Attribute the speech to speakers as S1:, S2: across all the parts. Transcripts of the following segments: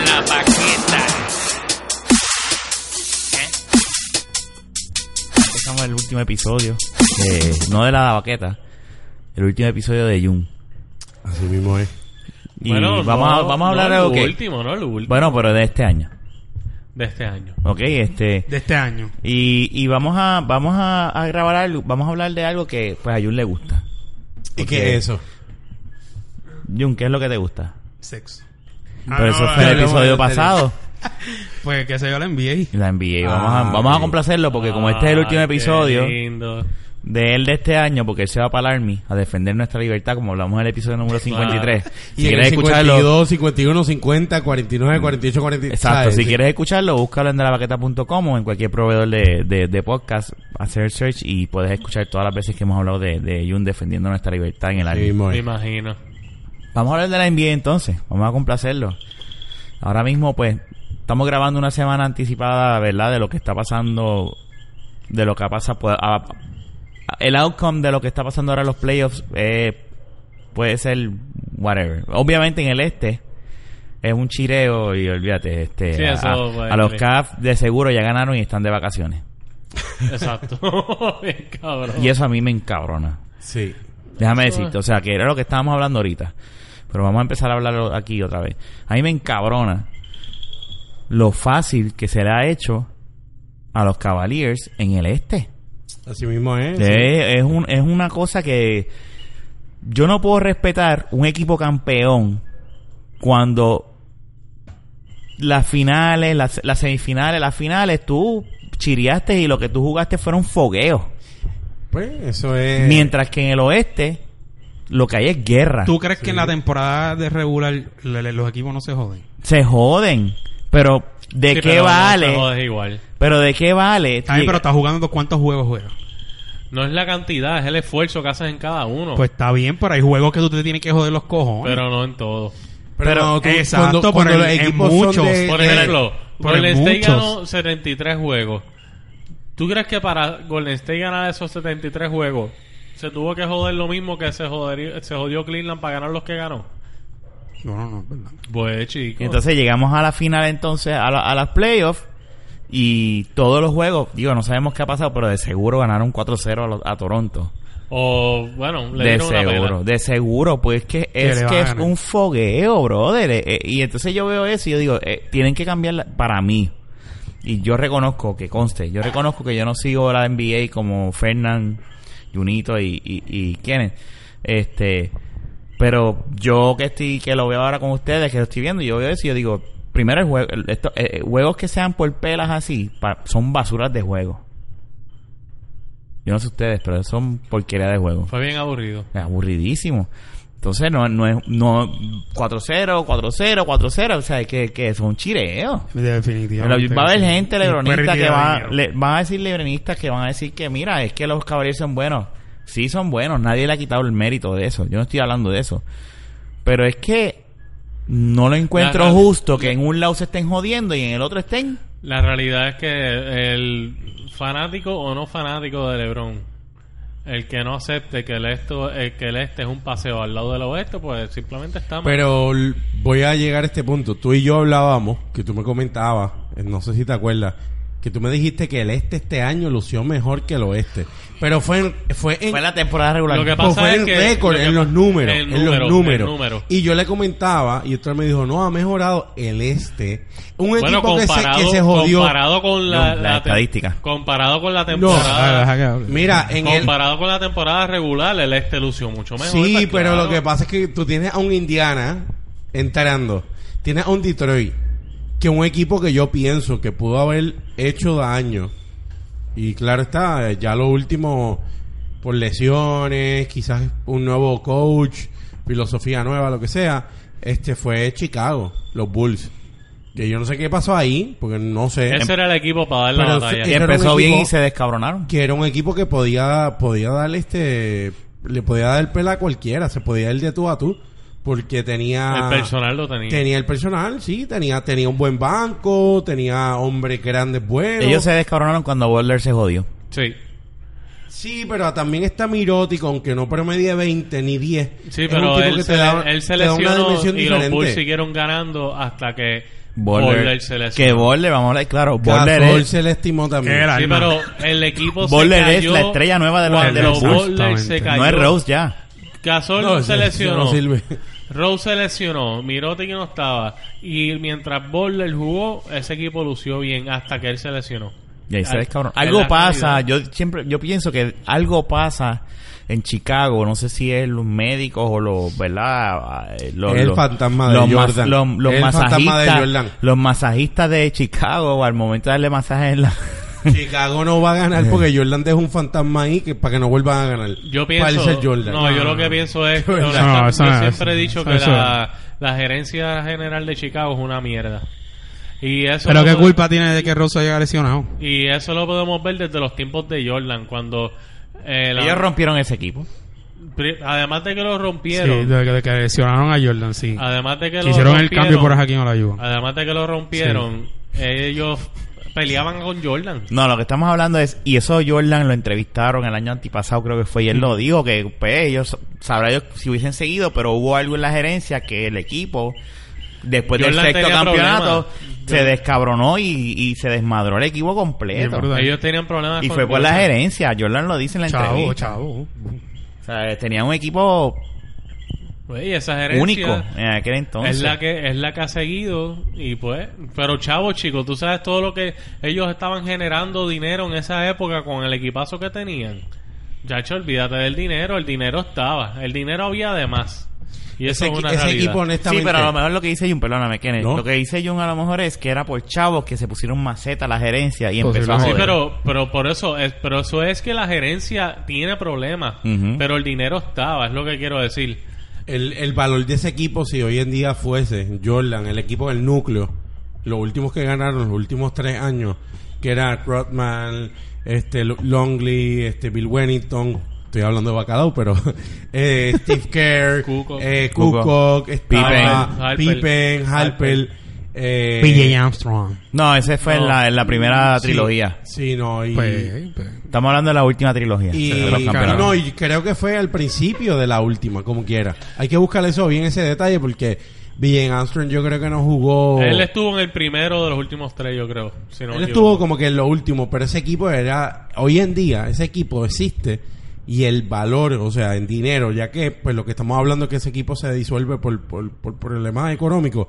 S1: la baqueta.
S2: Empezamos el último episodio. eh, no de la baqueta. El último episodio de Jun.
S3: Así mismo es.
S2: Y vamos, a,
S4: no,
S2: vamos a hablar
S4: no,
S2: de
S4: lo
S2: ok.
S4: último, no lo último
S2: Bueno, pero de este año.
S4: de este año.
S2: Ok, este.
S5: de este año.
S2: Y, y vamos a vamos a, a grabar algo. Vamos a hablar de algo que pues a Jun le gusta.
S3: ¿Y qué es eso?
S2: Jun, ¿qué es lo que te gusta?
S5: Sexo. Ah,
S2: Pero
S5: no,
S2: eso fue
S5: eh,
S2: el episodio
S5: luego-
S2: pasado.
S5: Pues que se yo la envié.
S2: La envié. Vamos, a,
S3: Ah,
S2: vamos a
S3: ok.
S2: complacerlo porque como este es el último
S4: Ay,
S2: episodio
S4: Qué lindo.
S2: de él de este año, porque él se va para el Army a defender nuestra libertad, como hablamos en el episodio número 53. Si
S3: en
S2: quieres
S3: el
S2: escucharlo, Mm.
S3: 52, 51, 50, 49, 48, 46.
S2: exacto. Si quieres escucharlo, búscalo en delabaqueta.com o en cualquier proveedor de, de, de podcast, hacer search y puedes escuchar todas las veces que hemos hablado de, de Jun defendiendo nuestra libertad en el
S3: Así
S2: Army.
S3: mismo
S4: Me
S3: es.
S4: imagino.
S2: Vamos a hablar de la NBA entonces. Vamos a complacerlo. Ahora mismo, pues, estamos grabando una semana anticipada, ¿verdad? De lo que está pasando. De lo que pasa. Pues, a- a- el outcome de lo que está pasando ahora en los playoffs eh, puede ser whatever. Obviamente en el este es un chireo y olvídate. este
S4: Sí,
S2: a-
S4: eso,
S2: a,
S4: pues,
S2: a los
S4: sí.
S2: Cavs de seguro ya ganaron y están de vacaciones.
S4: Exacto. Bien cabrón.
S2: Y eso a mí me encabrona.
S3: Sí.
S2: Déjame decirte, o sea, que era lo que estábamos hablando ahorita. Pero vamos a empezar a hablarlo aquí otra vez. A mí me encabrona lo fácil que se le ha hecho a los Cavaliers en el este.
S3: Así mismo es.
S2: Es, es un- es una cosa que yo no puedo respetar un equipo campeón cuando las finales, las, las semifinales, las finales, tú chiriaste y lo que tú jugaste fueron fogueos.
S3: Pues eso
S5: Eh.
S3: es.
S2: Mientras que en el oeste lo que hay es guerra.
S5: ¿Tú crees que en la temporada de regular le- le- los equipos no se joden?
S2: se joden. Pero ¿de
S4: Sí,
S2: qué
S4: pero no,
S2: vale?
S4: No, jodas igual.
S2: pero ¿de qué vale?
S5: Está bien, pero estás jugando cuántos juegos juegas.
S4: No es la cantidad, es el esfuerzo que haces en cada uno.
S5: Pues está bien, pero hay juegos que tú te tienes que joder los cojones.
S4: pero no en todo.
S3: Pero, no, tú-
S5: exacto,
S3: cuando,
S5: pero
S3: cuando
S5: en-
S3: los
S5: en
S3: equipos son
S5: muchos.
S3: de-
S4: Por
S2: Eh,
S3: de-
S4: ejemplo,
S5: por
S2: pues
S4: Golden State
S5: muchos.
S4: ganó 73 juegos. ¿Tú crees que para Golden State ganar esos 73 juegos se tuvo que joder lo mismo que se, jodería- se jodió Cleveland para ganar los que ganó?
S5: No, no, no, es verdad.
S4: Pues chicos.
S2: Y entonces llegamos a la final entonces, a, la- a las playoffs. Y todos los juegos, digo, no sabemos qué ha pasado, pero de seguro ganaron 4-0 a, los- a Toronto.
S4: o bueno, le
S2: de
S4: dieron una pela.
S2: seguro, de seguro, pues que es
S5: le van
S2: que
S5: a
S2: es
S5: ganar.
S2: un fogueo, brother. Eh, eh, y entonces yo veo eso y yo digo, eh, tienen que cambiar la- para mí. Y yo reconozco que conste, yo reconozco que yo no sigo la NBA como Fernán, Junito y, y, y quienes. Este, pero yo que estoy, que lo veo ahora con ustedes, que lo estoy viendo, yo veo eso y yo digo, primero el juego, el- esto- eh, eh, juegos que sean por pelas así, pa- son basuras de juego. Yo no sé ustedes, pero son porquería de juego.
S4: Fue bien aburrido.
S2: Es aburridísimo. Entonces, no, no es no, 4-0, 4-0, 4-0. O sea, que, que son chireos.
S5: Definitivamente.
S2: va a haber
S5: sí.
S2: gente
S5: Y
S2: lebronista que
S5: pérdida de
S2: va,
S5: dinero.
S2: le- van a decir lebronistas que van a decir que, mira, es que los caballeros son buenos. Sí son buenos. Nadie le ha quitado el mérito de eso. Yo no estoy hablando de eso. Pero es que no lo encuentro
S4: La- la-
S2: justo que en un lado se estén jodiendo y en el otro estén...
S4: La realidad es que el fanático o no fanático de LeBron, el que no acepte que el, esto, el que el este es un paseo al lado del oeste, pues simplemente está mal.
S3: Pero l- voy a llegar a este punto. Tú y yo hablábamos, que tú me comentabas, eh, no sé si te acuerdas, que tú me dijiste que el este este año lució mejor que el oeste. Pero fue en, fue en,
S2: Fue la temporada regular.
S4: Pues Lo que
S3: pues,
S4: pasa
S3: fue
S4: es
S3: en
S4: que-
S3: récord,
S4: lo que-
S3: en los números,
S4: el
S3: en
S4: número,
S3: los números.
S4: el número.
S3: Y yo le comentaba, y otro me dijo, no, ha mejorado el este. Un
S4: bueno,
S3: equipo que se,
S4: comparado,
S3: que se jodió.
S4: comparado con la,
S2: No, la
S4: la te-
S2: estadística.
S4: Comparado con la
S3: No,
S5: Ah,
S4: temporada.
S5: deja que hable.
S3: Mira, en el,
S4: comparado con la temporada regular, el este lució mucho mejor.
S3: Sí,
S4: pues,
S3: pero
S4: claro.
S3: lo que pasa es que tú tienes a un Indiana entrando, tienes a un Detroit, que es un equipo que yo pienso que pudo haber hecho daño. Y claro está, eh, ya lo último por lesiones, quizás un nuevo coach, filosofía nueva, lo que sea, este fue Chicago, los Bulls. Que yo no sé qué pasó ahí, porque no sé.
S4: Ese era el equipo para dar la
S3: Pero
S4: batalla.
S3: se-
S2: Y
S3: era un
S2: empezó bien y
S3: equipo-
S2: se descabronaron.
S3: que era un equipo que podía podía darle este le podía dar pela a cualquiera se podía ir de tú a tú porque tenía
S4: el personal lo tenía.
S3: tenía el personal sí tenía tenía un buen banco tenía hombres grandes buenos
S2: Ellos se descabronaron cuando Butler se jodió.
S4: Sí.
S3: sí pero también está Mirotic aunque no promedie 20 ni 10
S4: Sí,
S3: es un
S4: pero
S3: tipo
S4: él,
S3: que
S4: se,
S3: te da-
S4: él se
S3: te da una
S4: lesionó
S3: dimensión
S4: y los Bulls
S3: diferente.
S4: siguieron ganando hasta que
S2: Borler,
S4: Borler se lesionó.
S2: que Borler, vamos a hablar claro, Borler
S3: Gasol
S2: es,
S3: se le estimó también.
S5: Era.
S4: Sí,
S5: Alma.
S4: pero el equipo
S2: Borler
S4: se
S2: es
S4: cayó
S2: la estrella nueva de los-
S4: cuando
S5: de los Bulls.
S4: Borler se
S5: Exactamente.
S4: cayó.
S2: no es Rose ya.
S4: Gasol
S3: No,
S4: se
S3: eso- eso
S4: lesionó.
S3: no sirve.
S4: Rose se lesionó, Miroti que no estaba. Y mientras Borler jugó, ese equipo lució bien hasta que él se lesionó.
S2: Y ahí se
S4: Al-
S2: ves, cabrón.
S4: en
S2: Algo
S4: la
S2: pasa,
S4: actualidad.
S2: yo siempre, yo pienso que algo pasa en Chicago, no sé si es los médicos o los, ¿verdad? Eh, Los,
S3: Es el
S2: los-
S3: fantasma de
S2: los mas-
S3: Jordan.
S2: los, los
S3: Es el fantasma de
S2: masajistas,
S3: Jordan.
S2: los masajistas de Chicago al momento de darle masaje en la...
S3: Chicago no va a ganar porque Jordan es un fantasma ahí que, para que no vuelvan a ganar.
S4: Yo
S3: Parece
S4: pienso.
S3: Jordan.
S4: No, yo lo que pienso es.
S3: Jordan.
S4: ahora,
S5: No,
S4: yo
S5: eso no,
S4: siempre he
S5: eso-
S4: dicho
S5: eso-
S4: que
S5: eso-
S4: la, la gerencia general de Chicago es una mierda. Y eso
S5: Pero
S4: lo
S5: qué
S4: pod-
S5: culpa tiene de que Rosa haya lesionado.
S4: Y eso lo podemos ver desde los tiempos de Jordan, cuando. eh, la-
S2: Ellos rompieron ese equipo.
S4: pri- además de que lo
S5: Sí,
S4: rompieron.
S5: de, de que lesionaron a Jordan, sí.
S4: Además de que
S5: Que
S4: lo
S5: hicieron el
S4: rompieron-
S5: cambio por Hakim Olajuwon.
S4: Además de que lo rompieron, ellos peleaban con Jordan.
S2: No, lo que estamos hablando es, y eso Jordan lo entrevistaron el año antipasado, creo que fue, y él lo dijo, que pues, ellos, sabrá Dios si hubiesen seguido, pero hubo algo en la gerencia que el equipo, después
S4: Jordan
S2: del sexto
S4: tenía
S2: campeonato,
S4: problemas.
S2: se descabronó y, y se desmadró el equipo
S5: Es
S2: completo.
S5: verdad.
S4: Ellos tenían problemas
S2: Y
S4: con
S2: fue por la
S4: Jordan.
S2: gerencia, Jordan lo dice en la
S5: Chavo,
S2: entrevista.
S5: chavo.
S2: O sea, tenía un equipo
S4: Güey, esa gerencia
S2: único en aquel entonces.
S4: es la que es la que ha seguido y pues, pero chavo chicos, tú sabes todo lo que ellos estaban generando dinero en esa época con el equipazo que tenían. Chacho, olvídate del dinero, el dinero estaba, el dinero había de más. Y eso
S3: ese,
S4: es una
S3: equi- ese
S4: realidad.
S3: equipo,
S2: Sí,
S3: honestamente.
S2: pero a lo mejor lo que dice Jun, perdóname, Kenneth,
S3: ¿No?
S2: lo que dice Jun a lo mejor es que era por chavos que se pusieron maceta a la gerencia y empezó a
S5: Posiblemente.
S4: Pues Sí,
S2: joder.
S4: pero, pero por eso es, pero eso es que la gerencia tiene problemas,
S2: Ujú.
S4: pero el dinero estaba, es lo que quiero decir.
S3: El, el valor de ese equipo, si hoy en día fuese Jordan, el equipo del núcleo, los últimos que ganaron, los últimos tres años, que era Rodman, este, L- Longley, este, Bill Wennington, estoy hablando de Bacalao, pero eh, Steve Kerr,
S4: Kukoc.
S3: eh, Kukoc, estaba
S4: Pippen.
S3: Pippen, Harper, eh,
S5: PJ Armstrong.
S2: No, ese fue en,
S4: No.
S2: la, en la primera
S3: sí,
S2: trilogía.
S3: Sí, no, y,
S5: Pues, pues.
S2: Estamos hablando de la última trilogía.
S3: Y,
S2: de los campeonatos.
S3: no, y creo que fue al principio de la última, como quiera. Hay que buscar eso bien, ese detalle, porque Bien Armstrong yo creo que no
S2: Oh.
S3: jugó.
S4: Él estuvo en el primero de los últimos tres, yo creo. si no me
S3: Él estuvo
S4: equivoco.
S3: como que en lo último, pero ese equipo era. Hoy en día, ese equipo existe y el valor, o sea, en dinero, ya que pues lo que estamos hablando es que ese equipo se disuelve por, por, por problemas económicos,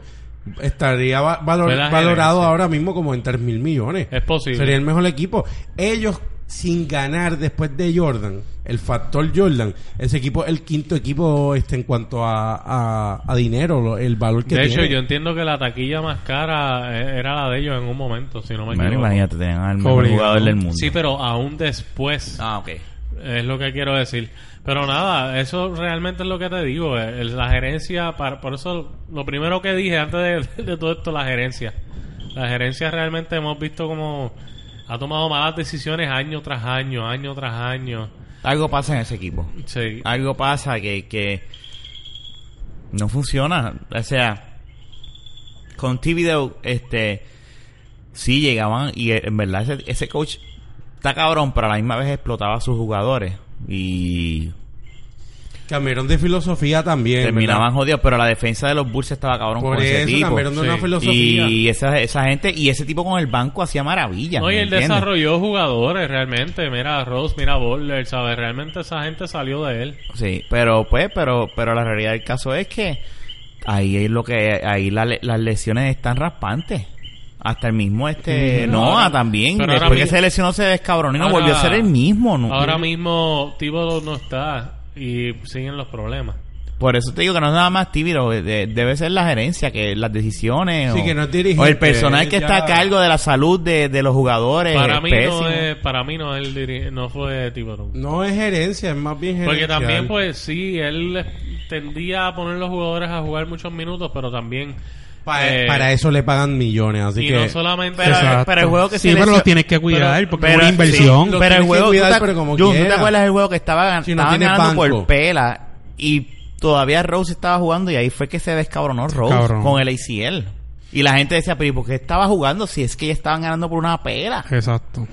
S3: estaría va- valor-
S4: Fue la
S3: valorado
S4: gerencia.
S3: ahora mismo como en 3 mil millones.
S4: Es posible.
S3: Sería el mejor equipo. Ellos, sin ganar después de Jordan, el factor Jordan, ese equipo, el quinto equipo este en cuanto a, a, a dinero, lo- el valor que
S4: de hecho,
S3: tiene.
S4: yo entiendo que la taquilla más cara eh, era la de ellos en un momento, si no me
S2: Bueno,
S4: equivoco.
S2: imagínate, tenían al mejor
S5: Obligado.
S2: jugador del mundo.
S4: Sí, pero aún después
S2: Ah, ok.
S4: es lo que quiero decir. Pero nada, eso realmente es lo que te digo. eh, el- La gerencia, para, por eso lo primero que dije antes de, de todo esto, la gerencia. La gerencia realmente hemos visto como ha tomado malas decisiones año tras año, año tras año.
S2: Algo pasa en ese equipo.
S4: Sí.
S2: Algo pasa que, que no funciona. O sea, con T-Video, este, sí llegaban y eh, en verdad ese, ese coach está cabrón, pero a la misma vez explotaba a sus jugadores. Y
S3: Cambiaron de filosofía también. ¿verdad?
S2: terminaban jodidos, pero la defensa de los Bulls estaba cabrón
S3: Por
S2: con ese
S3: eso
S2: tipo.
S3: cambiaron de una
S4: sí.
S3: filosofía.
S2: Y esa, esa gente, y ese tipo con el banco hacía maravillas.
S4: Oye,
S2: ¿me
S4: él
S2: entiendes?
S4: desarrolló jugadores realmente. Mira a Ross, mira a Butler, ¿sabes? Realmente esa gente salió de él.
S2: Sí, pero pues, pero, pero la realidad del caso es que ahí es lo que, ahí la le- las lesiones están raspantes. Hasta el mismo este
S4: Ujú.
S2: Noah
S4: Ahora-
S2: también.
S4: pero
S2: Después
S4: ahora
S2: que
S4: mi-
S2: se lesionó se descabronó y no
S4: Ahora-
S2: volvió a ser el mismo. ¿no?
S4: Ahora mismo Thibodeau no está y siguen los problemas.
S2: Por eso te digo que no es nada más tímido. eh, de- debe ser la gerencia, que las decisiones
S3: Sí,
S2: o,
S3: que no es dirigente,
S2: o el personal
S3: él
S2: que
S3: ya-
S2: está a cargo de la salud de, de los jugadores.
S4: Para
S2: es
S4: mí,
S2: Eh, pésimo.
S4: no es, para mí no es el diri- no fue Thibodeau.
S3: No es gerencia, es más bien gerencia.
S4: Porque también, pues sí, él tendía a poner a los jugadores a jugar muchos minutos, pero también.
S3: Pa- e-
S4: eh,
S3: para eso le pagan millones, así
S4: Y
S3: que...
S4: no solamente.
S2: Pero- eh,
S5: Exacto.
S2: pero el juego que
S5: sí,
S2: se
S5: pero
S2: lesion-
S5: lo tienes que cuidar
S2: pero-
S5: porque
S2: pero-
S5: es una inversión.
S2: sí,
S3: Lo
S2: pero el
S3: tienes que
S2: juego,
S3: cuidar,
S2: tú te-
S3: pero como
S2: Jun, ¿tú te
S3: quiera.
S2: acuerdas del juego que estaba gan-
S3: Si no
S2: estaban
S3: tienes
S2: ganando por
S3: banco.
S2: pela y todavía Rose estaba jugando y ahí fue que se descabronó Rose
S5: Cabrón.
S2: con el ACL. Y la gente decía, pero ¿y por qué estaba jugando si es que ya estaban ganando por una pela?
S5: Exacto.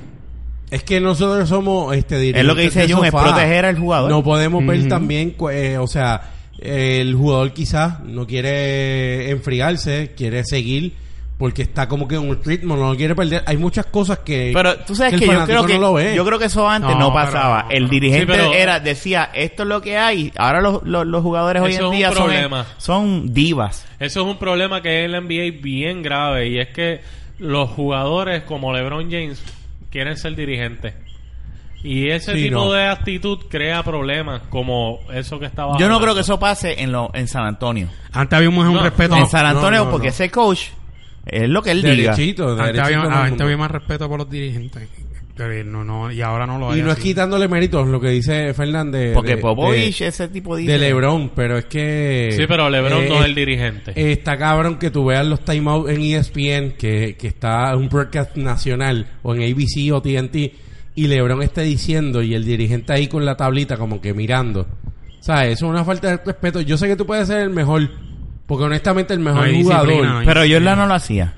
S3: Es que nosotros somos este dirigentes
S2: Es lo que dice
S3: de
S2: Jun, es
S3: sofá.
S2: proteger al jugador.
S3: No podemos ver
S5: Ujú.
S3: también, cu- eh, o sea, el jugador quizás no quiere enfriarse, quiere seguir porque está como que en un ritmo, no lo quiere perder. Hay muchas cosas que.
S2: Pero tú sabes
S3: el
S2: que yo
S3: fanático
S2: creo que,
S3: no lo ve.
S2: yo creo que eso antes
S5: No,
S2: no,
S5: pero-
S2: pasaba. el dirigente
S4: Sí, pero-
S2: era decía, esto es lo que hay. Ahora los, los, los jugadores hoy
S4: Eso
S2: en
S4: es un
S2: día son,
S4: problema.
S2: son divas.
S4: Eso es un problema que es en la NBA bien grave y es que los jugadores como LeBron James quieren ser dirigentes. Y ese
S3: Sí,
S4: tipo
S3: no.
S4: de actitud crea problemas como eso que
S3: Ah,
S4: estaba
S2: Yo no
S4: hablando.
S2: creo que eso pase en, lo, en San Antonio.
S5: Antes había un, más un
S4: No,
S5: respeto.
S2: en San
S3: no,
S2: Antonio,
S3: no, no.
S2: porque ese coach es lo que él diga.
S4: Ah,
S3: Derechito,
S5: antes
S3: derechito
S5: había,
S3: todo el
S5: antes
S3: mundo.
S5: había más respeto por los dirigentes. Pero no, no, y ahora no lo hay.
S3: Y no es
S5: así.
S3: quitándole méritos lo que dice Fernández.
S2: Porque
S3: de-
S2: Popovich,
S3: de-
S2: ese tipo
S3: de,
S2: dice.
S3: LeBron, pero es que.
S4: Sí, pero LeBron
S3: eh,
S4: no es el dirigente.
S3: Está cabrón que tú veas los timeouts en E ESPN, que, que está un broadcast nacional, o en ABC o TNT, y LeBron está diciendo, y el dirigente ahí con la tablita como que mirando. O sea, eso es una falta de respeto. Yo sé que tú puedes ser el mejor, porque honestamente el
S5: No
S3: mejor
S5: hay disciplina,
S3: jugador...
S5: no hay-
S2: Pero Jordan no lo hacía.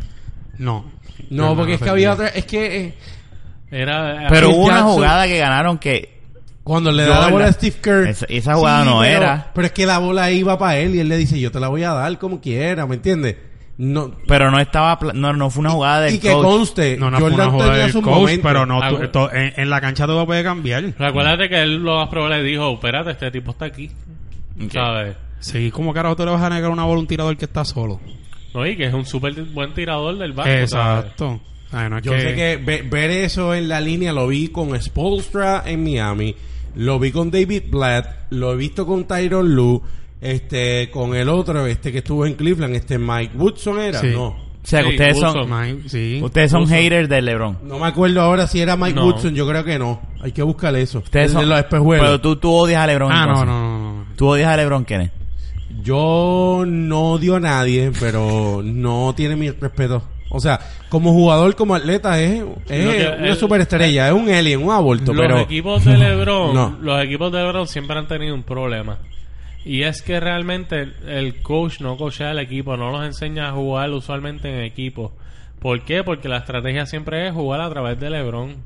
S5: No.
S3: No, porque es que había otra... Es que eh,
S4: Era eh,
S2: Pero
S3: Phil
S2: hubo una
S3: Jackson-
S2: jugada que ganaron que
S3: cuando le da la
S2: Jordan.
S3: bola a Steve Kerr...
S2: Esa- esa jugada no
S3: pero-
S2: era.
S3: Pero es que la bola iba para él y él le dice, yo te la voy a dar como quiera, ¿me entiendes? No,
S2: pero no estaba pla- no, no fue una jugada del
S3: y que
S2: coach.
S3: conste,
S5: No, no fue una
S3: Jordan
S5: joda
S3: tenía
S5: del
S3: su
S5: coach,
S3: momento.
S5: pero no, tú-
S4: Ah,
S5: to- en, en la cancha todo puede cambiar.
S4: Recuérdate que él lo más probable dijo, espérate, este tipo está aquí.
S2: Ok.
S4: ¿Sabes?
S5: Sí, ¿cómo carajo tú le vas a negar una bola a un tirador que está solo?
S4: No, y que es un súper buen tirador del banco. ¿sabes?
S5: Exacto. Ay, no es
S3: Yo
S5: que-
S3: sé que ve- ver eso en la línea lo vi con Spolstra en Miami, lo vi con David Blatt, lo he visto con Tyron Lue, este, con el otro, este que estuvo en Cleveland, este Mike Woodson era,
S5: Sí.
S3: no.
S2: O sea, que
S4: Sí,
S2: ustedes
S4: Woodson.
S2: son
S5: Mike, sí.
S2: ustedes son haters de LeBron.
S3: No me acuerdo ahora si era Mike
S4: No.
S3: Woodson, yo creo que no. Hay que buscar eso.
S2: Ustedes
S3: El de
S2: son
S3: los espejuelos.
S2: Pero tú, tú odias a LeBron.
S5: Ah, no, no,
S2: entonces.
S5: no, no.
S2: Tú odias a LeBron, ¿quién es?
S3: Yo no odio a nadie, pero no tiene mi respeto. O sea, como jugador, como atleta, es, es
S4: Lo que-
S3: una
S4: el-
S3: superestrella, es un alien, un aborto,
S4: los
S3: pero...
S4: equipos de LeBron,
S3: No.
S4: los equipos de LeBron siempre han tenido un problema. Y es que realmente el- el coach no coachea al equipo, no los enseña a jugar usualmente en equipo. ¿Por qué? Porque la estrategia siempre es jugar a través de LeBron.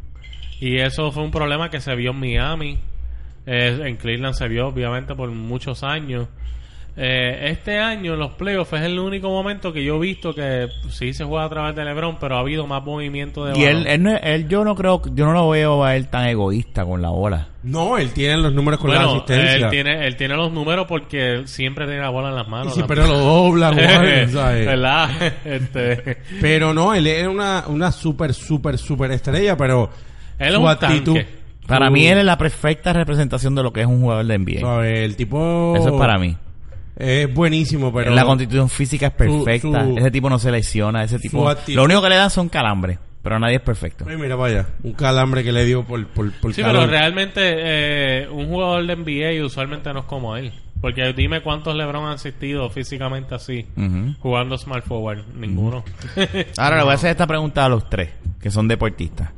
S4: Y eso fue un problema que se vio en Miami. Eh, en Cleveland se vio, obviamente, por muchos años. Eh, este año en los playoffs es el único momento que yo he visto que sí se juega a través de LeBron, pero ha habido más movimiento de
S2: Y
S4: balón.
S2: él, él, no- él- yo no creo, yo no lo veo a él tan egoísta con la bola.
S3: No, él tiene los números con la
S4: Bueno,
S3: asistencia.
S4: él tiene, él tiene los números porque siempre tiene la bola en las
S3: Y
S4: manos.
S3: sí,
S4: también.
S3: pero lo dobla, guarda, ¿sabes?
S4: ¿Verdad? Este,
S3: Pero no, él es una, una super, super, super estrella, pero
S4: Él es
S3: su
S4: un
S3: actitud.
S4: tanque.
S2: Para
S3: su-
S2: mí él es la perfecta representación de lo que es un jugador de NBA.
S3: ¿sabes? El tipo.
S2: Eso es para mí.
S3: Es buenísimo, pero.
S2: la constitución física es perfecta.
S3: su-
S2: ese tipo no se lesiona. Ese tipo.
S3: actitud-
S2: Lo único que le dan son calambres. Pero nadie es perfecto.
S3: Ay, mira, vaya. Un calambre que le dio por. por, por
S4: sí,
S3: calor.
S4: pero realmente eh, un jugador de NBA usualmente no es como él. Porque dime cuántos LeBron han asistido físicamente así,
S2: Ujú.
S4: jugando smart forward. Ninguno.
S3: Mm.
S2: Ahora le voy a hacer esta pregunta a los tres, que son deportistas.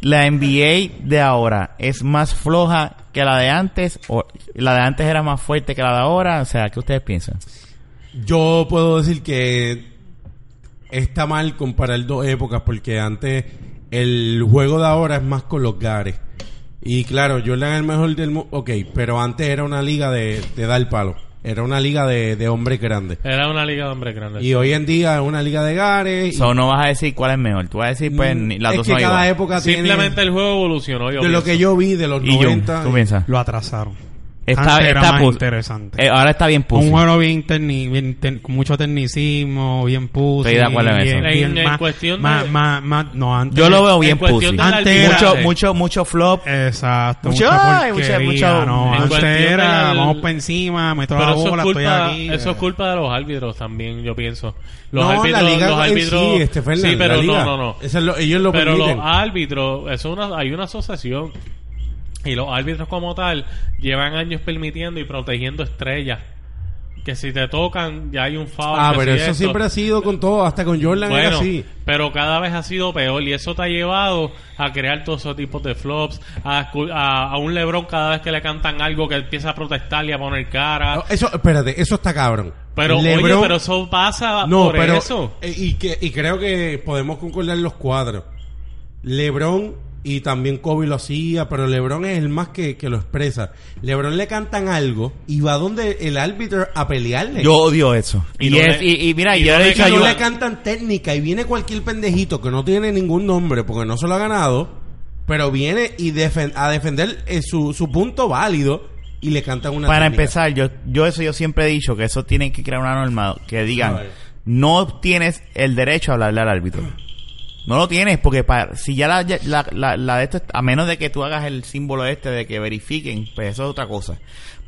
S2: ¿La NBA de ahora es más floja que la de antes? ¿O la de antes era más fuerte que la de ahora? O sea, ¿qué ustedes piensan?
S3: Yo puedo decir que está mal comparar dos épocas porque antes el juego de ahora es más con los gares. Y claro, Jordan es el mejor del mundo. Ok, pero antes era una liga de, de dar palo. Era una liga de, de hombres grandes.
S4: Era una liga de hombres grandes.
S3: Y hoy en día es una liga de gares. y-
S2: So, no vas a decir cuál es mejor. Tú vas a decir, pues, ni- las
S3: Mm, es
S2: dos
S3: que
S2: son
S3: cada
S2: iguales.
S3: época tiene-
S4: Simplemente el juego evolucionó. Yo
S3: de lo
S4: pienso.
S3: que yo vi de los
S2: Y Jun,
S3: 90.
S2: ¿tú piensas?
S5: Lo atrasaron.
S2: Está,
S5: Antes era
S2: está
S5: más
S2: pus-
S5: interesante.
S2: eh, ahora está bien pussy.
S5: Un juego bien, tecni- bien tec- con mucho tecnicismo, bien pussy.
S2: Estoy de acuerdo en
S5: bien-
S2: eso.
S5: bien
S4: En- en
S5: más-
S4: cuestión de-
S5: más- más- más- no, antes
S2: Yo lo veo
S4: En
S2: bien
S4: cuestión
S2: pussy.
S4: del
S5: Antes
S4: arbitraje.
S5: era-
S2: Mucho, mucho, mucho flop.
S5: Exacto.
S2: Mucho-
S5: mucha
S2: ay, mucha-
S5: porquería,
S2: mucha-
S5: no,
S4: en
S5: antes
S4: cuestión
S5: era,
S4: del-
S5: vamos para encima, meto la
S4: Pero eso
S5: bola,
S4: es,
S5: estoy
S4: culpa,
S5: aquí.
S4: eso es culpa de los árbitros también, yo pienso. Los
S3: eh. no,
S4: árbitros,
S3: la liga
S4: los
S3: en
S4: árbitros,
S3: sí, este, Fernan,
S4: sí, pero
S3: la liga.
S4: no, no, no.
S3: Eso es lo- ellos lo
S4: pero los
S3: permiten.
S4: árbitros, eso es una, hay una asociación y los árbitros como tal llevan años permitiendo y protegiendo estrellas. Que si te tocan ya hay un foul.
S3: Ah,
S4: que
S3: pero
S4: si
S3: eso
S4: esto.
S3: siempre ha sido con todo, hasta con Jordan era
S4: Bueno,
S3: así.
S4: pero cada vez ha sido peor y eso te ha llevado a crear todos esos tipos de flops, a, escu- a, a un Lebron cada vez que le cantan algo que empieza a protestar y a poner cara.
S3: No, Eso, espérate, eso está cabrón.
S4: Ah. pero
S3: LeBron-
S4: oye, pero eso pasa
S3: no,
S4: por
S3: pero
S4: eso.
S3: eh, Y, que, y creo que podemos concordar los cuadros. LeBron Y también Kobe lo hacía, pero LeBron es el más que, que lo expresa. LeBron le cantan algo y va donde el árbitro a pelearle.
S2: Yo odio eso.
S4: Y
S2: Y,
S4: no
S2: es-
S4: le-
S2: y- y mira,
S4: y
S2: yo
S4: no
S2: le he
S4: le
S2: dicho a
S3: que no
S2: Joel-
S3: le cantan técnica y viene cualquier pendejito que no tiene ningún nombre porque no se lo ha ganado, pero viene y defen- a defender eh, su, su punto válido y le cantan una
S2: Para
S3: técnica.
S2: empezar, yo, yo eso yo siempre he dicho que eso tienen que crear una norma que digan
S3: Ay.
S2: no tienes el derecho a hablarle al árbitro. No lo tienes porque para, si ya la, la, la- la de esto a menos de que tú hagas el símbolo este de que verifiquen, pues eso es otra cosa.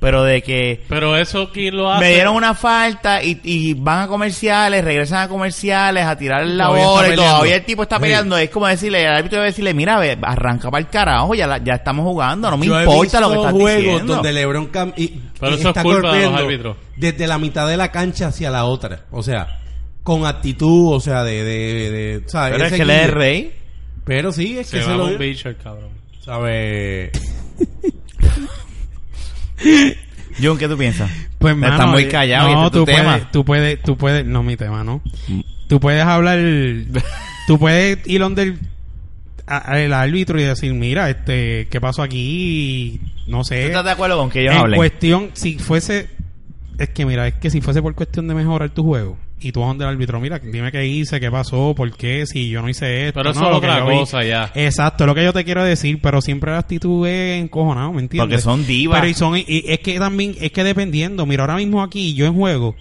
S2: Pero de que
S4: Pero eso quién lo hace.
S2: me dieron una falta y, y van a comerciales, regresan a comerciales a tirar el
S3: Todavía está
S2: labor y
S3: peleando.
S2: todavía el tipo está
S3: Sí.
S2: peleando. Es como decirle, el árbitro debe decirle, mira, ve, arranca para el carajo, ya, la- ya estamos jugando, no me
S3: Yo he
S2: importa lo que
S3: visto
S2: estás
S3: juegos
S2: diciendo.
S3: donde LeBron cam- y-
S4: Pero
S3: y
S4: eso es culpa de los
S3: corriendo
S4: árbitros.
S3: desde la mitad de la cancha hacia la otra, o sea, con actitud, o sea, de, de, de- de- ¿sabes?
S2: Pero es
S3: Ese
S2: que le
S3: guille.
S2: es rey.
S3: Pero sí, es
S4: Se
S3: que se
S4: mama
S3: lo
S4: un bicho el cabrón.
S3: sabe
S2: John, ¿qué tú piensas?
S5: Pues,
S2: Está
S5: mano,
S2: muy
S5: eh,
S2: callado, ¿y
S5: No,
S2: este es
S5: tú
S2: tu tema? Mm.
S5: puedes, tú puedes, tú puedes, no mi tema, ¿no? Tú puedes hablar, tú puedes ir donde el, a- al árbitro y decir, mira, este, ¿qué pasó aquí? No
S2: ¿Tú
S5: sé.
S2: estás de acuerdo con que ellos
S5: en
S2: hablen?
S5: cuestión, si fuese, es que mira, es que si fuese por cuestión de mejorar tu juego y tú vas donde el árbitro, mira, dime qué hice, qué pasó, por qué, si yo no hice esto.
S4: Pero eso
S5: no,
S4: es
S5: lo que
S4: otra
S5: yo vi.
S4: cosa ya.
S5: Exacto, es lo que yo te quiero decir, pero siempre la actitud es encojonado, ¿me entiendes?
S2: Porque son divas.
S5: Pero y son, y- y es que también, es que dependiendo, mira, ahora mismo aquí yo en juego,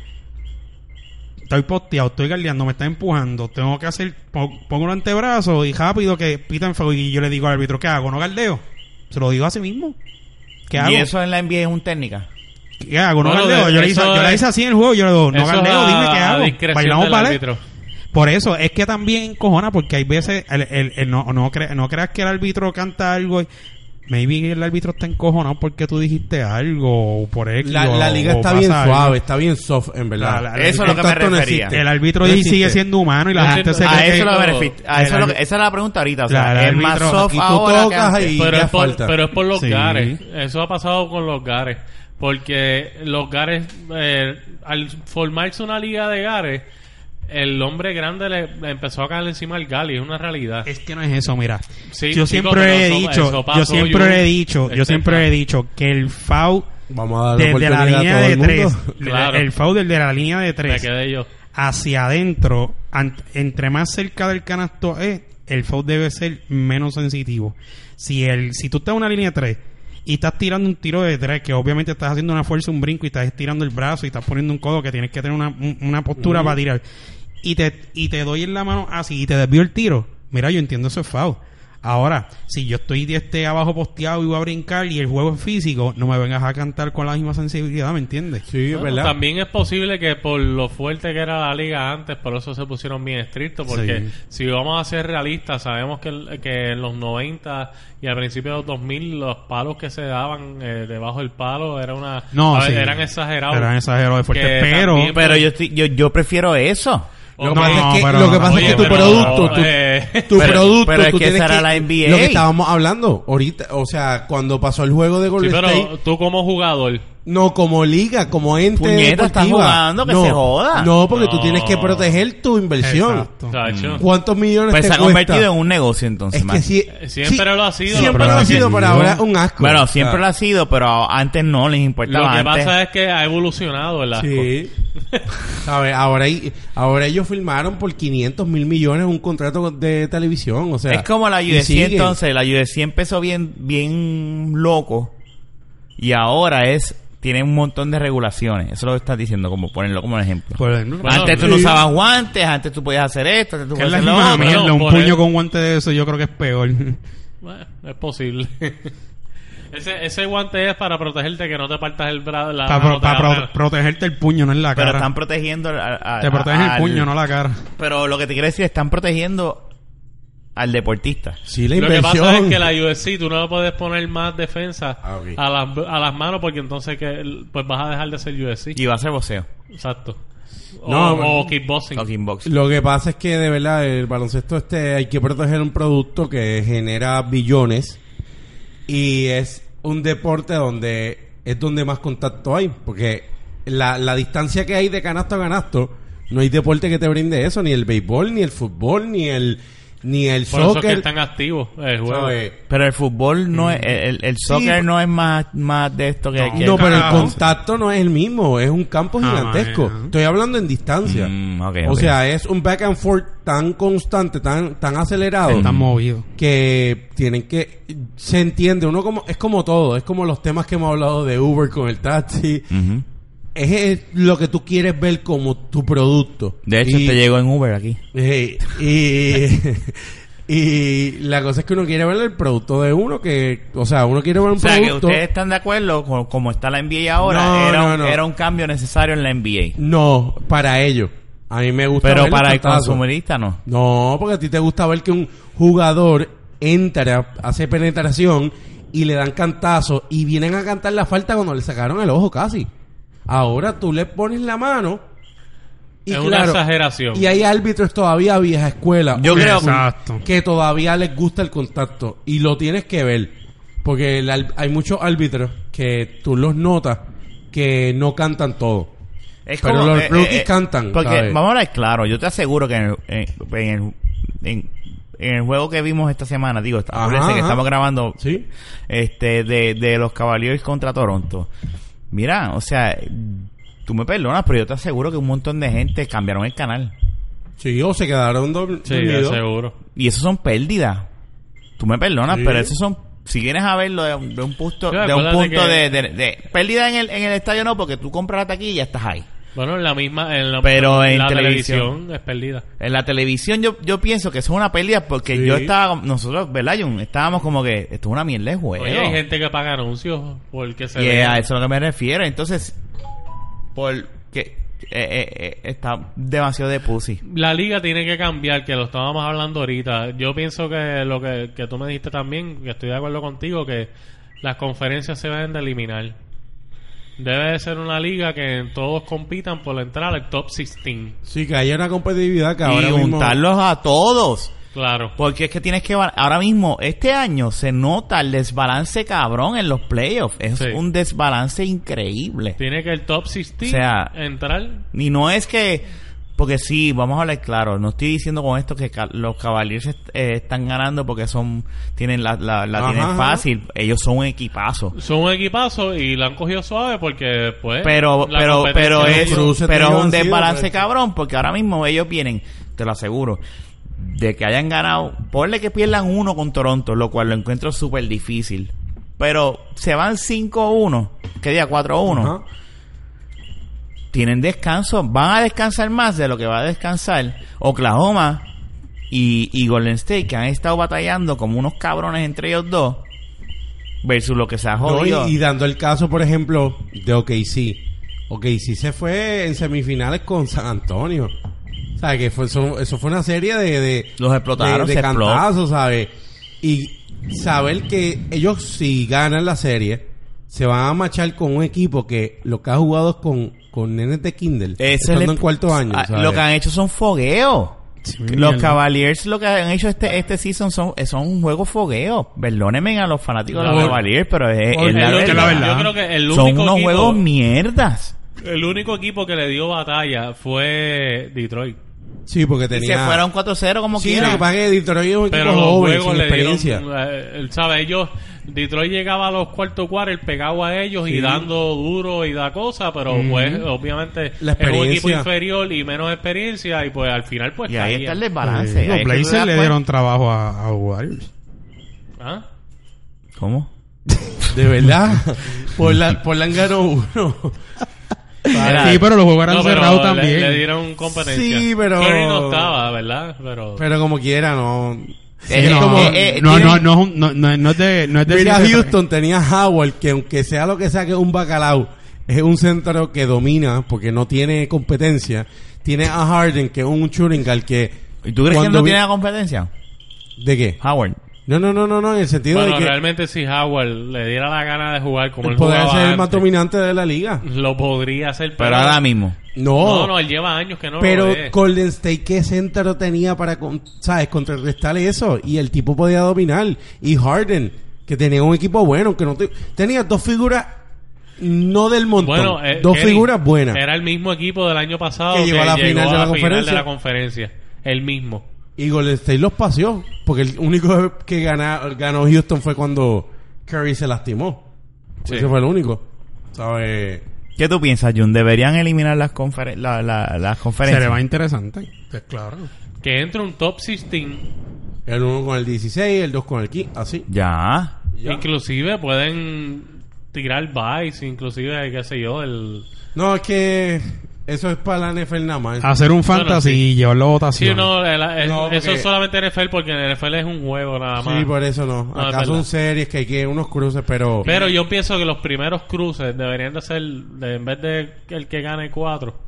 S5: estoy posteado, estoy galdeando, me está empujando, tengo que hacer, po- pongo un antebrazo y rápido que pita en fuego y yo le digo al árbitro, ¿qué hago? ¿No galdeo? Se lo digo a sí mismo. ¿Qué hago?
S2: Y eso en la NBA es un técnica.
S5: ¿Qué hago? ¿No
S4: Bueno,
S5: galdeo?
S4: de-
S5: Yo le, hice,
S4: eso
S5: yo le
S4: es-
S5: hice así en el juego, yo le digo, no
S4: Eso es
S5: galdeo,
S4: a-
S5: dime qué
S4: a
S5: hago.
S4: discreción
S5: Bailamos
S4: del
S5: para
S4: árbitro.
S5: por eso, es que también cojona, porque hay veces, el, el- el- no, no, cre- no creas que el árbitro canta algo. y- Maybe el árbitro está encojonado porque tú dijiste algo o por X,
S3: la,
S5: o-
S3: la liga
S5: o
S3: está
S5: pasa
S3: bien
S5: algo.
S3: suave, está bien soft en verdad.
S5: La- la-
S2: Eso es lo que me
S3: Contacto no
S2: refería.
S3: existe.
S5: El árbitro
S3: No
S5: ahí
S3: existe.
S5: sigue siendo humano y la
S4: Yo
S5: gente
S4: siento-
S5: se
S4: Ah,
S2: A
S5: cree
S2: eso,
S5: que-
S2: lo
S4: todo.
S2: benefici- a eso
S5: El
S2: lo que-
S5: árbitro-
S2: esa es la pregunta ahorita. O sea,
S5: Claro, el
S2: es más
S5: árbitro-
S2: soft
S3: y tú
S2: ahora que
S3: tocas
S2: antes.
S3: ahí. Y
S4: Pero
S3: ya
S4: es, por,
S3: falta.
S4: pero es por los
S5: Sí.
S4: gares. Eso ha pasado con los gares. Porque los gares, eh, al formarse una liga de gares, el hombre grande le, le empezó a caer encima al gali. Es una realidad.
S5: Es que no es eso, mira.
S4: Sí, chico,
S5: yo siempre
S4: pero
S5: he
S4: eso- eso Este,
S5: dicho,
S4: pasó,
S5: yo siempre
S4: Jun,
S5: he dicho, yo
S4: etcétera.
S5: siempre he dicho que el foul
S3: Vamos a darle
S5: desde la
S3: oportunidad
S5: línea
S3: a todo
S5: de
S3: el mundo.
S5: tres, de la-
S4: Claro.
S5: el foul desde la línea de
S4: Me
S5: tres,
S4: quedé yo.
S5: hacia adentro, ant- entre más cerca del canasto es, el foul debe ser menos sensitivo. Si el, si tú estás en una línea de tres y estás tirando un tiro de tres, que obviamente estás haciendo una fuerza, un brinco y estás estirando el brazo y estás poniendo un codo que tienes que tener una, un- una postura para tirar y te, y te doy en la mano así y te desvío el tiro, mira, yo entiendo eso es foul. Ahora, si yo estoy de este abajo posteado y voy a brincar y el juego es físico, no me vengas a cantar con la misma sensibilidad, ¿me entiendes?
S3: Sí,
S4: Bueno,
S3: ¿verdad?
S4: También es posible que por lo fuerte que era la liga antes, por eso se pusieron bien estrictos, porque
S5: Sí.
S4: si vamos a ser realistas, sabemos que, el- que en los 90 y al principio de los 2000 los palos que se daban eh, debajo del palo era una,
S5: No,
S4: a ver,
S5: sí.
S4: eran exagerados.
S5: Eran exagerados de fuerte,
S4: Que
S5: pero-
S4: también-
S2: Pero yo, estoy- yo, yo prefiero eso.
S3: Lo
S5: No,
S3: que pasa es que,
S5: pero
S3: lo
S5: no.
S3: que, pasa es
S4: Oye,
S3: que tu
S4: pero,
S3: producto, tu,
S4: eh,
S3: tu
S2: Pero-
S3: producto,
S2: pero es
S3: tú
S2: que
S3: tienes
S2: esa era la NBA.
S3: Lo que estábamos hablando ahorita, o sea, cuando pasó el juego de
S4: sí,
S3: Golden
S4: pero
S3: State,
S4: tú como jugador,
S3: no como liga, como ente
S2: Puñeta,
S3: deportiva.
S2: estás jugando, que
S3: no,
S2: se joda.
S3: No, porque tú
S4: No.
S3: tienes que proteger tu inversión.
S5: Exacto.
S4: chacho,
S3: ¿Cuántos millones
S2: Pues
S3: te
S2: se ha
S3: este cuesta?
S2: convertido en un negocio entonces.
S3: Es
S2: man.
S3: que sí,
S4: Siempre
S3: sí,
S4: lo ha sido.
S3: Siempre
S5: Pero
S3: lo ha
S5: ahora
S3: sido,
S5: sí,
S3: pero
S5: no.
S3: ahora es un asco.
S2: Bueno, siempre
S3: O
S2: lo
S3: sea,
S2: ha sido, pero antes no les
S4: lo
S2: importaba.
S4: que
S2: antes.
S4: pasa es que ha evolucionado el asco.
S3: Sí. ¿Sabes? Ahora, y- ahora ellos firmaron por 500 mil millones un contrato de televisión. O sea,
S2: Es como la
S3: y
S2: UFC
S3: siguen.
S2: entonces, la UFC empezó bien, bien loco y ahora es, tiene un montón de regulaciones. Eso es lo que estás diciendo, como ponerlo como un ejemplo.
S5: Por ejemplo,
S4: Bueno,
S2: antes tú
S4: sí.
S2: no usabas guantes, antes tú podías hacer esto, antes tú
S5: Que es
S2: podías hacer
S5: la
S2: lo
S5: misma
S2: otro.
S4: mía.
S5: mierda,
S4: no,
S5: un
S4: por
S5: puño
S4: eso.
S5: con guante de eso yo creo que es peor.
S4: Bueno, es posible. ese, ese guante es para protegerte que no te partas el brazo.
S2: Ah,
S5: para pro- para pro- protegerte el puño, no en la
S2: Pero
S5: cara.
S2: están protegiendo al- al-
S5: Te protegen el
S2: al-
S5: puño, no la cara.
S2: Pero lo que te quiero decir, están protegiendo al deportista.
S3: Sí, la
S4: Lo que pasa es
S3: inversión.
S4: que la UFC tú no le puedes poner más defensa
S3: Ah, ok.
S4: a, las, a las manos porque entonces que pues vas a dejar de ser UFC.
S2: Y va a ser boxeo
S4: Exacto. O,
S3: No,
S4: o
S3: bueno.
S4: kickboxing.
S2: o kickboxing.
S3: Lo que pasa es que de verdad el baloncesto este hay que proteger un producto que genera billones y es un deporte donde es donde más contacto hay porque la, la distancia que hay de canasto a canasto no hay deporte que te brinde eso ni el béisbol ni el fútbol ni el ni el
S4: Por eso es que
S3: soccer.
S4: están activos el juego.
S3: ¿sabes?
S2: Pero el fútbol no es. El, el soccer
S5: Sí.
S2: no es más, más de esto que.
S4: No.
S2: que-
S3: Mm. No, pero el
S5: carajo?
S3: contacto no es el mismo, es un campo
S5: Ah,
S3: gigantesco.
S5: ajá.
S3: Estoy hablando en distancia.
S2: Mm, ok,
S3: O
S2: ok.
S3: sea, es un back and forth tan constante, tan, tan acelerado,
S5: Están movidos.
S3: que tienen que... Se entiende, uno como... Es como todo, es como los temas que hemos hablado de Uber con el taxi.
S2: Ujú.
S3: Es, es lo que tú quieres ver como tu producto.
S2: De hecho,
S3: Y-
S2: te llegó en Uber aquí.
S3: Ey, y, y la cosa es que uno quiere ver el producto de uno, que, o sea, uno quiere ver un
S2: O sea, que
S3: producto.
S2: ustedes están de acuerdo con cómo está la NBA ahora.
S3: No,
S2: era, un-
S3: no, no.
S2: era un cambio necesario en la NBA.
S3: No, para ello. A mí me gusta
S2: Pero
S3: ver
S2: para el
S3: cantazo.
S2: consumidista no.
S3: No, porque a ti te gusta ver que un jugador entra, hace penetración y le dan cantazo y vienen a cantar la falta cuando le sacaron el ojo casi. Ahora tú le pones la mano y
S4: es una
S3: claro,
S4: exageración.
S3: y hay árbitros todavía vieja escuela
S2: Yo creo-
S5: Exacto.
S3: que todavía les gusta el contacto y lo tienes que ver porque el al- hay muchos árbitros que tú los notas que no cantan todo.
S2: Es eh,
S3: Pero los rookies cantan,
S2: Porque,
S3: ¿sabes?
S2: vamos a hablar claro, yo te aseguro que en el, en, en el, en- en el juego que vimos esta semana, digo,
S3: Ajá,
S2: acuérdense que
S3: ajá.
S2: estamos grabando
S3: ¿Sí?
S2: este de, de los Cavaliers contra Toronto. Mira, o sea, tú me perdonas, pero yo te aseguro que un montón de gente cambiaron el canal.
S3: Sí, o se quedaron dor-
S4: sí, de
S3: dormidos.
S4: seguro.
S2: Y eso son pérdidas. Tú me perdonas,
S3: Sí.
S2: pero eso son... Si vienes a verlo de un, de un punto,
S4: Sí,
S2: de un
S4: acuérdate
S2: punto
S4: que-
S2: de, de- de- pérdida en el, en el estadio no, porque tú compras la taquilla y ya estás ahí.
S4: Bueno, en la misma. En la,
S2: Pero en
S4: la
S2: televisión.
S4: es perdida.
S2: En la televisión yo, yo pienso que eso es una pérdida porque
S3: Sí.
S2: yo estaba, nosotros, ¿verdad, Jun? Estábamos como que, esto es una mierda de juego.
S4: Oye, hay gente que paga anuncios porque se
S2: y
S4: ve.
S2: a eso es a lo que me refiero. Entonces, por que eh, eh, eh, está demasiado de pussy.
S4: La liga tiene que cambiar, que lo estábamos hablando ahorita. Yo pienso que lo que, que tú me dijiste también, que estoy de acuerdo contigo, que las conferencias se deben de eliminar. Debe de ser una liga que todos compitan por entrar al top 16.
S3: Sí, que haya una competitividad que ahora
S2: Y
S3: mismo...
S2: juntarlos a todos.
S4: Claro.
S2: Porque es que tienes que... ba- Ahora mismo, este año se nota el desbalance cabrón en los playoffs. Es
S4: Sí.
S2: un desbalance increíble.
S4: Tiene que el top 16
S2: O sea,
S4: entrar.
S2: Y no es que... Porque sí, vamos a hablar claro. No estoy diciendo con esto que ca- los Cavaliers est- eh, están ganando porque son tienen la, la, la
S3: Ajá,
S2: tienen
S3: ajá.
S2: fácil. Ellos son un equipazo.
S4: Son un equipazo y la han cogido suave porque pues
S2: Pero,
S4: la
S2: pero,
S4: competencia
S2: pero
S4: de
S2: es,
S4: ellos-
S3: cruces
S2: pero es un
S3: han sido,
S2: desbalance
S3: pues.
S2: cabrón porque ahora mismo ellos vienen, te lo aseguro, de que hayan ganado. Ponle que pierdan uno con Toronto, lo cual lo encuentro súper difícil. Pero se van 5-1, que día 4-1.
S3: Ajá.
S2: tienen descanso, van a descansar más de lo que va a descansar Oklahoma y, y Golden State, que han estado batallando como unos cabrones entre ellos dos, versus lo que se ha
S3: No,
S2: jodido.
S3: y, y dando el caso, por ejemplo, de OKC. OKC se fue en semifinales con San Antonio. O sea, que fue, eso, eso fue una serie de... de
S2: Los explotaron,
S3: de,
S2: se
S3: de
S2: explotó.
S3: cantazos, ¿sabes? Y saber que ellos si ganan la serie, se van a machar con un equipo que lo que ha jugado es con, con nenes de Kindle.
S2: Ese
S3: estando
S2: le-
S3: en cuarto año,
S2: Ah,
S3: ¿sabes?
S2: Lo que han hecho son fogueos.
S5: Sí,
S2: los
S5: mierda.
S2: Cavaliers lo que han hecho este este season son, son un juego fogueo. Perdónenme a los fanáticos de los
S4: Por-
S2: Cavaliers, pero es,
S5: por-
S2: es la
S5: es lo
S2: verdad.
S5: que la verdad.
S4: Yo creo que el
S2: Son
S4: único
S2: unos
S4: equipo-
S2: juegos mierdas.
S4: El único equipo que le dio batalla fue Detroit.
S3: Sí, porque
S2: Y
S3: tenía...
S2: se fueron 4-0 como
S3: Sí, lo
S2: quieran.
S3: que pasa es que Detroit es un
S4: Pero
S3: equipo
S4: los
S3: joven,
S4: juegos
S3: sin
S4: le dieron...
S3: experiencia.
S4: eh, ¿Sabes? Ellos... Detroit llegaba a los cuartos cuartos, pegado a ellos y
S3: Sí.
S4: dando duro y da cosa, pero pues obviamente
S3: La
S4: es un equipo
S3: experiencia.
S4: inferior y menos experiencia y pues al final pues
S2: Y ahí
S4: caían.
S2: está el desbalance.
S5: Sí,
S2: Ahí
S5: los
S2: es que pues. tú te
S5: Blazers
S2: das
S5: le
S2: cuenta.
S5: dieron trabajo a, a Warriors.
S4: ¿Ah?
S2: ¿Cómo?
S3: De verdad. por la, por la ganó uno.
S2: Mira,
S5: sí, pero los juegos eran
S4: No, pero
S5: cerrados
S4: le-
S5: también.
S4: Le, dieron competencia.
S3: Sí, pero-
S4: Curry no estaba, ¿verdad? Pero...
S3: Pero como quiera, no.
S2: Eh,
S5: Sí, no,
S2: como-
S5: no,
S2: eh, eh,
S5: no,
S2: tienen-
S5: no, no, es un- no, no, no es de... No es de
S3: Mira,
S5: ciencia
S3: Houston tenía a Howard, que aunque sea lo que sea que es un bacalao, es un centro que domina porque no tiene competencia. Tiene a Harden, que es un shooting al que.
S2: ¿Y tú crees que
S3: cuando
S2: no
S3: vi-
S2: tiene la competencia?
S3: ¿De qué?
S2: Howard.
S3: No, no, no, no, no, en el sentido
S4: Bueno,
S3: de que
S4: realmente si Howard le diera la gana de jugar como él
S3: podría
S4: jugaba
S3: ser el más
S4: antes,
S3: dominante de la liga.
S4: lo podría hacer, pero,
S2: Pero ahora mismo.
S3: No,
S4: No, no, él lleva años que no eh.
S3: pero
S4: lo ve.
S3: Golden State, ¿qué centro tenía para, con- sabes, contrarrestar eso? Y el tipo podía dominar. Y Harden, que tenía un equipo bueno, que no te- tenía dos figuras no del montón,
S4: Bueno, eh,
S3: dos
S4: Kenny,
S3: figuras buenas.
S4: Era el mismo equipo del año pasado
S3: Que llegó a la final de la conferencia.
S4: conferencia. El mismo.
S3: Y Golden State los paseó. Porque el único que gana- ganó Houston fue cuando Curry se lastimó.
S4: Sí.
S3: Ese fue el único. ¿Sabes?
S2: ¿Qué tú piensas, Jun? ¿Deberían eliminar las, conferen- la- la- las
S5: Se
S2: conferencias?
S5: le va interesante. claro.
S4: Que entre un top 16.
S3: El uno con el 16, el 2 con el 15, así.
S2: Ya.
S3: Ya.
S4: Inclusive pueden tirar buys, inclusive, qué sé yo, el...
S3: No, es que eso es para la NFL nada más.
S5: Hacer un fantasy
S4: sí.
S5: y llevarlo a
S4: Sí,
S5: votación.
S4: no, el- el-
S3: No,
S4: eso
S3: porque-
S4: es solamente NFL porque en NFL es un juego nada más.
S3: Sí, por eso no.
S4: No,
S3: Acá
S4: es
S3: son
S4: verdad.
S3: series que hay que unos cruces, pero...
S4: Pero yo pienso que los primeros cruces deberían de ser, de- en vez de el que gane cuatro,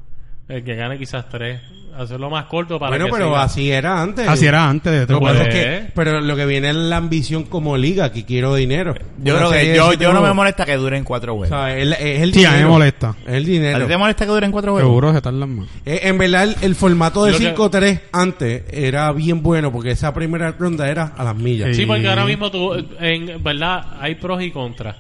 S4: el que gane quizás tres. Hacerlo más corto para
S3: bueno,
S4: que
S3: pero
S4: siga.
S3: así era antes.
S5: Así Ah, era antes de
S3: Lo que pasa
S5: todo.
S3: es
S4: Pues.
S3: que- pero lo que viene es la ambición como liga, que quiero dinero.
S2: Yo
S3: Una
S2: creo
S3: serie
S2: que
S3: de
S2: yo,
S3: siete
S2: yo no me
S3: juegos.
S2: molesta que duren cuatro
S3: O
S2: juegos.
S3: sea, es, la- es el
S5: Sí, a mí me molesta.
S3: Es el
S2: ¿A ti te
S3: dinero.
S2: molesta que duren cuatro juegos?
S5: Seguro se tardan más.
S3: Eh, en verdad, el, el formato de
S4: Lo que-
S3: 5-3 antes era bien bueno, porque esa primera ronda era a las millas.
S4: Sí,
S5: Sí.
S4: porque ahora mismo tú, en verdad, hay pros y contras.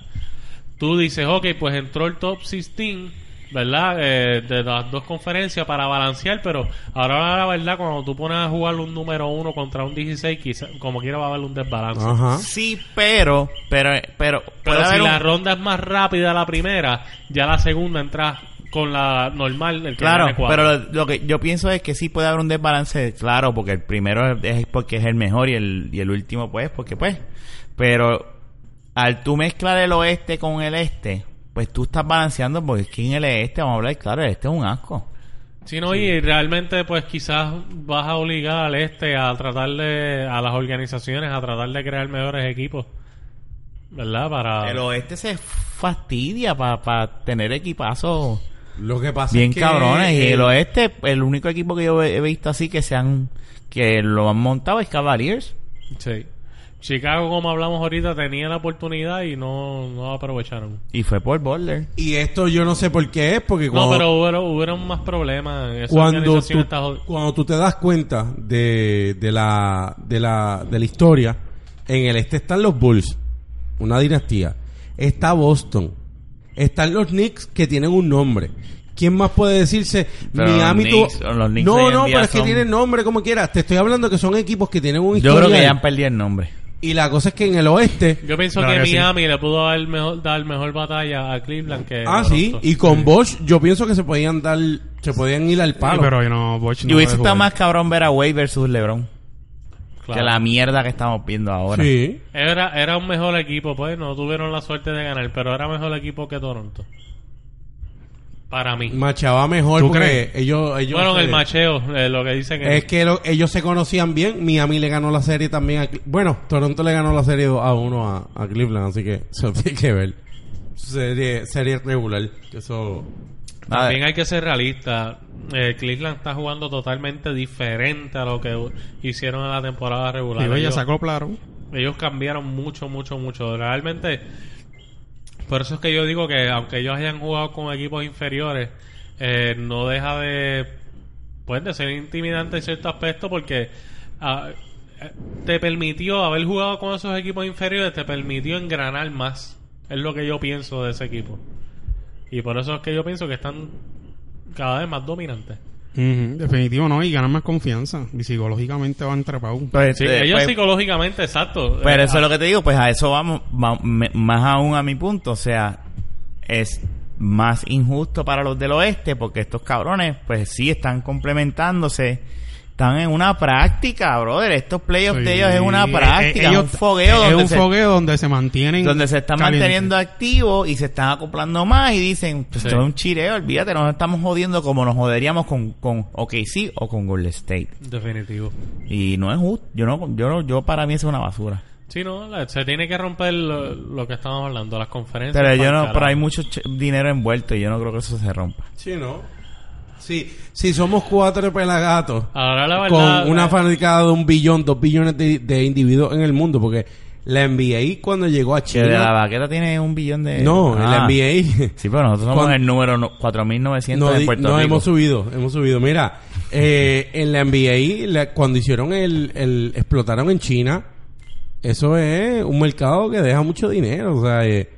S4: Tú dices, ok, pues entró el top 16, ¿verdad? Eh, de las dos conferencias para balancear, pero ahora, la verdad, cuando tú pones a jugar un número uno contra un 16, quizá, como quiera va a haber un desbalance.
S3: Ajá.
S2: Sí, pero, pero, pero, puede
S4: Pero si
S2: haber un-
S4: la ronda es más rápida la primera, ya la segunda entras con la normal, el que
S2: Claro,
S4: gane cuatro.
S2: pero lo, lo que yo pienso es que sí puede haber un desbalance, claro, porque el primero es- es porque es el mejor y el, y el último pues porque pues, pero al tú mezclar el oeste con el este, pues tú estás balanceando porque es que en el este, vamos a hablar, claro, el este es un asco.
S4: Si no, y realmente pues quizás vas a obligar al este a tratar de, a las organizaciones a tratar de crear mejores equipos, ¿verdad? Para...
S2: El oeste se fastidia para tener equipazos
S3: Lo que pasa
S2: bien
S3: es que...
S2: cabrones y el
S3: eh,
S2: oeste, el único equipo que yo he he visto así que se han, que lo han montado es Cavaliers.
S4: Sí. Chicago, como hablamos ahorita, tenía la oportunidad y no, no aprovecharon.
S2: Y fue por Boulder.
S3: Y esto yo no sé por qué es, porque
S4: No,
S3: cuando,
S4: pero hubieron, hubieron más problemas. Esa
S3: cuando,
S4: organización
S3: tú,
S4: está jod-
S3: cuando tú te das cuenta de, de, la, de, la, de la historia, en el este están los Bulls, una dinastía. Está Boston. Están los Knicks que tienen un nombre. ¿Quién más puede decirse?
S2: Pero
S3: Miami
S2: los
S3: tuvo-
S2: Knicks- los Knicks hoy
S3: no,
S2: en
S3: no,
S2: día
S3: pero es que
S2: son-
S3: tienen nombre como quieras. Te estoy hablando que son equipos que tienen un
S2: Yo creo que
S3: historial.
S2: ya han perdido el nombre.
S3: Y la cosa es que en el oeste
S4: Yo pienso
S5: Claro
S4: que,
S5: que sí.
S4: Miami le pudo dar mejor, dar mejor batalla a Cleveland que...
S3: Ah,
S4: Toronto.
S3: sí. Y con Bosch, yo pienso que se podían dar, se podían ir al
S5: Sí,
S3: palo.
S5: pero yo no, Bosch no
S2: Y hubiese
S5: puede
S2: estado
S5: jugar.
S2: más cabrón ver a Wade versus LeBron
S4: Claro.
S2: que la mierda que estamos viendo ahora.
S3: Sí.
S4: Era, era un mejor equipo, pues no tuvieron la suerte de ganar, pero era mejor equipo que Toronto. Para mí.
S3: Machaba mejor
S5: ¿Tú
S3: porque
S5: crees?
S3: ellos, ellos
S4: bueno, en
S3: se-
S4: el macheo, eh, lo que dicen
S3: Es que lo- ellos se conocían bien. Miami le ganó la serie también. a Cle- bueno, Toronto le ganó la serie 2 a 1 a, a Cleveland, así que eso tiene que ver. Serie, serie regular. Eso.
S2: A ver,
S4: También hay que ser realista. Eh, Cleveland está jugando totalmente diferente a lo que hicieron en la temporada regular.
S5: Digo, ya
S4: ellos,
S5: sacó claro.
S4: ellos cambiaron mucho, mucho, mucho. Realmente, por eso es que yo digo que aunque ellos hayan jugado con equipos inferiores, eh, no deja de, pues, de ser intimidante en cierto aspecto porque ah, eh, te permitió, haber jugado con esos equipos inferiores, te permitió engranar más. Es lo que yo pienso de ese equipo. Y por eso es que yo pienso que están cada vez más dominantes.
S5: Ujú, definitivo no, y ganan más confianza. Y psicológicamente van trepados.
S2: pues,
S4: Sí,
S2: eh,
S4: ellos
S2: pues,
S4: psicológicamente, exacto.
S2: pero
S4: Eh,
S5: Ah.
S2: eso es lo que te digo, pues a eso vamos, va- me- más aún a mi punto. O sea, es más injusto para los del oeste porque estos cabrones, pues sí, están complementándose. Están en una práctica, brother. Estos playoffs de ellos es una
S5: Sí,
S2: práctica,
S5: eh,
S2: es
S5: ellos-
S2: un fogueo.
S5: Es
S2: donde
S5: un
S2: se-
S5: fogueo donde se mantienen.
S2: donde se están
S5: calientes.
S2: manteniendo activos y se están acoplando más y dicen, pues
S4: Sí.
S2: esto es un chireo, olvídate, nos estamos jodiendo como nos joderíamos con, con OKC o con Golden State.
S4: ah, Definitivo.
S2: Y no es justo, yo no, yo no- yo para mí eso es una basura.
S4: Sí, no, la- se tiene que romper lo, lo que estamos hablando, las conferencias.
S2: Pero yo
S4: pa'l
S2: no,
S4: carajo.
S2: pero hay mucho ch- dinero envuelto y yo no creo que eso se rompa.
S3: Sí, ¿no? Sí. Si somos cuatro pelagatos.
S4: Ahora Ah, la
S3: con
S4: verdad.
S3: una
S4: eh,
S3: fanaticada de un billón, dos billones de, de individuos en el mundo, porque la NBA cuando llegó a
S2: Que de la
S3: China.
S2: vaqueta tiene un billón de...
S3: No,
S2: Ah.
S3: la NBA.
S2: Sí, pero nosotros somos
S3: Cuando-
S2: el número no- 4900
S3: No,
S2: en
S3: di-
S2: Puerto
S3: no,
S2: Rico.
S3: hemos subido, hemos subido. Mira, eh, en la NBA, la- cuando hicieron el, el- explotaron en China, eso es un mercado que deja mucho dinero, o sea, eh,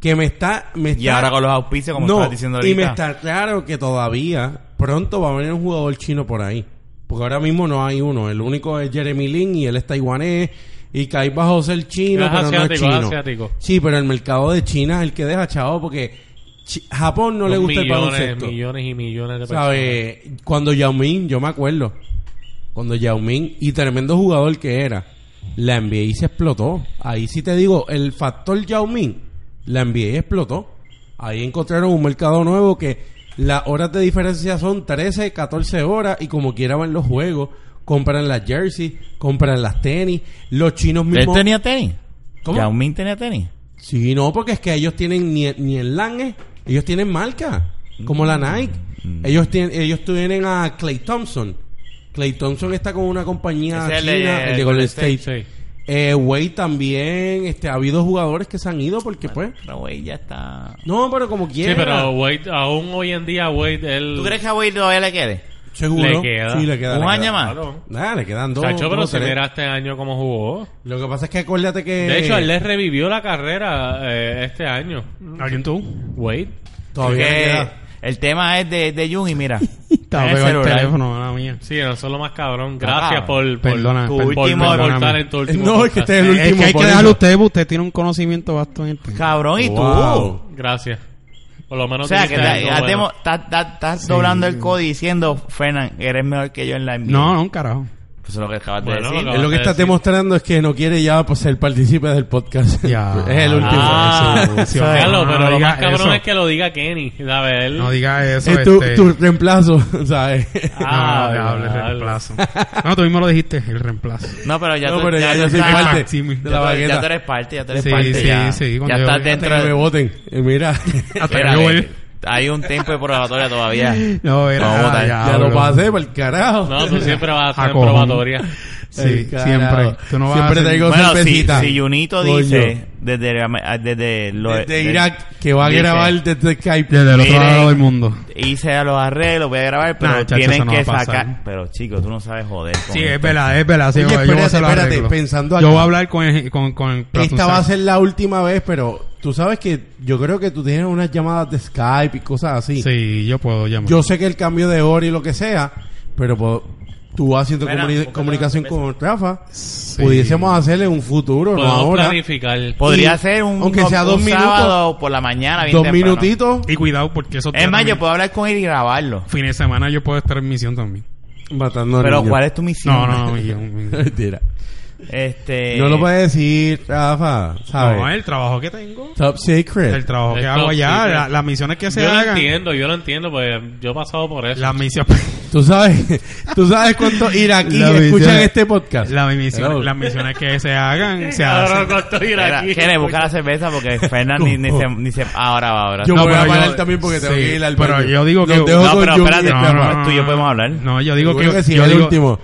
S3: que me está, me
S2: Y
S3: está-
S2: ahora con los auspicios, como
S3: no,
S2: estabas diciendo
S3: y
S2: ahorita.
S3: me está claro que todavía pronto va a venir un jugador chino por ahí. Porque ahora mismo no hay uno. El único es Jeremy Lin y él es taiwanés. Y Caiba José el chino,
S4: Es
S3: pero no es
S4: asiático, es
S3: chino.
S4: asiático.
S3: Sí, pero el mercado de China es el que deja, chavo, porque Chi- Japón no le gusta el
S4: millones,
S3: baloncesto.
S4: millones y millones de personas.
S3: ¿Sabes? Cuando Yao Ming, yo me acuerdo. Cuando Yao Ming, y tremendo jugador que era, la NBA se explotó. Ahí sí te digo, el factor Yao Ming, la NBA explotó. Ahí encontraron un mercado nuevo que las horas de diferencia son 13, 14 horas y como quiera van los juegos. Compran las jerseys, compran las tenis. Los chinos
S2: ¿Él
S3: mismos...
S2: tenía tenis?
S3: ¿Cómo?
S2: ¿Yao Ming tenía tenis?
S3: Sí, no, porque es que ellos tienen ni, ni el Lange, ellos tienen marca, como la Nike. Ellos tienen, ellos tienen a Clay Thompson. Clay Thompson está con una compañía
S2: Ese es el
S3: china,
S2: de-
S3: el de, Golden State.
S4: Sí.
S3: Eh, Wade también, este, ha habido jugadores que se han ido porque pues,
S2: Pero güey, ya está...
S3: no, pero como
S4: Sí,
S3: quiera.
S4: pero Wade, aún hoy en día Wade, él...
S2: ¿Tú crees que a Wade todavía le quede?
S3: seguro,
S4: le queda?
S3: sí, le queda,
S2: ¿Un
S3: le
S2: año
S3: queda.
S2: más?
S4: Claro.
S3: Ah, le quedan dos.
S4: Chacho, pero
S3: dos,
S4: si
S3: tres.
S4: mira este año cómo jugó.
S3: Lo que pasa es que acuérdate que
S4: De hecho, él le revivió la carrera eh, este año.
S5: ¿Alguien tú?
S4: Wade.
S3: todavía le
S2: Porque
S3: queda.
S2: el tema es de, de Jung y mira.
S5: Estaba
S2: en
S5: pegado el
S2: celular.
S5: teléfono, mala mía.
S4: Sí, no solo más cabrón. Gracias
S2: Ah,
S4: por, por
S5: perdona,
S4: tu
S5: per-
S4: último
S2: perdóname.
S4: aportar en tu último
S3: No, es que
S4: podcast.
S3: este es el
S5: Es
S3: último.
S5: que hay que
S3: por
S5: dejarlo a
S3: eso.
S5: usted, porque usted tiene un conocimiento vasto. gente.
S2: Cabrón, ¿y tú?
S3: Wow.
S4: Gracias. Por lo menos...
S2: O sea, que
S4: dijiste
S2: la-
S4: algo
S2: ya
S4: bueno.
S2: te mo- ta- ta- estás doblando el código diciendo, Fernan, eres mejor que yo en la NBA.
S5: No, no, un carajo.
S2: Pues eso es lo que acabas
S4: Bueno,
S2: de decir.
S4: acabas-
S3: Él lo que está
S4: Decir.
S3: demostrando es que no quiere ya pues, ser partícipe del podcast.
S5: Ya.
S3: es el último.
S4: Ah,
S5: Eso, eso,
S4: Carlos,
S5: no,
S4: pero
S5: no
S4: lo
S5: diga
S4: más cabrón
S5: eso.
S4: es que lo diga Kenny. ¿Sabes? Él...
S5: No diga eso.
S3: es tu,
S5: este.
S3: tu reemplazo, eh. ¿sabes?
S5: Ah,
S4: Ah,
S5: diablo, el
S4: diablo.
S5: reemplazo. No, tú mismo lo dijiste, el reemplazo.
S2: No, pero ya
S3: no,
S2: tú-
S3: pero ya,
S2: ya
S3: yo
S2: tú
S3: soy
S2: estás-
S3: parte
S5: sí, mi-
S2: ya tú-
S3: de la
S2: ya tú
S3: baqueta.
S2: eres parte, ya tú eres
S5: Sí,
S2: parte.
S5: sí,
S2: ya
S5: sí, cuando
S2: ya
S5: yo-
S2: estás
S3: Que me
S2: dentro.
S3: voten. Eh, mira,
S5: Hasta
S2: Espérate,
S5: que yo vuelva.
S2: hay un tiempo de probatoria todavía.
S5: No, era.
S2: Vamos a votar.
S5: ya,
S3: ya lo
S5: bro.
S3: pasé por el carajo.
S4: No, tú siempre vas a
S5: Ah,
S4: hacer
S5: cojones.
S4: probatoria.
S5: Sí,
S3: El carajo.
S5: siempre. Tú no vas
S3: Siempre
S5: a hacer-
S3: traigo- Con
S2: Bueno, si,
S3: cervecita.
S2: si Junito
S3: Coño.
S2: dice desde, Am- desde, lo-
S3: Desde
S2: de-
S3: Irak, que va a
S2: dice,
S3: grabar desde Skype.
S5: Desde el otro
S2: Miren.
S5: lado del mundo.
S2: Hice a los arreglos, voy a grabar, pero
S5: Nah, chacho,
S2: tienen
S5: eso no
S2: que
S5: va a pasar.
S2: sacar. Pero chicos, tú no sabes joder. con
S5: Sí, es
S2: esto.
S5: verdad, es verdad. Sí,
S3: Oye,
S5: yo voy a
S3: espérate,
S5: hacer los
S3: espérate,
S5: arreglos.
S3: pensando
S5: Yo
S3: acá.
S5: voy a hablar con el. Con, con, pero tú
S3: Esta va a
S5: sabes.
S3: ser la última vez, pero tú sabes que yo creo que tú tienes unas llamadas de Skype y cosas así.
S5: Sí, yo puedo llamar.
S3: Yo sé que el cambio de hora y lo que sea, pero po- tú haciendo
S2: Espera,
S3: comuni-
S2: búscate
S3: comunicación
S2: la
S3: con Rafa,
S5: Sí.
S3: pudiésemos hacerle un futuro, no
S4: Podemos
S3: ahora.
S4: planificar.
S2: Podría
S3: Y,
S2: ser un,
S3: aunque
S2: un-
S3: sea
S2: un
S3: dos minutos,
S2: sábado por la mañana. bien
S3: Dos
S2: temprano.
S3: minutitos.
S5: Y cuidado, porque eso.
S2: Es más,
S5: también-
S2: yo puedo hablar con él y grabarlo.
S5: Fin de semana yo puedo estar en misión también.
S3: Matando
S2: Pero
S3: niños.
S2: ¿cuál es tu misión?
S5: No, no, no, misión. misión.
S3: Mentira.
S2: Este,
S3: No lo puedes decir, Rafa, ¿sabes?
S5: No, el trabajo que tengo.
S3: Top
S5: El
S3: secret.
S5: trabajo que
S4: Esto
S5: hago allá,
S4: sí,
S5: la-
S4: pero-
S5: las misiones que se
S4: yo lo
S5: hagan.
S4: entiendo, yo lo entiendo, porque yo he pasado por eso.
S5: Las misiones.
S3: Tú sabes, tú sabes cuántos iraquíes
S5: La
S3: escuchan
S5: misión-
S3: este podcast.
S5: las misiones-
S3: Hello.
S5: las misiones que se hagan, se
S4: Cabrón,
S5: hacen.
S4: con todo ir
S2: Espera,
S4: aquí.
S2: Quiere buscar la cerveza porque Fernan ni, ni se, ni se- Ahora va, ahora.
S3: Yo
S2: no,
S3: voy a
S5: pero
S3: parar
S5: yo-
S3: también porque tengo
S5: sí,
S3: que ir al
S5: pero
S3: baño.
S5: yo digo
S3: Los
S5: que-
S3: dejo
S2: No,
S3: con
S2: pero
S3: Jun y
S2: espérate, no,
S3: Rafa.
S2: no, no. tú y yo podemos hablar.
S5: No, yo digo
S3: Seguro
S5: que,
S3: sí,
S5: yo,
S3: es el
S5: digo,
S3: último.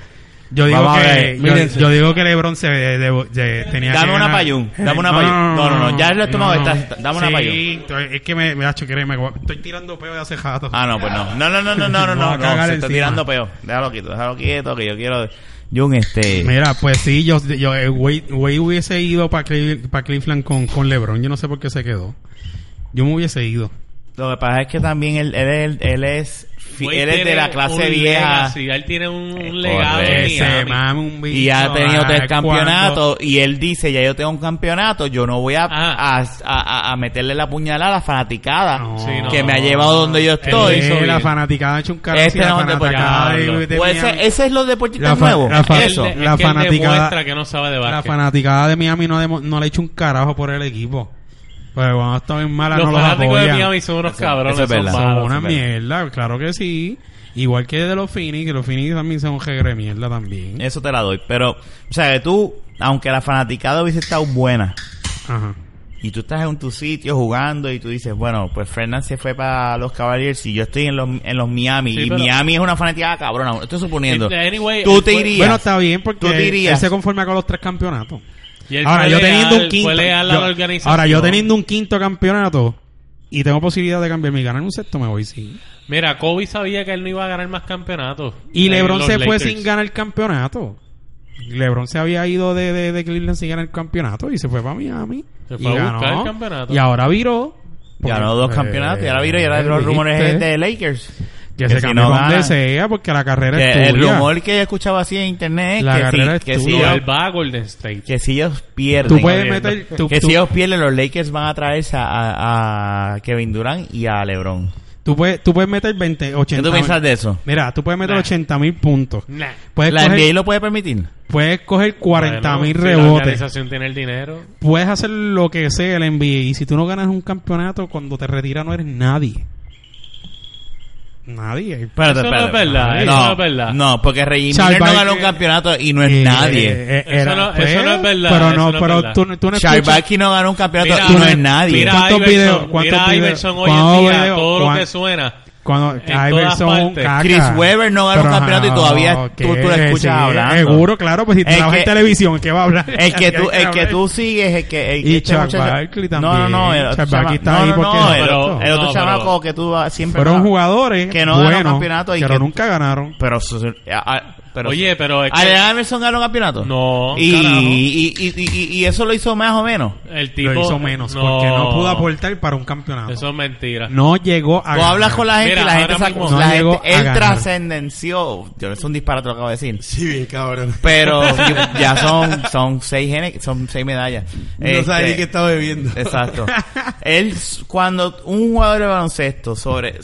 S5: yo digo
S2: Vamos a
S5: que
S2: ver,
S5: yo,
S3: mírense.
S5: yo digo que LeBron se, de- de- de- tenía
S2: Dame
S5: que
S2: una
S5: ganar.
S2: payún, dame una
S5: No,
S2: payún. No, no, no, ya lo he tomado, está- dame una
S5: Sí,
S2: payún.
S5: estoy- es que me, me ha hecho querer, me estoy tirando peo de hace jato.
S2: Ah, no, pues no. No, no, no, no, no, no,
S5: Me voy a
S2: no. no
S5: cagar
S2: se está
S5: encima.
S2: tirando peor. Déjalo quieto, déjalo quieto, que yo quiero. Jun, este.
S5: Mira, pues sí, yo, yo eh, Wade, Wade hubiese ido para Cleveland con, con LeBron, yo no sé por qué se quedó. Yo me hubiese ido.
S2: Lo que pasa es que también él, él, él, él es. fi-
S4: Wade
S2: él es de
S4: tiene
S2: la clase
S4: un
S2: vieja.
S4: legacy, él tiene un,
S2: Eh,
S4: legado.
S2: correcto.
S4: en
S5: Ese
S4: Miami.
S5: mame un bicho.
S2: Y ha tenido
S5: ah,
S2: tres
S5: cuando-
S2: campeonatos y él dice, ya yo tengo un campeonato, yo no voy a,
S4: Ah.
S2: a, a- a meterle la puñalada a la fanaticada
S5: No.
S4: Sí, no.
S2: que me ha llevado donde yo estoy.
S5: Eh,
S4: hizo
S5: la
S4: bien.
S5: fanaticada ha hecho un carajo.
S2: Este no es un deportista.
S4: de- de
S2: Pues ese, ese es los
S5: La
S2: deportistas
S5: fa-
S2: nuevos.
S5: la fa-
S2: Eso.
S4: Él- es
S5: la
S4: que él
S5: fanaticada-
S4: demuestra que no sabe de
S5: La
S4: básquet.
S5: fanaticada de Miami no, ha demo- no le ha hecho un carajo por el equipo. Pues, Pero cuando están en mala
S4: los
S5: no los
S4: fanáticos de
S5: apoyan.
S4: Miami son unos cabrones.
S2: eso es
S4: son
S2: verdad.
S5: Son
S4: malos.
S5: una
S2: sí, pero-
S5: mierda, claro que sí. Igual que de los Phoenix, que los Phoenix también son un jegre de mierda
S4: Eh,
S5: también.
S2: Eso te la doy. Pero, o sea, que tú, aunque la fanaticada hubiese estado buena,
S5: Ajá.
S2: y tú estás en tu sitio jugando y tú dices, bueno, pues Fernández se fue para los Cavaliers y yo estoy en los, en los Miami.
S4: Sí,
S2: y
S4: pero-
S2: Miami es una fanaticada cabrona. Estoy suponiendo.
S4: Anyway,
S2: tú
S4: él
S2: te
S4: fue-
S2: irías.
S5: Bueno, está bien porque
S2: Tú dirías-
S5: él se conforma con los tres campeonatos.
S4: Y él
S5: Ahora
S4: fue
S5: yo teniendo
S4: leal-
S5: un quinto.
S4: fue leal a la
S5: yo-
S4: organización.
S5: ahora yo teniendo un quinto campeonato y tengo posibilidad de cambiar mi ganar un sexto me voy sí.
S4: Mira, Kobe sabía que él no iba a ganar más campeonatos.
S5: Y
S4: Eh,
S5: LeBron
S4: los
S5: se fue
S4: Lakers.
S5: sin ganar el campeonato. LeBron se había ido de, de, de Cleveland sin ganar el campeonato y se fue para Miami.
S4: Se
S5: y
S4: fue a buscar el campeonato.
S5: Y ahora viró.
S2: Ganó dos campeonatos y ahora viro y ahora los rumores es de Lakers.
S5: Que,
S2: Que
S5: se
S2: si
S5: cambie
S2: no
S5: para donde
S2: gana-
S5: sea porque la carrera
S2: Que
S5: es
S2: el
S5: tuya.
S2: rumor que yo escuchaba así en internet
S5: La
S2: que,
S5: carrera
S2: si,
S5: es
S2: que, si
S5: tuya.
S4: No,
S2: ellos,
S4: él va a Golden State.
S2: que si ellos pierden
S5: Tú puedes meter... Tú,
S2: que
S5: tú-
S2: si ellos pierden los Lakers van a traerse a, a- a Kevin Durant y a LeBron
S5: tú puedes, tú puedes meter 20, 80...
S2: ¿qué tú piensas de eso?
S5: Mira, tú puedes meter
S4: Nah.
S5: 80 mil puntos.
S4: Nah.
S5: Puedes
S2: ¿la NBA
S5: coger,
S2: lo puede permitir?
S5: puedes coger 40 mil
S4: Bueno, si La
S5: rebotes.
S4: organización tiene el dinero.
S5: puedes hacer lo que sea el NBA. Y si tú no ganas un campeonato, cuando te retiras no eres nadie. Nadie.
S2: Espérate,
S4: Eso no
S2: espérate.
S4: es verdad,
S2: Ay,
S4: eso
S2: no,
S4: no es verdad.
S2: no, porque Reggie Miller
S5: Charles
S2: no
S5: Barkley-
S2: ganó un campeonato y no es
S5: Eh,
S2: nadie
S5: eh,
S4: Eso no- eso no es verdad,
S5: Pero
S4: eso
S5: no,
S4: no es
S5: pero
S4: verdad.
S5: tú, tú no
S2: Charles
S5: escuchas-
S2: Barkley no ganó un campeonato
S4: Mira,
S2: y no
S5: mira,
S2: es nadie
S4: Mira
S5: ¿Cuántos
S4: a
S5: videos?
S4: Iverson, mira
S5: ¿Cuántos
S4: a
S5: videos?
S4: Iverson hoy
S5: ¿Cuántos
S4: en día,
S5: videos?
S4: todo lo que
S5: ¿Cuántos?
S4: suena.
S5: Cuando
S4: en todas
S5: Iverson es un
S4: partes.
S5: caca.
S2: Chris Webber no ganó
S5: Pero,
S2: un campeonato y
S5: ajá,
S2: todavía tú-
S5: que
S2: tú lo
S5: sí,
S2: escuchas hablando.
S5: Seguro, claro, pues si
S2: El
S5: trabajas en
S2: que-
S5: televisión, ¿qué va a hablar?
S2: El que tú, el que tú sigues, el que... El,
S5: Y
S2: este
S5: Charles
S2: muchacho-
S5: Barkley
S2: No, no,
S5: también.
S2: no. El otro
S5: Charles Barkley
S2: chama-
S5: está ahí
S2: no, no,
S5: porque-
S2: no, el,
S4: Pero-
S2: otro- el otro
S4: no,
S2: chamaco
S4: pero-
S2: que tú vas- siempre...
S5: Fueron
S2: vas-
S5: jugadores
S2: que no ganó
S5: buenos,
S2: campeonato y
S5: eh, pero
S2: que-
S5: nunca ganaron.
S2: Pero... su- a- a- pero Ah,
S4: Oye, pero es que-
S2: ¿Allen Iverson ganó un campeonato?
S4: No,
S2: Y,
S4: carajo.
S2: y, y, y- y eso lo hizo más o menos.
S4: El tipo.
S5: lo hizo menos porque no pudo aportar para un campeonato.
S4: Eso es mentira.
S5: No llegó a
S2: Tú hablas con la gente
S4: Mira,
S2: y la gente...
S4: ahora
S2: saca-
S4: mismo-
S2: la
S5: No
S2: gente-
S5: llegó a
S2: él
S5: ganar.
S2: trascendenció... Yo, es un disparate lo que acabo de decir.
S3: Sí, bien cabrón.
S2: Pero ya son, son seis gene- son seis medallas.
S3: No sabía ni
S2: Este,
S3: qué estaba bebiendo.
S2: Exacto. Él, cuando un jugador de baloncesto sobre,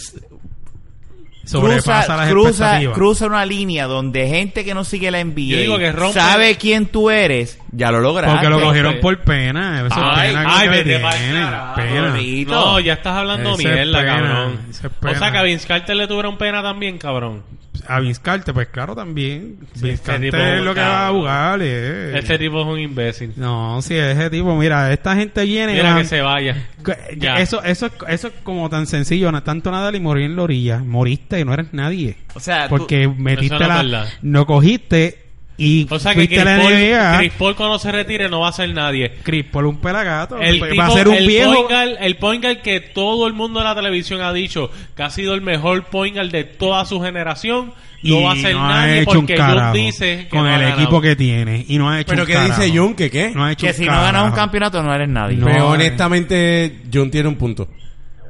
S5: Sobrepasa
S2: cruza,
S5: las
S2: cruza,
S5: expectativas.
S2: cruza una línea donde gente que no sigue la NBA
S4: Yo digo que rompe-
S2: sabe quién tú eres, ya lo lograste.
S5: porque lo
S2: cogieron
S5: cogieron por pena. Eso es
S4: Ay,
S5: pena
S4: ay,
S5: que le
S4: vete pa'l
S5: tienen,
S4: carajo,
S5: pena.
S2: Dorito.
S4: No, ya estás hablando
S5: Ese es
S4: mierda,
S5: pena,
S4: cabrón.
S5: ese es
S4: O sea,
S5: pena.
S4: que a Vince Carter le tuvieron pena también, cabrón.
S5: A Vince Carter, pues claro, también. Vince
S4: este
S5: Carter
S4: tipo
S5: es
S4: es
S5: lo que
S4: cabrón.
S5: va a jugar. eh.
S4: Este tipo es un imbécil.
S5: No, si ese tipo, mira, esta gente viene.
S4: Mira
S5: van-
S4: que se vaya.
S5: que-
S4: Ya.
S5: Eso, eso, es- eso es como tan sencillo, no es tanto nada y morir en la orilla. Moriste y no eres nadie.
S2: O sea, tú-
S5: Porque metiste
S4: Ah, no es
S5: la.
S4: verdad.
S5: No cogiste y
S4: O sea, que
S5: fuiste a
S4: Chris
S5: la NBA.
S4: Paul, Chris Paul cuando se retire no va a ser nadie.
S5: Chris Paul un pelagato.
S4: El
S5: pues, va
S4: tipo-
S5: a ser un
S4: el
S5: viejo.
S4: point guard- el point guard que todo el mundo de la televisión ha dicho que ha sido el mejor point guard de toda su generación.
S5: y
S4: no va a ser
S5: no ha
S4: nadie
S5: hecho un
S4: porque Jun
S5: carajo
S4: dice que
S5: con
S4: no ha
S5: el
S4: ganado.
S5: equipo que tiene y no ha hecho
S3: Pero
S5: un
S3: que dice
S5: carajo.
S3: Jun que qué.
S5: no ha hecho
S2: que
S5: un
S2: si no ganas un
S5: carajo.
S2: campeonato no eres nadie.
S5: No.
S3: Pero
S5: eh.
S3: honestamente, Jun tiene un punto.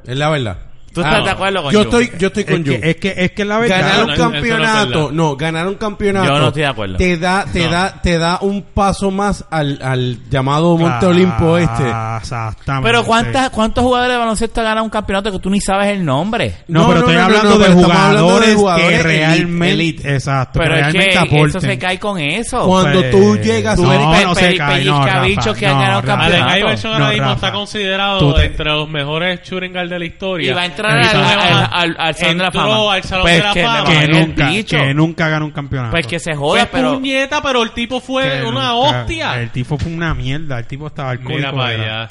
S3: Es la verdad.
S2: ¿Tú estás
S4: Ah,
S2: de acuerdo con
S3: Yo
S2: Jun?
S3: estoy, yo estoy con
S5: es
S3: Jun.
S5: que, es que es que la
S3: Ganar
S5: verdad
S3: un
S4: eso no es
S3: campeonato,
S4: verdad.
S3: no, ganar un campeonato.
S2: Yo no estoy de acuerdo.
S3: Te da, te
S2: No.
S3: da, te da un paso más al, al llamado Monte Olimpo este.
S5: Ah, Exactamente.
S2: Pero ¿cuántas, ¿cuántos jugadores de baloncesto ganan un campeonato que tú ni sabes el nombre?
S5: No,
S3: No,
S5: pero
S3: no,
S5: estoy
S3: no, no,
S5: hablando,
S3: no,
S5: de
S3: pero estamos
S5: jugadores
S3: hablando de
S5: que
S3: jugadores elite,
S5: realmente,
S3: elite.
S5: exacto,
S2: Pero
S5: que
S2: es
S5: realmente
S2: que eso
S5: aporten.
S2: se cae con eso.
S3: Cuando
S5: Pues,
S3: tú llegas
S5: tú
S3: a
S5: eres
S3: ver-
S5: pe- no se
S2: pe-
S5: cae,
S2: pellizca
S5: no, Rafa,
S2: bichos que han
S5: no,
S2: ganado un
S5: Rafa.
S2: campeonato.
S4: Allen Iverson
S5: No,
S4: ahora mismo
S5: Rafa.
S4: está
S5: Tú
S4: considerado
S5: te-
S4: entre los mejores shooting guard de la historia.
S2: Y va a entrar al,
S4: Entonces,
S2: al, al, al Salón de la
S4: entró
S2: Fama.
S4: al Salón de la
S2: que le
S4: Fama.
S5: Pues que
S2: valió el
S5: nunca,
S2: bicho.
S5: que nunca gana un campeonato.
S2: Pues que se
S4: Fue
S2: joda, pero...
S4: puñeta, pero el tipo fue
S5: Que
S4: una
S5: nunca-
S4: hostia.
S5: El tipo fue una mierda, el tipo estaba alcohólico.
S4: Mira para
S5: era.
S4: allá.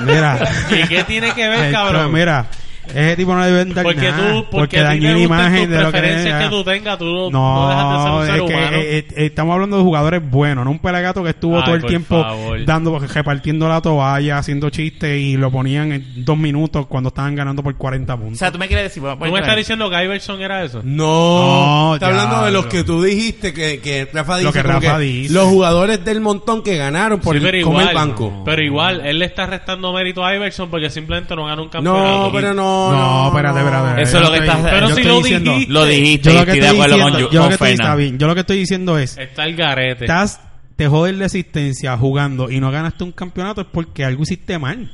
S5: Mira.
S4: ¿Y qué tiene que ver,
S5: El-
S4: cabrón?
S5: Mira, ese tipo no le deben dar
S4: Porque
S5: nada,
S4: tú, porque, a ti
S5: dañó
S4: te
S5: la
S4: gustan
S5: imagen
S4: tus
S5: de lo que
S4: preferencias
S5: era.
S4: que, tú tengas, tú no, no dejas de ser
S5: No,
S4: un ser
S5: es que
S4: humano.
S5: eh, eh, estamos hablando de jugadores buenos, no un pelagato que estuvo
S4: Ay,
S5: todo el
S4: por
S5: tiempo
S4: favor.
S5: dando, repartiendo la toalla, haciendo chistes y lo ponían en dos minutos cuando estaban ganando por 40
S2: O
S5: puntos.
S2: sea, tú me quieres decir... bueno, pues,
S4: ¿Tú me estás
S2: bueno,
S4: diciendo que Iverson era eso?
S3: No,
S5: No,
S3: está
S5: ya,
S3: hablando de los
S5: no.
S3: que tú dijiste que, que Rafa dice,
S5: Lo que
S3: como
S5: Rafa dice.
S3: los jugadores del montón que ganaron por
S4: Sí,
S3: el, como el banco.
S4: Pero igual, él le está restando mérito a Iverson porque simplemente no ganó un campeonato.
S3: No, pero no.
S5: no, espérate, espérate. espérate.
S2: Eso es lo que
S5: Yo estoy-
S2: estás-
S4: Pero
S5: yo
S4: si
S5: estoy
S4: lo
S5: diciendo-
S4: dijiste.
S2: Lo dijiste
S5: Yo
S2: y
S5: lo que
S2: estoy de
S5: estoy
S2: acuerdo
S5: diciendo-
S2: con,
S5: yo
S2: yo,
S5: lo
S2: con
S5: que estoy- está
S2: Fernan.
S5: bien, yo lo que estoy diciendo es,
S4: Está el garete.
S5: estás, te jodes la existencia jugando y no ganaste un campeonato es porque algo hiciste mal.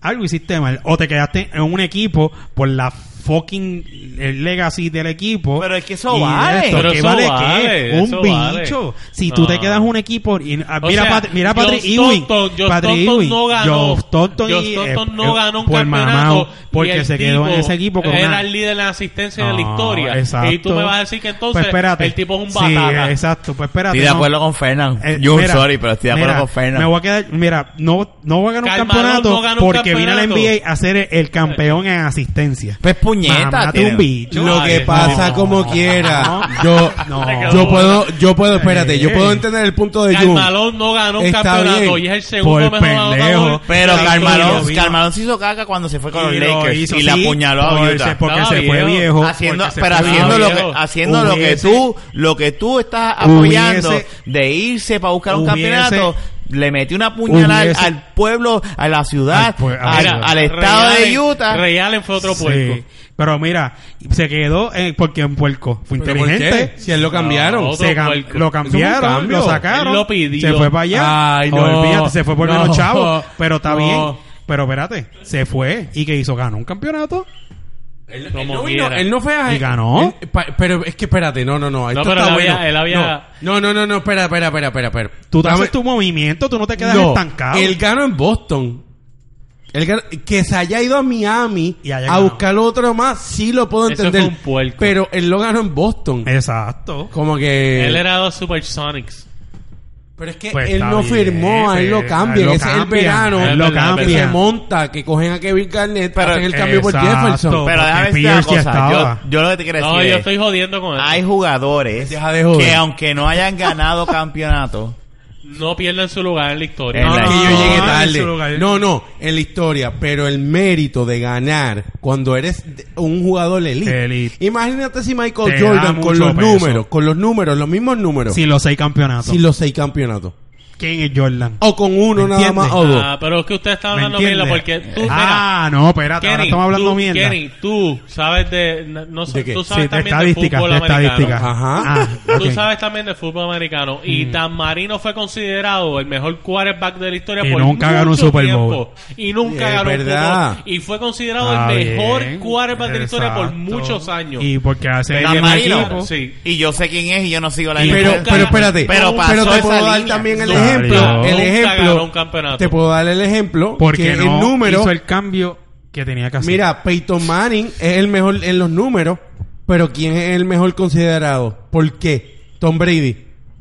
S5: Algo hiciste mal. O te quedaste en un equipo por la fucking el legacy del equipo.
S2: Pero es que eso
S5: Y
S2: vale.
S4: Pero
S5: ¿Qué
S4: eso
S5: vale,
S4: vale,
S5: qué?
S4: eso
S5: Un
S4: vale.
S5: bicho. Si tú
S4: No.
S5: te quedas en un equipo. y- ah,
S4: O
S5: mira,
S4: sea,
S5: Pat- mira
S4: John
S5: Patrick Ewing.
S4: Stockton- John
S5: Patrick
S4: Stockton
S5: Ewing.
S4: no ganó.
S5: John Stockton, y,
S4: John Stockton
S5: eh,
S4: no
S5: eh,
S4: ganó un
S5: por
S4: campeonato.
S5: mamao,
S4: y
S5: porque
S4: el
S5: se quedó en
S4: tipo
S5: ese equipo con
S4: Era
S5: una-
S4: el líder en la asistencia de la
S5: No,
S4: historia.
S5: exacto.
S4: Y tú me vas a decir que entonces
S5: Pues espérate.
S4: el tipo es un
S5: Sí,
S4: batata.
S5: exacto. Pues espérate.
S2: Estoy de
S5: no.
S2: acuerdo con Fernan.
S5: Eh,
S2: yo,
S5: mira,
S2: sorry, pero estoy de acuerdo
S5: mira,
S2: con Fernan.
S5: Me voy a quedar, mira, no, no voy a ganar un
S4: Carmelo
S5: campeonato
S4: no ganó un
S5: porque vine a la
S4: campeonato.
S5: NBA a ser el, el campeón en asistencia.
S2: Pues puñeta,
S5: Mamá, tú
S2: tiene-
S5: un bicho.
S3: Lo
S4: Ay,
S3: que
S4: no.
S3: pasa como quiera. Yo,
S5: No.
S3: yo puedo, yo puedo, espérate, yo
S5: Ey.
S4: Eh.
S3: puedo entender el punto de Jun.
S4: Carmalón no ganó un
S3: Está
S4: campeonato
S3: bien.
S4: y es el segundo
S5: Por
S4: mejor anotador.
S5: pendejo.
S2: Pero
S5: Sí,
S2: Carmalón,
S5: sí, sí.
S2: Carmalón se hizo caca cuando se fue con los
S5: Y lo
S2: Lakers
S5: hizo,
S2: y la
S5: sí,
S2: apuñaló a
S5: por-
S2: Utah.
S5: Porque
S4: Estaba
S5: se fue
S4: viejo.
S5: viejo.
S2: haciendo,
S5: porque se
S2: pero
S5: fue
S2: haciendo lo
S5: viejo.
S2: que
S4: viejo.
S2: haciendo lo que
S5: Hubiese-
S2: tú lo que tú estás apoyando
S5: hubiese-
S2: de irse para buscar un
S5: hubiese-
S2: campeonato le metió una puñalada al,
S5: Hubiese-
S2: al pueblo, a la ciudad,
S5: Al pue-
S2: al,
S5: mira,
S2: al estado
S4: Ray
S2: de
S4: Allen-
S2: Utah.
S4: Ray Allen fue otro
S5: Sí, Eh,
S4: puerco.
S5: Pero mira, se quedó en- porque un puerco. Fue
S3: ¿Pero por
S5: inteligente.
S3: qué? Si él lo cambiaron.
S4: No, Ah,
S5: se
S4: Otro
S5: cam-
S4: puerco.
S5: lo
S3: Eso es un
S5: cambiaron,
S3: cambio.
S5: lo sacaron,
S4: Él lo pidió.
S5: se fue para allá,
S3: Ay, no.
S5: Olvídate, se fue por
S3: No.
S5: menos chavo, pero está
S3: No.
S5: bien, pero espérate, se fue y que hizo ganó un campeonato,
S3: Él, él
S4: Como
S3: no vino,
S4: quiera.
S3: él no fue a...
S5: Y ganó.
S3: él- pa- pero es que espérate, no, no, no. Esto
S4: pero
S3: está
S4: él había-
S3: bueno.
S4: él había-
S3: No, no, no, no, espera, espera, espera, espera. espera.
S5: tú te
S3: Dame-
S5: haces tu movimiento, tú no te quedas
S3: No,
S5: estancado.
S3: Él ganó en Boston. Él ganó- que se haya ido a Miami
S5: Y haya
S3: a
S5: ganado.
S3: buscar otro más, sí lo puedo
S4: Eso
S3: entender.
S4: fue un puerco.
S3: Pero él lo ganó en Boston.
S5: Exacto.
S3: Como que...
S4: Él era dos Supersonics.
S3: Pero es que
S5: Pues
S3: él
S5: está
S3: no
S5: bien,
S3: firmó, a él lo
S5: eh,
S3: cambian.
S5: lo
S3: Ese es el
S5: cambian,
S3: verano.
S4: él
S5: lo
S4: verdad,
S3: y
S5: cambian.
S3: se monta que cogen a Kevin Garnett para
S2: Pero-
S3: hacer el cambio por
S5: Exacto.
S3: Jefferson.
S2: Pero
S5: porque
S2: déjame decir una
S5: Pierce ya
S2: cosa.
S5: estaba.
S2: Yo, yo lo que te quiero
S4: No,
S2: decir
S4: yo
S2: es,
S4: estoy jodiendo con él.
S2: hay jugadores
S3: Deja de joder.
S2: que aunque no hayan ganado campeonato,
S4: No pierden su lugar en la historia.
S2: En
S4: No,
S2: la-
S4: no,
S3: que yo
S5: no,
S3: llegué
S5: en
S3: tarde.
S5: su lugar.
S3: No, no, en la historia. Pero el mérito de ganar cuando eres de- un jugador elite.
S5: Elite.
S3: Imagínate si
S5: Te
S3: Michael
S5: da
S3: Jordan con
S5: mucho
S3: los
S5: peso.
S3: números, con los números, los mismos números,
S5: Sin los seis campeonatos.
S3: sin los seis campeonatos.
S5: ¿Quién es Jordan?
S3: O con uno
S5: ¿Me
S3: nada más
S5: entiendes?
S3: o dos.
S4: Ah, pero es que usted está
S5: ¿Me
S4: hablando
S5: entiendes?
S4: mierda porque tú, mira,
S5: ah, no, espérate, ahora
S4: Kenny,
S5: estamos hablando
S4: tú,
S5: mierda.
S4: Kenny, tú sabes de no- no sé,
S3: ¿De qué?
S4: tú sabes
S5: Sí, de
S4: también
S5: estadística,
S4: fútbol
S5: de estadística.
S4: americano.
S3: Ajá.
S5: Ah,
S4: Tú
S5: ok. Mm.
S4: sabes también de fútbol americano y Dan Marino fue considerado el mejor quarterback de la historia
S5: Y
S4: por
S5: nunca ganó un
S4: mucho
S5: Super Bowl.
S4: tiempo. y nunca
S3: Es
S4: ganó un
S3: verdad.
S4: Super Bowl. y fue considerado
S5: Está
S4: el mejor
S5: Ah, bien,
S4: quarterback de la historia por
S5: exacto.
S4: muchos años.
S5: Y porque hace
S2: Dan
S5: el
S2: Marino.
S5: equipo.
S4: Sí.
S2: y yo sé quién es y yo no sigo la
S5: Y-
S2: NBA.
S3: Pero,
S4: nunca
S3: pero
S4: ganó.
S3: espérate,
S2: Pero
S3: pero,
S2: pasó
S3: te
S2: esa
S3: puedo dar
S2: línea.
S3: también el
S5: Claro.
S3: ejemplo, el
S4: Nunca ganó
S3: ejemplo,
S4: un campeonato.
S3: te puedo dar el ejemplo
S5: Porque
S3: que
S5: no
S3: en números,
S5: hizo el cambio que tenía que hacer.
S3: mira, Peyton Manning es el mejor en los números, pero quién es el mejor considerado? ¿Por qué? Tom Brady.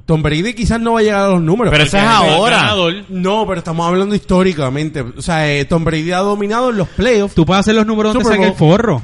S3: Tom Brady quizás no va a llegar a los números.
S2: Pero eso es
S4: Porque
S2: ahora.
S4: el ganador-
S3: no, pero estamos hablando históricamente, o sea, eh, Tom Brady ha dominado en los playoffs.
S5: Tú puedes hacer los números donde
S3: Super
S5: saque el
S3: Bowl.
S5: forro.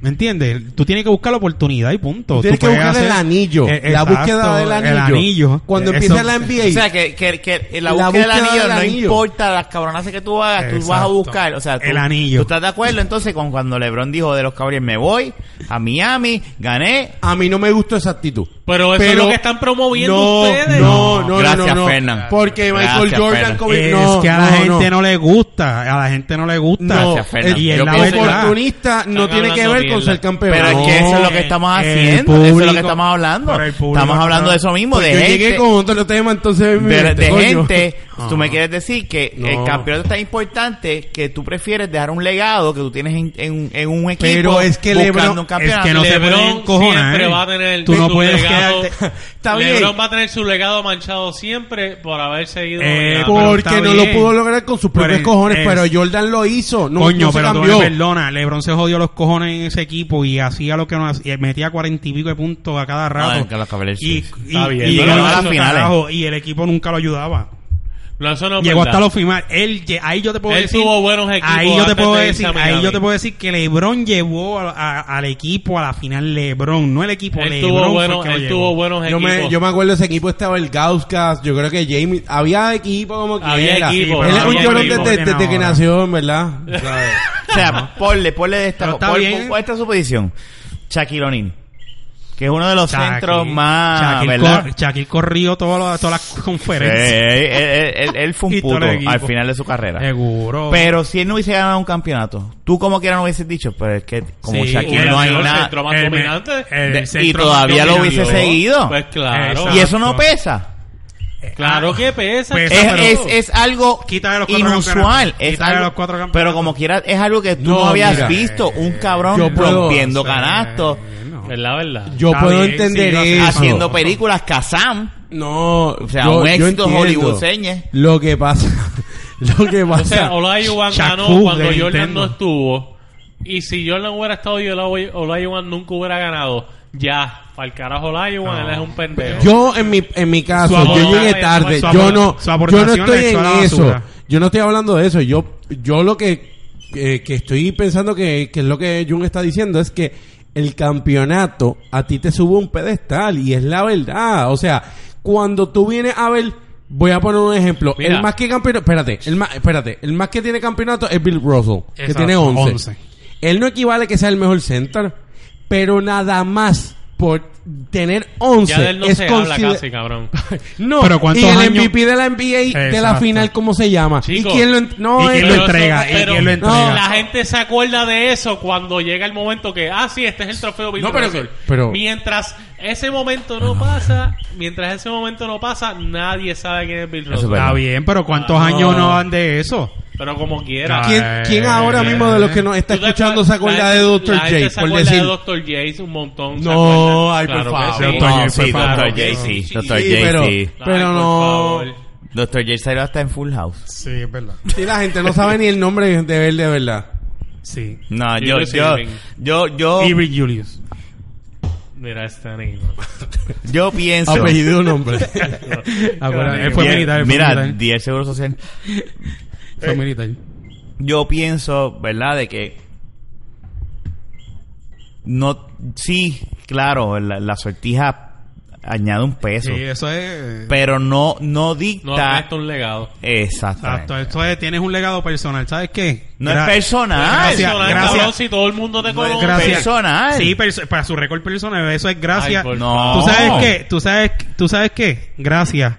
S5: ¿Me entiendes? Tú tienes que buscar la oportunidad y punto.
S3: Tú tienes que
S5: puedes
S3: buscar el anillo,
S5: Eh,
S3: la
S5: exacto,
S3: búsqueda del anillo.
S5: El anillo.
S3: Cuando
S5: Eso-
S3: empieza la NBA,
S2: O sea, que, que, que la
S3: La
S2: búsqueda del
S3: búsqueda
S2: anillo
S3: del
S2: no
S3: anillo.
S2: importa las cabronaces que tú hagas, tú vas a
S5: Exacto.
S2: buscar. O sea, tú,
S5: El anillo.
S2: ¿Tú estás de acuerdo entonces con cuando LeBron dijo de los cabrones, me voy a Miami, gané?
S3: a mí no me gustó esa actitud.
S4: Pero eso es lo que están promoviendo
S3: no,
S4: ustedes.
S3: No, no, no,
S2: Gracias,
S3: no, no.
S2: Fernan.
S3: Porque Michael
S2: Gracias,
S3: Jordan
S2: Fernan.
S3: como
S5: Es
S3: no,
S5: que a la
S3: no,
S5: gente no. le gusta. A la gente no le gusta.
S3: No,
S2: Gracias, Fernan.
S5: Y
S3: el,
S5: es
S2: Yo
S5: la
S2: pienso-
S5: verdad.
S3: oportunista no
S4: Están
S3: tiene que
S4: hablando
S3: ver con
S4: mierda.
S3: ser campeón.
S2: Pero es que eso es lo que
S4: eh,
S2: estamos
S5: el
S2: haciendo, eso es lo que
S5: público-
S2: estamos hablando.
S5: pero el público
S2: estamos hablando
S5: está-
S2: de eso mismo,
S3: Pues
S2: de
S3: yo
S2: gente,
S3: llegué con otro tema, entonces me
S5: este,
S2: de, de
S3: coño.
S2: gente. Tú
S5: Ah.
S2: me quieres decir que el
S3: No.
S2: campeonato es tan importante que tú prefieres dejar un legado que tú tienes en, en- en un equipo
S3: Pero es que
S2: buscando
S3: LeBron-
S2: un campeonato.
S5: es que no se
S4: LeBron
S5: pueden encojonar. ¿eh?
S4: siempre va a tener
S5: Tú no
S4: su
S5: puedes
S4: legado.
S5: quedarte-
S3: Está bien.
S4: LeBron va a tener su legado manchado siempre por haber seguido.
S5: Eh,
S4: dominando.
S5: pero
S3: Porque
S5: está
S3: no
S5: bien.
S3: lo pudo lograr con sus
S5: Pero
S3: propios
S5: el-
S3: cojones,
S5: es-
S3: pero Jordan lo hizo. No,
S5: Coño,
S3: no se
S5: pero tú
S3: cambió.
S5: me perdona. Lebron se jodió los cojones en ese equipo y hacía lo que no hacía. Metía cuarenta y pico de puntos a cada rato.
S2: es que los Cavaliers,
S5: y,
S2: sí.
S5: y-
S4: Está bien,
S5: y
S4: pero
S5: llegaba
S4: no
S5: a
S2: las
S5: las
S2: finales.
S5: finales. Y el equipo nunca lo ayudaba.
S4: No, eso no es
S5: Llegó
S4: verdad.
S5: hasta los finales. Él, lle- ahí yo te puedo
S4: Él
S5: decir.
S4: tuvo buenos equipos
S5: Ahí yo te
S4: antes
S5: puedo
S4: de irse
S5: decir.
S4: a
S5: Ahí
S4: Miami.
S5: yo te puedo decir que LeBron llevó a- a- al equipo a la final. LeBron, no el equipo.
S4: Él
S5: LeBron
S4: tuvo,
S5: fue
S4: bueno,
S5: el que lo
S4: él
S5: llevó.
S4: tuvo buenos
S3: Yo
S4: equipos.
S3: me, yo me acuerdo ese equipo estaba el Gauskas, yo creo que Jamie, había equipo como que
S4: Había
S3: era.
S4: equipo,
S3: Él es un
S4: había
S3: llorón
S4: equipo.
S3: desde, desde que
S5: Ahora.
S3: nació, en verdad. ¿Sabes?
S2: O sea, ponle, ponle esta,
S5: Pero está
S2: pon-
S5: bien.
S2: pon esta suposición. Shaquille O'Neal, que es uno de los
S5: Shaquille-
S2: centros más,
S5: Shaquille
S2: ¿verdad?
S5: cor- Shaquille corrió todas las- todas las conferencias.
S2: Eh, él, él- él- él fue un
S5: Y todo
S2: puto
S5: el equipo.
S2: al final de su carrera.
S5: Seguro.
S2: Pero si él no hubiese ganado un campeonato, tú como quiera no hubieses dicho, pero es que como
S5: Sí,
S2: Shaquille
S5: hubiera
S2: no hay
S4: sido el
S2: nada.
S4: centro más
S5: El-
S4: dominante.
S5: Eh, el
S2: de- y
S5: centro
S2: todavía lo hubiese
S5: dominante.
S2: seguido.
S4: Pues claro.
S5: Exacto.
S2: y eso no pesa.
S4: Claro que pesa.
S5: Pesa,
S2: Es,
S5: pero-
S2: es, es algo
S5: Quítale los cuatro
S2: inusual.
S5: campeonatos.
S2: Es
S5: Quítale
S2: algo-
S5: los cuatro campeonatos.
S2: pero como quiera, es algo que tú no,
S3: No,
S2: habías
S3: mira.
S2: visto. Un
S3: Yo
S2: cabrón
S3: puedo-
S2: rompiendo
S5: Sí,
S2: canastos,
S5: no.
S4: ¿Verdad, verdad?
S3: Yo
S5: Está
S3: puedo
S5: bien,
S3: entender
S5: sí,
S3: eso.
S2: haciendo películas, Kazam.
S3: No,
S2: O sea, un éxito
S3: entiendo.
S2: hollywoodeño.
S3: Lo que pasa, lo que pasa.
S4: O sea, Olajuwon
S5: Shaq
S4: ganó
S5: Fu
S4: cuando
S5: de
S4: Jordan
S5: Nintendo.
S4: no estuvo. Y si Jordan hubiera estado y Olajuwon- Olajuwon nunca hubiera ganado, ya, para el carajo Olajuwon,
S5: No.
S4: él es un pendejo.
S3: yo en mi en mi caso,
S5: Su
S3: yo
S5: aportación-
S3: llegué tarde.
S5: su
S3: Yo
S5: apor-
S3: no,
S5: su
S3: yo no
S5: aportación
S3: estoy
S5: la echó
S3: en
S5: a la
S3: eso.
S5: basura.
S3: Yo no estoy hablando de eso. Yo, yo lo que eh, que estoy pensando que, que es lo que Jun está diciendo es que el campeonato a ti te sube un pedestal y es la verdad. O sea, cuando tú vienes a ver, voy a poner un ejemplo.
S4: Mira.
S3: El más que campeonato, espérate, el más, espérate, el más que tiene campeonato es Bill Russell, que
S5: Exacto,
S3: tiene 11.
S5: 11.
S3: Él no equivale a que sea el mejor center, pero nada más por tener 11
S4: Ya de él no
S3: es
S4: se
S3: consider-
S4: habla casi, cabrón.
S3: No,
S5: Pero ¿cuántos
S3: y el
S5: años-
S3: MVP de la NBA de la
S5: Exacto.
S3: final, ¿cómo se llama?
S4: Chico.
S3: ¿Y quién lo en- no,
S5: ¿Y quién lo
S3: él-
S4: Pero
S5: entrega?
S4: eso-
S5: ¿Y quién lo
S4: pero
S5: entrega?
S4: La gente se acuerda de eso cuando llega el momento que, ah, sí, este es el trofeo Bill
S3: No, pero
S4: Russell.
S3: que- pero-
S4: mientras ese momento no pasa, mientras ese momento no pasa, nadie sabe quién es Bill
S2: Eso es
S4: Russell.
S2: verdad.
S5: Está bien, pero ¿cuántos
S4: Ah,
S5: años
S4: no.
S5: no van de eso?
S4: Pero como quiera.
S5: Claro.
S3: ¿Quién, quién ahora
S5: Eh,
S3: mismo de los que nos está
S4: Tú te
S3: escuchando
S4: acuerdas-
S3: se acuerda
S4: la
S3: de
S4: gente-
S3: Dr.
S4: la gente
S3: J?
S4: se
S3: Por
S4: acuerda
S3: decir.
S4: de Dr. J un montón. ¿se
S3: No,
S4: acuerdan?
S3: ay, por
S4: Claro que
S3: favor.
S4: sí.
S5: Dr. J
S2: sí,
S5: fue
S2: Dr.
S5: famoso.
S2: J, sí.
S4: Sí,
S2: Dr. J,
S3: Sí, pero,
S2: sí.
S4: Ay,
S3: pero
S4: por
S3: no.
S4: favor.
S2: Dr. J salió hasta en Full House.
S5: Sí, es verdad.
S3: Sí, la gente no sabe ni el nombre de él de verdad.
S5: Sí.
S2: No,
S4: Y
S2: yo,
S4: Luis
S2: yo,
S4: Irving.
S2: yo, yo,
S5: Irving Julius.
S4: Mira este niño.
S2: yo
S5: Ah,
S2: pienso.
S3: Apellido o nombre.
S5: Acuérdate, él pues, fue
S2: Die-
S5: militar, él fue
S2: Mira,
S5: militar.
S2: 10 Seguro Social.
S5: Fue militar.
S2: Yo pienso, ¿verdad? De que. No. Sí, claro, la, la sortija añade un peso.
S5: Sí, eso es...
S2: Pero no, no
S4: No
S2: dicta.
S4: resta un legado.
S2: Exactamente.
S5: Exacto, esto es, tienes un legado personal, ¿sabes qué?
S2: No
S5: Gra-
S2: es personal.
S5: Gracias,
S4: Personal,
S5: gracias.
S4: cabrón, Si todo el mundo te
S2: No es
S4: conoce.
S5: Gracias.
S2: personal.
S5: Sí, perso- para su récord personal, eso es gracias.
S4: Ay, por-
S2: No.
S5: ¿Tú sabes qué? ¿Tú sabes, ¿Tú sabes qué? Gracias.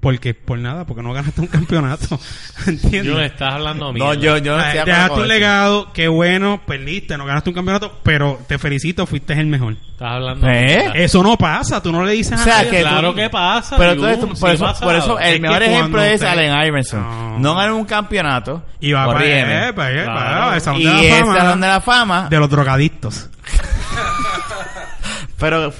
S5: Porque, por nada, porque no ganaste un campeonato.
S4: Yo le
S5: ¿Entiendes?
S4: estás hablando a mí.
S2: No, yo, yo no estoy de
S5: Eh,
S2: acuerdo
S5: Dejaste
S2: con
S5: un
S2: eso.
S5: legado, qué bueno, perdiste, no ganaste un campeonato, pero te felicito, fuiste el mejor.
S4: Estás hablando.
S2: ¿Eh?
S4: mierda.
S5: Eso no pasa, tú no le dices
S2: O sea,
S5: nadie.
S2: que
S4: claro
S2: tú-
S4: que pasa.
S2: Pero
S4: Dibu,
S2: entonces, tú-
S4: sí
S2: por, eso,
S4: pasa.
S2: por eso el
S5: Es que
S2: mejor
S5: cuando
S2: ejemplo es
S5: usted-
S2: Allen Iverson. No,
S5: No.
S2: ganó un campeonato.
S5: Y va para,
S2: corrígeme.
S5: eh, para, eh, para,
S4: Claro.
S5: el salón
S2: y
S5: de la
S2: es
S5: fama
S2: Salón de la Fama.
S5: de los drogadictos.
S2: Pero,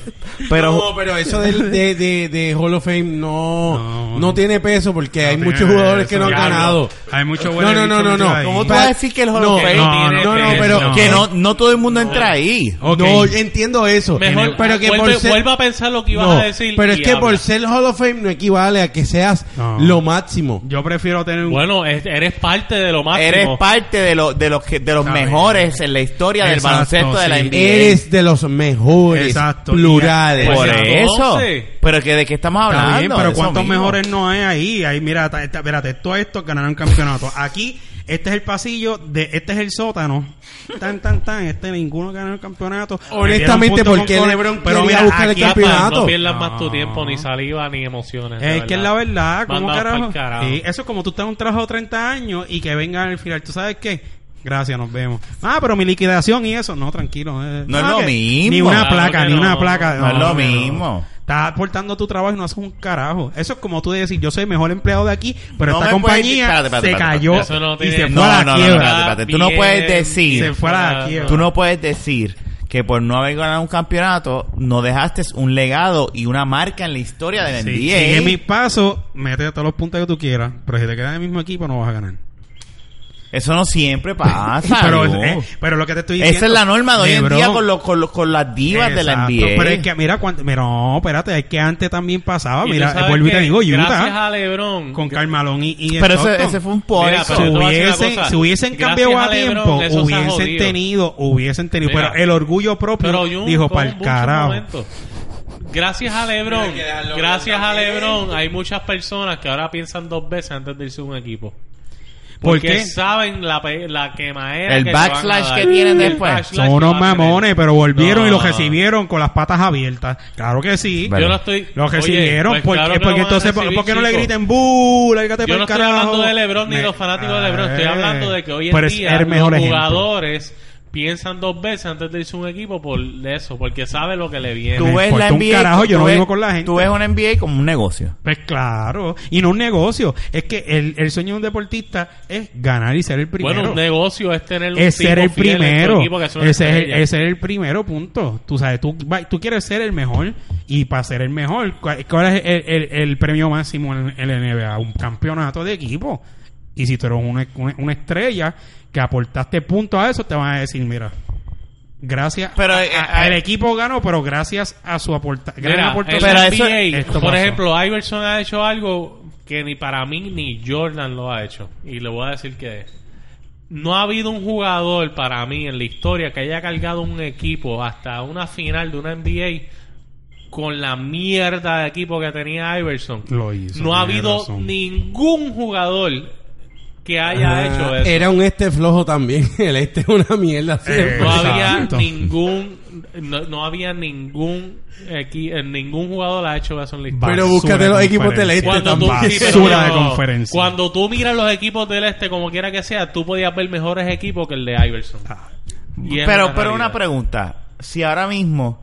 S2: pero,
S3: no, pero eso del- de, de, de Hall of Fame no, no,
S5: No.
S3: tiene peso porque hay
S5: No
S3: muchos
S5: tiene peso,
S3: jugadores que no han
S5: diablo.
S3: ganado.
S5: Hay muchos
S3: No, no, no, no, no.
S5: ahí.
S2: ¿Cómo tú vas a decir que el Hall
S3: no,
S2: of Fame
S5: no,
S4: tiene
S3: no, no,
S4: peso?
S3: pero
S5: no.
S2: que no, no todo el mundo entra ahí.
S5: Ok.
S3: No, yo entiendo eso.
S4: Mejor,
S3: pero que
S4: vuelve,
S3: por ser-
S4: vuelve a pensar lo que ibas
S3: no,
S4: a decir.
S3: Pero es
S4: y
S3: que por
S4: habla.
S3: ser Hall of Fame no equivale a que seas
S5: No.
S3: lo máximo.
S5: Yo prefiero tener un
S4: Bueno, es- eres parte de lo máximo. Ah,
S2: Eres parte de, los de los, que, de los
S5: Está bien.
S2: mejores en la historia del
S5: Exacto,
S2: baloncesto de la
S5: sí.
S2: NBA.
S3: Eres de los mejores.
S5: Exacto.
S3: Plurales.
S2: Por
S4: Pues,
S2: eso.
S4: entonces.
S2: Pero que de qué estamos
S5: Está
S2: hablando.
S5: bien,
S2: de
S5: pero
S2: eso
S5: ¿cuántos
S2: mismo.
S5: mejores no hay ahí? Ahí, mira, ta- ta- espérate, todos estos ganaron campeonato. Aquí, este es el pasillo, de, este es el sótano. Tan, tan, tan, este ninguno ganó el campeonato. Perdieron
S3: Honestamente,
S5: puntos
S3: ¿por qué
S5: con
S3: LeBron
S5: Pero
S3: quería
S5: mira,
S3: buscar el
S5: aquí-
S4: Apa,
S3: campeonato.
S4: No pierdas más
S5: No.
S4: tu tiempo, ni saliva, ni emociones. de
S5: Es que es la verdad, ¿cómo
S4: Mandados
S5: carajo?
S4: pa'l carajo.
S5: Sí, eso es como tú estás en un trabajo de 30 años y que venga al final, ¿tú sabes qué? Gracias, nos vemos. Ah, pero mi liquidación y eso. No, tranquilo. eh.
S2: No es lo
S5: que-
S2: mismo.
S5: Ni una
S4: Claro
S5: placa,
S4: que
S5: ni
S4: no.
S5: una placa.
S2: No es lo mismo.
S5: Estás aportando tu trabajo y no haces un carajo. Eso es como tú decir, yo soy el mejor empleado de aquí, pero
S2: No
S5: esta
S2: me puedes decir-
S5: compañía
S2: espérate, espérate,
S5: se
S2: espérate,
S5: cayó
S4: Eso no
S5: y
S4: tiene
S5: se fue
S2: No,
S5: a la
S2: no, no,
S5: quiebra.
S2: espérate, espérate. Tú no
S4: Bien,
S2: puedes decir-
S5: Se fue a la quiebra.
S2: Tú no puedes decir que por no haber ganado un campeonato no dejaste un legado y una marca en la historia del
S5: Sí,
S2: NBA.
S5: sigue mis pasos, mete todos los puntos que tú quieras, pero si te quedas en el mismo equipo no vas a ganar.
S2: Eso no siempre pasa.
S5: pero,
S2: no.
S5: eh, pero lo que te estoy diciendo...
S2: Esa es la norma de hoy en
S5: Lebron,
S2: día con, los, con, los, con las divas de la
S5: Exacto,
S2: NBA.
S5: Pero es que, mira, cuando, mira, no, espérate, es que antes también
S4: Y
S5: pasaba.
S4: tú
S5: Ah, mira, eh,
S4: sabes
S5: vuelvo y
S4: que
S5: te digo,
S4: Gracias
S5: Utah
S4: a LeBron.
S5: con Carmalón y, y
S2: Pero ese,
S5: Stockton.
S2: ese fue un poder.
S4: Mira, pero
S5: si
S4: te voy a decir una
S5: hubiesen,
S4: cosa.
S5: si hubiesen
S4: Gracias
S5: cambiado
S4: a
S5: a
S4: LeBron,
S5: tiempo,
S4: eso se ha
S5: hubiesen
S4: jodido.
S5: tenido, hubiesen tenido.
S4: Mira.
S5: pero el orgullo propio
S4: Pero yo
S5: dijo
S4: con
S5: para
S4: un
S5: el
S4: mucho
S5: carajo.
S4: momento. Gracias a
S3: Hay
S4: LeBron,
S3: que dejarlo
S4: gracias
S3: hablar
S4: a
S3: también.
S4: LeBron, hay muchas personas que ahora piensan dos veces antes de irse a un equipo.
S5: ¿Por
S4: Porque
S5: qué?
S4: saben la, pe- la quemaera.
S2: El
S4: que le van a
S2: backslash
S4: dar.
S2: que tienen
S4: El
S2: después.
S4: backslash
S5: Son
S4: que
S5: unos
S4: van a tener.
S5: mamones, pero volvieron y
S4: No.
S5: los recibieron con las patas abiertas. Claro que sí.
S2: Vale.
S4: Yo no estoy.
S5: Los
S4: Oye,
S5: recibieron.
S4: pues
S5: ¿Por
S4: claro
S5: qué?
S4: que lo van
S5: porque
S4: a
S5: entonces, ¿por-
S4: recibir,
S5: ¿por qué no le
S4: chico?
S5: griten bu? Lárgate
S4: Yo
S5: para
S4: no
S5: el
S4: estoy
S5: carajo"?
S4: hablando de LeBron ni
S5: Me-
S4: de los fanáticos de LeBron. Estoy
S5: Ay,
S4: hablando de que hoy en
S5: pero es
S4: día
S5: el mejor
S4: los
S5: ejemplo.
S4: jugadores piensan dos veces antes de irse a un equipo por eso, porque sabe lo que le viene.
S2: tú
S5: me
S2: ves la
S5: importa pues un
S2: NBA.
S5: carajo, yo
S2: tú
S5: no
S2: ves-
S5: vivo con la gente.
S2: Tú ves una NBA como un negocio.
S5: Pues claro, y no un negocio. Es que el, el sueño de un deportista es ganar y ser el primero.
S4: Bueno, un negocio es tener un
S5: es
S4: tipo
S5: ser el
S4: fiel en tu
S5: primero.
S4: equipo que
S5: Ese es
S4: sea una
S5: el,
S4: estrella.
S5: ese es el primero punto. Tú sabes, tú, va- tú quieres ser el mejor y para ser el mejor, ¿cuál, cuál es el, el- el premio máximo en el NBA? Un campeonato de equipo. Y si tú eres una, una- una estrella que aportaste puntos a eso, te van a decir, mira, gracias.
S2: Pero,
S5: a- a-
S2: eh,
S5: a- el
S2: eh,
S5: equipo ganó, pero gracias a su aporta, gran
S4: Mira,
S5: aportación.
S4: en la
S2: Pero eso-
S4: NBA,
S5: esto
S4: por
S5: pasó.
S4: ejemplo, Iverson ha hecho algo que ni para mí ni Jordan lo ha hecho. Y le voy a decir que es. No ha habido un jugador para mí en la historia que haya cargado un equipo hasta una final de una NBA con la mierda de equipo que tenía Iverson.
S5: Lo hizo,
S4: no ha
S5: tiene
S4: habido
S5: razón.
S4: ningún jugador que haya
S3: Ah,
S4: hecho eso.
S3: Era un este flojo también. El este es una
S5: Eh,
S3: mierda siempre.
S4: no había
S5: Exacto.
S4: ningún no, no había ningún equi- eh, ningún jugador ha hecho eso en la historia.
S3: Pero
S5: basura
S3: búscate los
S5: de
S3: equipos del este
S5: conferencia.
S4: Cuando tú,
S3: también.
S4: sí, pero
S5: Basura de
S4: no,
S5: conferencia.
S4: cuando tú miras los equipos del este, como quiera que sea, tú podías ver mejores equipos que el de Iverson.
S5: Ah.
S4: Y es
S2: Pero, pero una
S4: realidad.
S2: pregunta. Si ahora mismo.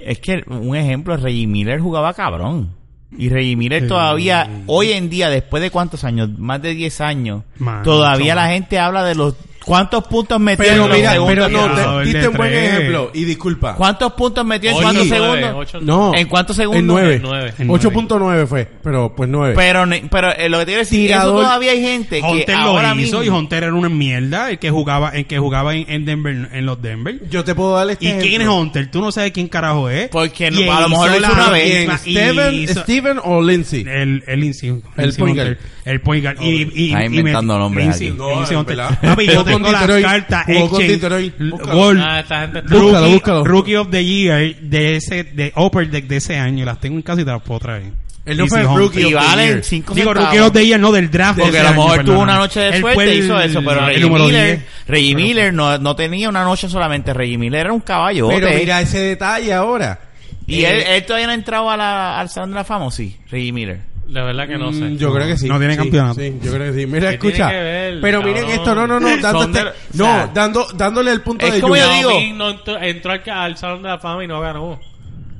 S2: Es que un ejemplo, Reggie Miller jugaba cabrón. Y Reggie Miller todavía, hoy en día, después de cuántos años, más de 10 años,
S5: Mano,
S2: todavía
S5: mucho
S2: la
S5: más.
S2: gente habla de los. ¿Cuántos puntos metió
S3: Pero
S2: en los
S3: mira,
S2: segundos?
S3: pero no,
S5: tiempo.
S3: te, diste un buen
S5: El de tres.
S3: ejemplo. Y disculpa.
S2: ¿Cuántos puntos metió en
S4: Ocho,
S2: cuántos
S4: nueve,
S2: segundos?
S4: ocho,
S3: No.
S2: ¿En cuántos segundos?
S3: En nueve.
S4: nueve.
S5: En
S3: 8.9 fue. Pero pues 9.
S2: Pero, ne- pero eh, lo que te quiero decir,
S3: Tirador.
S2: eso todavía hay gente que
S5: Hunter
S2: ahora
S5: lo hizo
S2: mismo...
S5: y Hunter era una mierda el que jugaba el que jugaba en, en Denver en los Denver
S3: Yo te puedo dar este
S5: y quién es Pues
S3: ejemplo.
S5: Hunter tú no sabes quién carajo es
S2: Porque
S5: Y
S2: no- a lo
S5: él
S2: mejor lo
S5: hizo
S2: hizo
S5: la
S2: una
S5: misma-
S2: vez.
S5: y
S3: Steven,
S5: hizo- Eh,
S3: Steven o Lindsay.
S5: el el Lindsay-
S3: El
S5: Lindsay
S3: point
S5: Hunter.
S3: guard.
S5: el point guard. y, y, y-
S2: Está
S5: y
S2: inventando
S5: metí-
S2: nombres
S5: Lindsay-
S2: aquí.
S3: No,
S5: Lindsay
S3: es
S5: Hunter.
S3: verdad.
S5: Papi, yo
S3: Jugó
S5: tengo
S3: con
S5: las
S3: Detroit.
S5: cartas
S3: Jugó con
S5: exchange,
S3: Detroit.
S5: l-
S3: Búscalo.
S5: Gold,
S4: Ah, esta gente está-
S3: Búscalo,
S5: rookie,
S3: búscalo.
S5: Rookie of the Year de ese de Upper Deck de ese año las tengo en casa y te las puedo traer
S3: Él no
S5: Lindsay
S3: fue el
S5: Hunter.
S3: rookie
S2: Y
S3: of the
S2: valen
S3: year.
S2: 5
S5: Digo,
S2: centavos.
S5: Rookie of the Year, no del draft. de
S2: Porque
S5: ese
S2: a lo
S5: año,
S4: pues,
S2: mejor tuvo
S5: perdona.
S2: una noche de
S5: Él
S2: suerte
S5: fue
S2: y hizo
S5: el-
S2: eso, pero
S5: el
S2: Reggie
S5: número
S2: Miller,
S5: 10.
S2: Reggie Miller no, no tenía una noche solamente, Reggie Miller era un caballo.
S3: Pero mira ese detalle ahora.
S2: y
S3: Eh,
S2: él, él todavía no ha entrado a la, al Salón de la Fama, ¿o sí, Reggie Miller.
S4: La verdad que no sé.
S3: Mm, Yo creo que sí.
S5: No tiene
S3: Sí,
S5: campeonato.
S3: Sí, yo creo que sí. Mira,
S4: ¿Qué
S3: escucha.
S4: tiene que ver,
S3: pero miren
S4: cabrón?
S3: esto, no, no, no. Dando
S4: Son
S3: este-
S4: de-
S3: no,
S4: o sea,
S3: dando, dándole el punto
S2: es
S3: de
S2: como yo
S3: Junior.
S2: digo-
S4: Yao Ming no entró, entró al, al Salón de la Fama y no ganó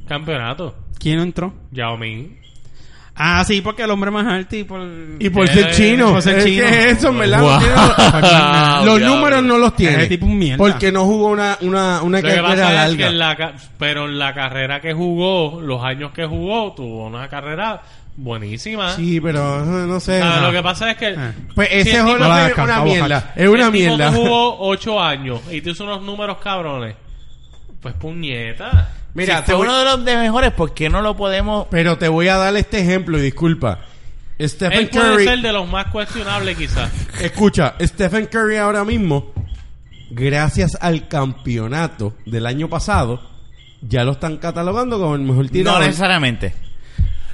S4: campeonato.
S5: ¿Quién entró?
S4: Yao Ming.
S5: Ah, sí, porque el hombre más alto y por...
S3: Y por
S4: Eh,
S3: ser chino.
S5: por ser
S3: es
S5: chino.
S3: que eso, en ¿verdad?
S2: Wow.
S3: No tiene- los
S2: Diablo.
S3: números no los tiene.
S5: Ese tipo es un mierda.
S3: Porque no jugó una, una, una
S4: Lo que
S3: carrera
S4: pasa es que
S3: larga.
S4: en la, ca- pero en la carrera que jugó, los años que jugó, tuvo una carrera buenísima.
S3: Sí, pero eh, no sé.
S4: Ah,
S3: no.
S4: Lo que pasa es que...
S2: Eh.
S5: Ah.
S3: Pues
S4: si
S3: ese
S4: el
S3: es
S4: tipo-
S5: no la
S3: una,
S5: vaca,
S3: una
S5: no
S3: mierda.
S5: vaca.
S3: Es una
S4: el tipo
S3: mierda.
S4: que jugó 8 años y te hizo unos números cabrones. Pues puñeta.
S3: Mira,
S2: si
S3: te
S2: fue
S3: voy-
S2: uno de los de mejores, ¿por qué no lo podemos...?
S3: pero te voy a dar este ejemplo y disculpa. Stephen
S4: Él puede
S3: Curry.
S4: ser de los más cuestionables quizás.
S3: Escucha, Stephen Curry ahora mismo, gracias al campeonato del año pasado, ya lo están catalogando como el mejor
S2: No
S3: tirador.
S2: necesariamente.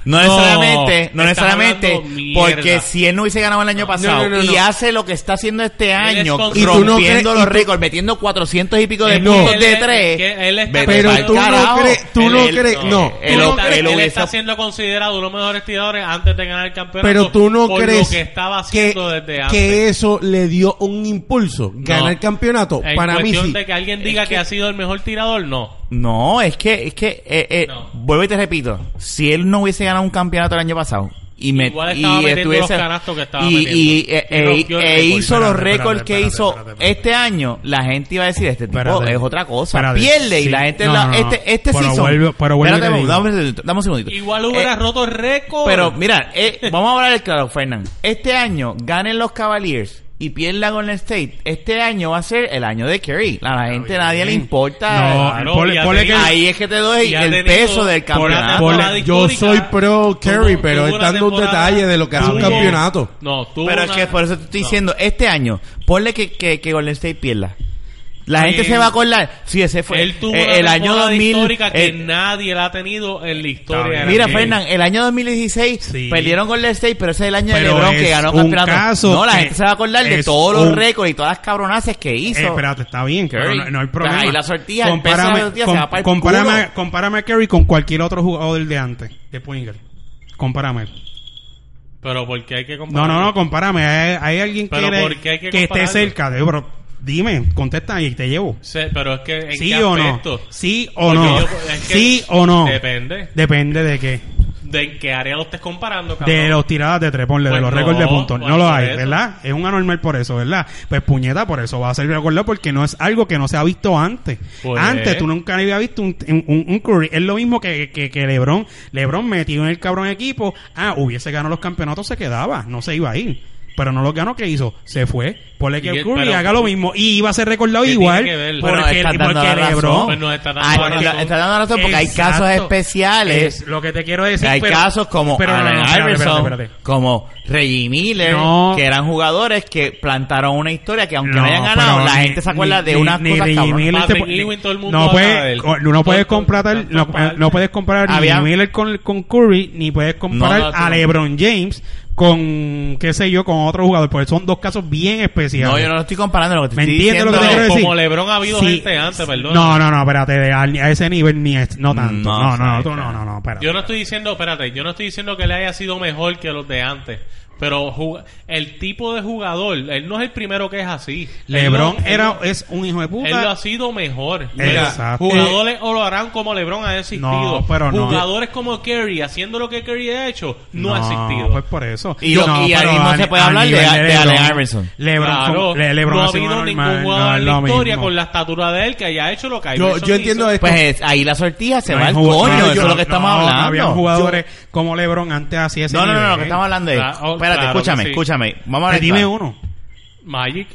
S2: No,
S4: No,
S2: necesariamente, no
S4: estás
S2: necesariamente,
S4: hablando mierda.
S2: porque si él no hubiese ganado el año pasado
S3: no, no,
S2: y
S3: no.
S2: hace lo que está haciendo este año,
S4: con-
S3: Y tú no crees-
S2: rompiendo
S3: y
S2: los
S3: tú-
S2: récords, metiendo 400 y pico de
S4: Él-
S2: puntos
S4: él-
S2: de
S4: él-
S2: tres,
S4: que él está-
S2: vete
S3: Pero
S2: pa'l
S3: tú no
S2: carajo.
S3: crees- tú
S2: Él-
S3: no
S2: él-
S3: creres- no.
S2: él-
S4: Él,
S2: él-
S4: está,
S2: él
S4: él
S2: hubiese-
S4: está siendo considerado uno de los mejores tiradores antes de ganar el campeonato.
S3: Pero tú no
S4: por
S3: crees
S4: lo que estaba haciendo
S3: que,
S4: desde
S3: que
S4: antes.
S3: eso le dio un impulso. Ganar el campeonato,
S4: En
S3: para mí
S4: cuestión
S3: sí.
S4: de que alguien diga que, ha sido el mejor tirador, no.
S2: No, es que, es que, eh, eh,
S4: No.
S2: vuelvo y te repito, si él no hubiese ganado un campeonato el año pasado y me
S4: Igual estaba
S2: y
S4: metiendo los canastos que estaba
S2: y,
S4: metiendo.
S2: y, eh,
S4: Y
S2: eh,
S4: rompió el
S2: eh,
S4: récord.
S2: hizo los
S5: Espérate,
S2: récords
S5: espérate,
S2: que
S5: espérate,
S2: hizo
S5: espérate, espérate.
S2: este año, la gente iba a decir este tipo
S5: Espérate.
S2: es otra cosa,
S5: Espérate.
S2: pierde
S5: Sí.
S2: y la gente
S5: No,
S2: la-
S5: no, no.
S2: este este
S5: Pero
S2: season-
S5: vuelvo- pero vuelvo y
S2: Espérate,
S5: te digo.
S2: dame un segundito, dame un segundito.
S4: Igual hubiera
S2: Eh,
S4: roto el récord.
S2: pero mira, eh, vamos a hablar claro, Fernán. Este año ganen los Cavaliers y pierda Golden State. Este año va a ser el año de Kerry. A la gente, nadie le importa.
S5: No,
S4: Claro,
S5: ponle-
S4: ya
S5: ponle
S4: te
S5: que-
S4: digo.
S2: Ahí es que te doy
S4: Ya
S2: el
S4: tenido
S2: peso del
S4: por- por-
S2: campeonato.
S4: por-
S2: Ahora,
S4: por-
S3: Yo
S4: histórica,
S3: soy pro
S4: tuvo-
S3: Curry, pero
S4: tuvo
S3: él
S4: una
S3: dando un
S4: temporada-
S3: detalle de lo que hace un
S4: tuvo-
S3: campeonato.
S4: No, tuvo
S2: pero es
S4: una-
S2: que por eso te estoy
S4: no.
S2: diciendo, este año, ponle que, que, que Golden State pierda. La gente
S4: Eh,
S2: se va a acordar. Sí, ese fue
S4: Él tuvo
S2: eh,
S4: una
S2: el año
S4: temporada
S2: 2000.
S4: histórica que
S2: eh,
S4: nadie la ha tenido en la historia. de la
S2: Mira,
S4: NBA.
S2: Fernán, el año 2016
S5: Sí.
S2: perdieron Golden State, pero ese es el año de
S5: Pero
S2: LeBron que
S5: es
S2: ganó
S5: un
S2: campeonato.
S5: caso
S2: no, la
S5: que
S2: gente se va a acordar de
S5: es
S2: todos los
S5: un-
S2: récords y todas las cabronaces que hizo.
S5: Eh, espérate, está bien,
S2: Curry.
S5: pero no, no hay problema.
S2: Ahí la sortija, el peso de la sortija se va pa'l
S5: compárame,
S2: culo.
S5: compárame a Curry con cualquier otro jugador de antes, de Pointer. Compárame.
S4: Pero porque hay que
S5: No,
S4: comparar.
S5: no, no, compárame. Hay, hay alguien que,
S4: Pero
S5: le-
S4: ¿por qué hay que
S5: esté
S4: compararlo?
S5: cerca de... Bro, dime, contesta y te llevo.
S4: Se- pero es que. ¿en
S5: ¿Sí
S4: qué
S5: o no?
S4: aspecto?
S5: ¿Sí o
S4: Porque
S5: no?
S4: yo- es que
S5: ¿Sí o no?
S4: Depende.
S5: Depende de qué.
S4: ¿De en qué área lo estés comparando, cabrón?
S5: De los tiradas de tres, ponle,
S4: Pues
S5: de los
S4: no,
S5: récords de puntos.
S4: pues
S5: no lo
S4: por
S5: hay,
S4: eso.
S5: ¿verdad? Es un anormal por eso, ¿verdad? Pues puñeta, por eso va a ser recordado porque no es algo que no se ha visto antes.
S4: Pues.
S5: Antes tú nunca habías visto un, un, un Curry. Es lo mismo que, que, que LeBron. LeBron metido en el cabrón equipo. Ah, hubiese ganado los campeonatos, se quedaba. No se iba a ir. Pero no los ganó, ¿qué hizo? Se fue. Ponle que
S4: Y-
S5: Curry
S4: pero-
S5: haga lo mismo. Y iba a ser recordado
S4: ¿Qué tiene
S5: igual.
S4: que ver?
S2: Bueno,
S5: Porque,
S2: estás dando
S5: porque
S2: la razón.
S5: LeBron...
S4: Pues nos está dando
S2: Ah,
S4: la
S2: está-
S4: razón.
S2: está dando razón porque hay
S5: Exacto.
S2: casos especiales.
S5: Es lo que te quiero decir.
S2: hay
S5: pero-
S2: casos como
S5: pero no, no,
S2: Allen
S5: no, espérate,
S2: Iverson,
S5: espérate, espérate.
S2: como Reggie Miller,
S5: No.
S2: que eran jugadores que plantaron una historia que aunque no,
S5: No,
S2: hayan ganado,
S5: pero
S2: la
S5: ni-
S2: gente se acuerda
S5: ni-
S2: de
S5: ni-
S2: unas
S5: ni
S2: cosas
S5: Reggie
S2: cabronas.
S5: Miller
S4: Patrick
S5: te- ni-
S4: Ewing, todo el mundo
S5: no
S4: habla de
S5: puedes,
S4: él.
S5: co- no puedes
S4: Todo-
S5: comparar,
S4: todo-
S5: no,
S4: todo-
S5: no puedes comparar
S2: Había-
S5: ni Miller con, con Curry, ni puedes comparar
S2: No, no, tú
S5: a
S2: no.
S5: LeBron James con, qué sé yo, con otro jugador. Porque son dos casos bien especiales.
S2: No, yo no lo estoy comparando. Lo que te
S5: ¿Me
S2: estoy
S5: entiendes
S2: diciendo
S5: lo que te
S2: es-
S5: quiero
S4: como
S5: decir?
S4: LeBron ha habido
S5: Sí.
S4: gente antes, perdón.
S5: No, no, no, espérate, de- a, a ese nivel ni es, no tanto.
S2: No,
S5: No, no, no,
S2: ahí
S5: tú
S2: está.
S5: no, no, no, espérate.
S4: Yo no estoy diciendo, espérate, yo no estoy diciendo que le haya sido mejor que los de antes. Pero ju- el tipo de jugador, él no es el primero que es así.
S5: LeBron
S4: Él no-
S5: era,
S4: él no-
S5: es un hijo de
S4: Él lo ha
S5: puta.
S4: sido mejor.
S5: Mira,
S4: Pero Jugadores o lo harán como LeBron ha existido.
S5: No, pero no.
S4: Jugadores como Curry haciendo lo que Curry ha hecho no, ha existido.
S5: pues por eso.
S2: Y lo- y ahí
S5: pero
S2: mismo
S5: a-
S2: se puede
S5: a
S2: hablar de-
S5: nivel
S2: de Allen Iverson.
S5: LeBron,
S4: Claro,
S5: con- Le- LeBron
S4: no ha
S5: sido
S4: habido
S5: normal,
S4: ningún
S5: no
S4: jugador
S5: es
S4: en
S5: lo
S4: la historia
S5: mismo.
S4: con la estatura de él que haya hecho lo que ha
S3: Yo,
S4: hecho.
S3: yo entiendo esto.
S2: Pues es- ahí la sortija se
S5: No
S2: va
S5: hay
S2: al
S5: jugadores-
S2: coño.
S5: no,
S2: eso es
S5: yo-
S2: lo que estamos
S5: no,
S2: hablando.
S5: Había jugadores como LeBron antes así ese
S2: No, no, no,
S5: nivel.
S2: lo que estamos hablando es.
S4: Claro, oh,
S2: espérate,
S4: claro que
S2: escúchame,
S4: sí.
S2: escúchame. Vamos a
S5: Te
S2: ver.
S5: dime uno.
S4: Magic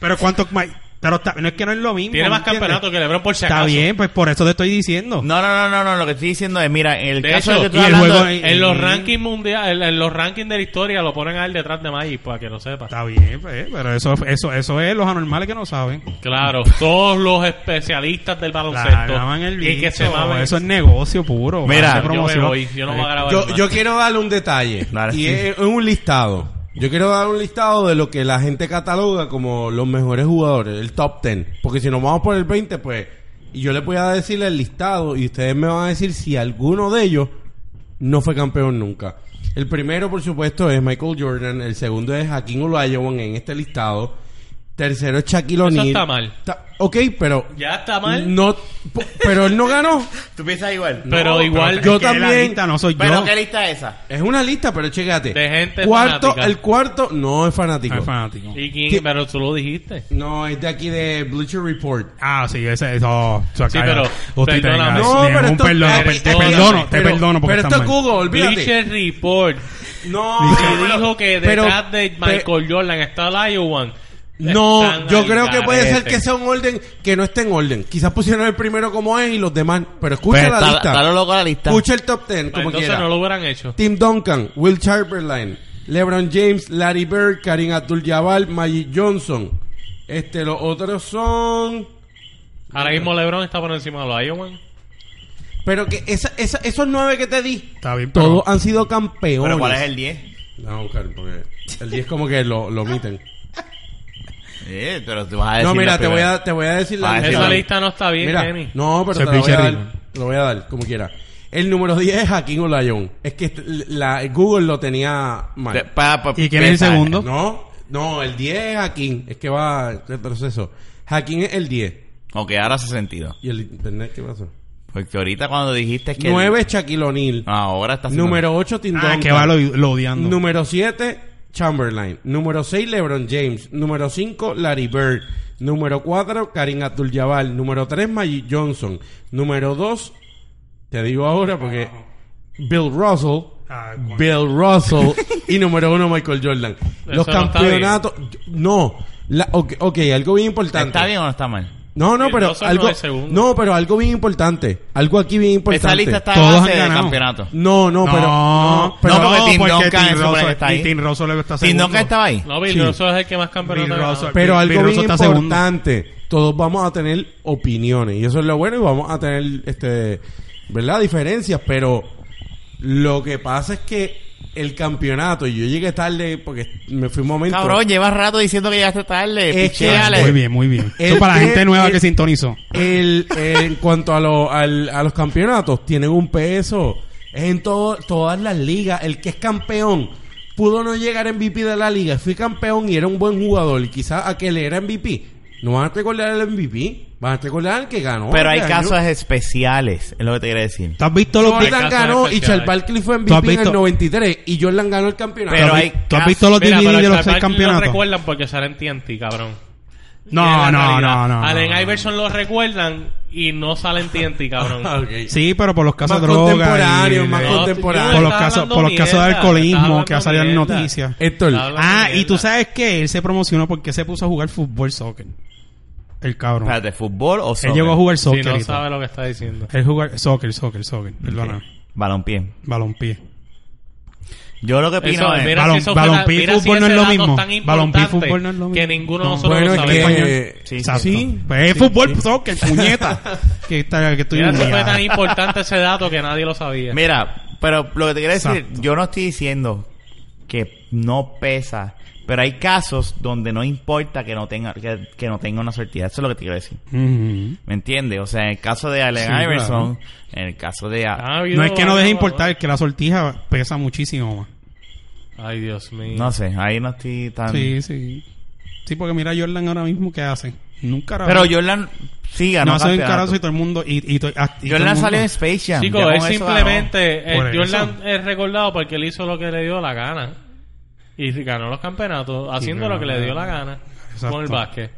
S5: Pero cuántos ma- pero está- no es que no es lo mismo.
S4: tiene
S5: ¿me
S4: más
S5: entiendes?
S4: campeonatos que LeBron por si
S5: Está
S4: acaso.
S5: bien, pues por eso te estoy diciendo.
S2: No, no, no, no, no, lo que estoy diciendo es, mira, en el
S4: De
S2: caso
S4: hecho,
S2: de que tú
S5: y el
S2: hablando
S5: juego
S2: de-
S5: es-
S4: En los
S5: Mm.
S4: rankings mundial, en, en los rankings de la historia lo ponen a él detrás de Magic para que lo sepa.
S5: Está bien, pues, pero eso eso eso es los anormales que no saben.
S4: Claro, todos los especialistas del
S5: La,
S4: baloncesto
S5: lavan el
S4: y que se
S5: bicho,
S4: mamen. Ah,
S5: Eso es negocio puro.
S2: Mira,
S5: parece
S2: yo
S4: yo me
S5: promoción.
S4: voy, yo no voy a grabar
S3: Yo,
S4: más.
S3: yo quiero darle un detalle.
S2: Dale.
S3: Y es es un listado. Yo quiero dar un listado de lo que la gente cataloga como los mejores jugadores, el top 10. Porque si nos vamos por el 20, pues. Y yo les voy a decir el listado y ustedes me van a decir si alguno de ellos no fue campeón nunca. El primero, por supuesto, es Michael Jordan. El segundo es Hakeem Olajuwon en este listado. Tercero es Shaquille O'Neal.
S4: está mal.
S3: Está- ok, pero...
S4: Ya está mal.
S3: No, po- pero él no ganó.
S2: ¿Tú piensas igual?
S4: pero igual
S5: Pero
S3: yo
S5: es que la
S3: también-
S5: lista no soy
S2: ¿Pero
S5: yo.
S2: qué lista es esa?
S3: Es una lista, pero chécate.
S4: De gente
S3: cuarto,
S4: fanática.
S3: El cuarto no es fanático.
S5: Ah, es fanático.
S4: ¿Y quién?
S3: ¿Qué?
S4: Pero tú lo dijiste.
S3: No, es de aquí de Bleacher Report.
S5: Ah, sí, ese eso.
S4: Sí, pero- perdóname.
S5: Usted tenga,
S4: No,
S5: no, pero esto, perdón,
S3: espérate,
S5: per- te
S3: espérate,
S5: perdono, te
S3: pero-
S5: perdono porque
S3: Pero esto
S5: está
S3: es
S5: mal.
S3: Google, olvídate.
S4: Bleacher Report
S3: No,
S4: que
S3: pero-
S4: dijo que
S3: pero-
S4: detrás de
S3: pero-
S4: Michael Jordan está Lyon.
S3: No, yo creo que puede ser que sea un orden que no esté en orden. Quizás pusieron el primero como es y los demás. Pero escucha
S2: Pues,
S3: la
S2: está-
S3: lista.
S2: está lo loco la lista.
S3: Escucha el top ten, como
S4: Pues Entonces
S3: quiera.
S4: no lo hubieran hecho.
S3: Tim Duncan, Will Chamberlain, LeBron James, Larry Bird, Karim Abdul-Jabbar, Magic Johnson. Este, los otros son...
S4: Ahora mismo LeBron está por encima de Lyon.
S3: Pero que esa, esa- esos nueve que te di,
S5: Está bien, pero-
S3: todos han sido campeones.
S2: ¿Pero cuál es el 10?
S3: No, Oscar, porque el 10 como que lo, lo omiten.
S2: Eh, pero tú vas a decir
S3: No, mira,
S2: los
S3: te voy,
S2: primeros.
S3: a, te voy a decir
S2: Ah,
S3: la
S2: esa
S4: Esa lista no está bien,
S3: Mira,
S4: Kenny.
S3: no, pero
S5: Se
S3: te la voy a
S5: picha
S3: dar.
S5: arriba.
S3: te la voy a dar, como quiera. El número 10 es Joaquín Olayon. Es que este- la, Google lo tenía mal.
S2: Te- pa- pa-
S5: ¿Y quién es el
S2: pensar.
S5: segundo?
S3: No, no, el 10 es Joaquín. Es que va el proceso. Joaquín es el 10.
S2: Ok, ahora hace sentido.
S3: ¿Y el internet qué pasó?
S2: Porque ahorita cuando dijiste que...
S3: 9 es Shaquille O'Neal.
S2: Ahora está haciendo-
S3: número 8 Tim
S5: Ah,
S3: Duncan.
S5: que va lo, lo odiando.
S3: Número 7, Chamberlain. Número 6, LeBron James. Número 5, Larry Bird. Número 4, Karim Abdul-Jabbar. Número 3, Magic Johnson. Número 2, te digo ahora porque Bill Russell.
S5: Ah, bueno.
S3: Bill Russell. y número 1, Michael Jordan. Los
S4: no está
S3: campeonatos... No. La, ok, ok, algo bien importante.
S2: ¿Está bien o no está mal?
S3: No, no,
S4: Bill
S3: pero
S4: Russell no
S3: algo...
S4: es segundo.
S3: No, pero algo bien importante. Algo aquí bien importante.
S2: Esa lista está
S5: Todos
S2: a base
S5: han
S2: de
S5: ganado.
S2: campeonato.
S3: No, no, pero...
S5: no,
S2: pero-
S5: no,
S2: porque Tim
S5: porque
S2: Duncan
S5: Tim
S2: es
S5: Russell-
S2: súper- está ahí.
S5: y Tim Russell le está
S2: Tim
S5: segundo.
S2: Duncan estaba ahí.
S4: No, Bill
S5: Sí.
S4: Russell es el que más campeonato
S5: Bill
S4: ha ganado.
S5: Russell.
S3: Pero
S5: Bill- Bill
S3: algo
S5: Russell
S3: bien
S5: está segundo.
S3: importante, todos vamos a tener opiniones y eso es lo bueno y vamos a tener este, ¿verdad? diferencias, pero lo que pasa es que el campeonato y yo llegué tarde porque me fui un momento.
S2: Cabrón, llevas rato diciendo que llegaste tarde.
S3: Es que-
S2: Pichéale.
S5: Muy bien, muy bien.
S3: El
S5: Eso para la
S3: que-
S5: gente nueva
S3: el-
S5: que sintonizó.
S3: El, eh, en cuanto a, lo- al- a los campeonatos, tienen un peso. Es en todo, todas las ligas. El que es campeón pudo no llegar MVP de la liga. Fui campeón y era un buen jugador. Y quizás aquel era MVP. No van a recordar el MVP. Van a recordar al que ganó.
S2: Pero hay
S3: Este año.
S2: casos especiales, es lo que te quiero decir.
S5: ¿Tú has visto los
S4: Jordan-
S5: di-
S3: Jordan ganó y Charles Barkley fue
S5: ¿Tú has
S3: MVP en el
S5: visto?
S3: 93 y Jordan ganó el campeonato.
S2: Pero hay-
S5: ¿Tú has visto los
S4: Mira,
S5: DVD
S4: pero
S5: de los
S4: Charles
S5: seis
S4: Barkley
S5: campeonatos?
S4: Lo recuerdan porque salen TNT, cabrón.
S5: No, no, no, no.
S4: Allen
S5: no.
S4: Iverson lo recuerdan y no salen TNT, cabrón.
S3: Ah,
S4: No,
S3: ok.
S5: Sí, pero por los casos
S3: Más
S5: de droga.
S3: contemporáneos,
S5: y-
S3: más
S5: y-
S4: tú- tú
S3: contemporáneo.
S5: Por
S4: estás
S5: los casos,
S4: hablando
S5: por los casos de
S4: mierda, estás
S5: alcoholismo
S4: hablando
S5: que ha salido en
S4: mierda.
S5: noticias.
S3: Héctor,
S4: Estás hablando
S5: Ah, y
S4: mierda.
S5: tú sabes que él se promocionó porque se puso a jugar fútbol soccer. El cabrón.
S2: Espérate, ¿fútbol o
S5: Él
S2: soccer?
S5: llegó a jugar soccer.
S4: Si no
S5: y todo.
S4: sabe lo que está diciendo.
S5: Él jugar soccer, soccer, soccer. Perdona.
S2: Balompié.
S5: Balompié.
S2: Yo lo que opino
S4: Eso,
S2: es...
S4: mira
S5: Balón-
S4: si eso fue
S5: balón
S4: la-
S5: pie y
S4: mira si
S5: fútbol no
S4: ese
S5: es lo
S4: dato
S5: mismo.
S4: tan
S5: Balón pie y
S4: importante
S5: fútbol no es
S4: Que
S5: lo mismo.
S4: ninguno
S5: No,
S4: de nosotros
S3: bueno,
S4: lo
S3: es
S4: sabe.
S3: que...
S2: Sí,
S5: Exacto.
S3: sí.
S5: Pues es fútbol soccer, puñeta. que está, que estoy
S4: Mira si fue
S5: humillado.
S4: tan importante ese dato que nadie lo sabía.
S2: Mira, pero lo que te quiero decir,
S5: Exacto.
S2: yo no estoy diciendo que no pesa. Pero hay casos donde no importa que no tenga, que, que no tenga una sortida. Eso es lo que te quiero decir.
S5: Ujú.
S2: ¿Me entiendes? O sea, en el caso de Allen
S5: Sí,
S2: Iverson, en el caso de...
S4: Ah,
S5: No es que no deje importar, es que la sortija pesa muchísimo más.
S4: Ay, Dios mío.
S2: No sé, ahí no estoy tan...
S5: Sí, sí. Sí, porque mira Jordan ahora mismo, ¿qué hace? Nunca
S2: Pero Jordan sí ganó
S5: no hace un
S2: campeonato.
S5: carajo y todo el mundo. Y, y, to- ah, y todo el
S2: Jordan
S5: mundo-
S2: salió en Space Jam.
S4: Chico,
S2: ya con
S4: es
S2: eso ganó.
S4: simplemente. eh,
S5: Por eso.
S4: Jordan es recordado porque él hizo lo que le dio la gana. Y ganó los campeonatos haciendo
S5: ganó
S4: lo que
S5: la
S4: le dio la
S5: gana.
S4: gana
S5: Exacto.
S4: con el básquet.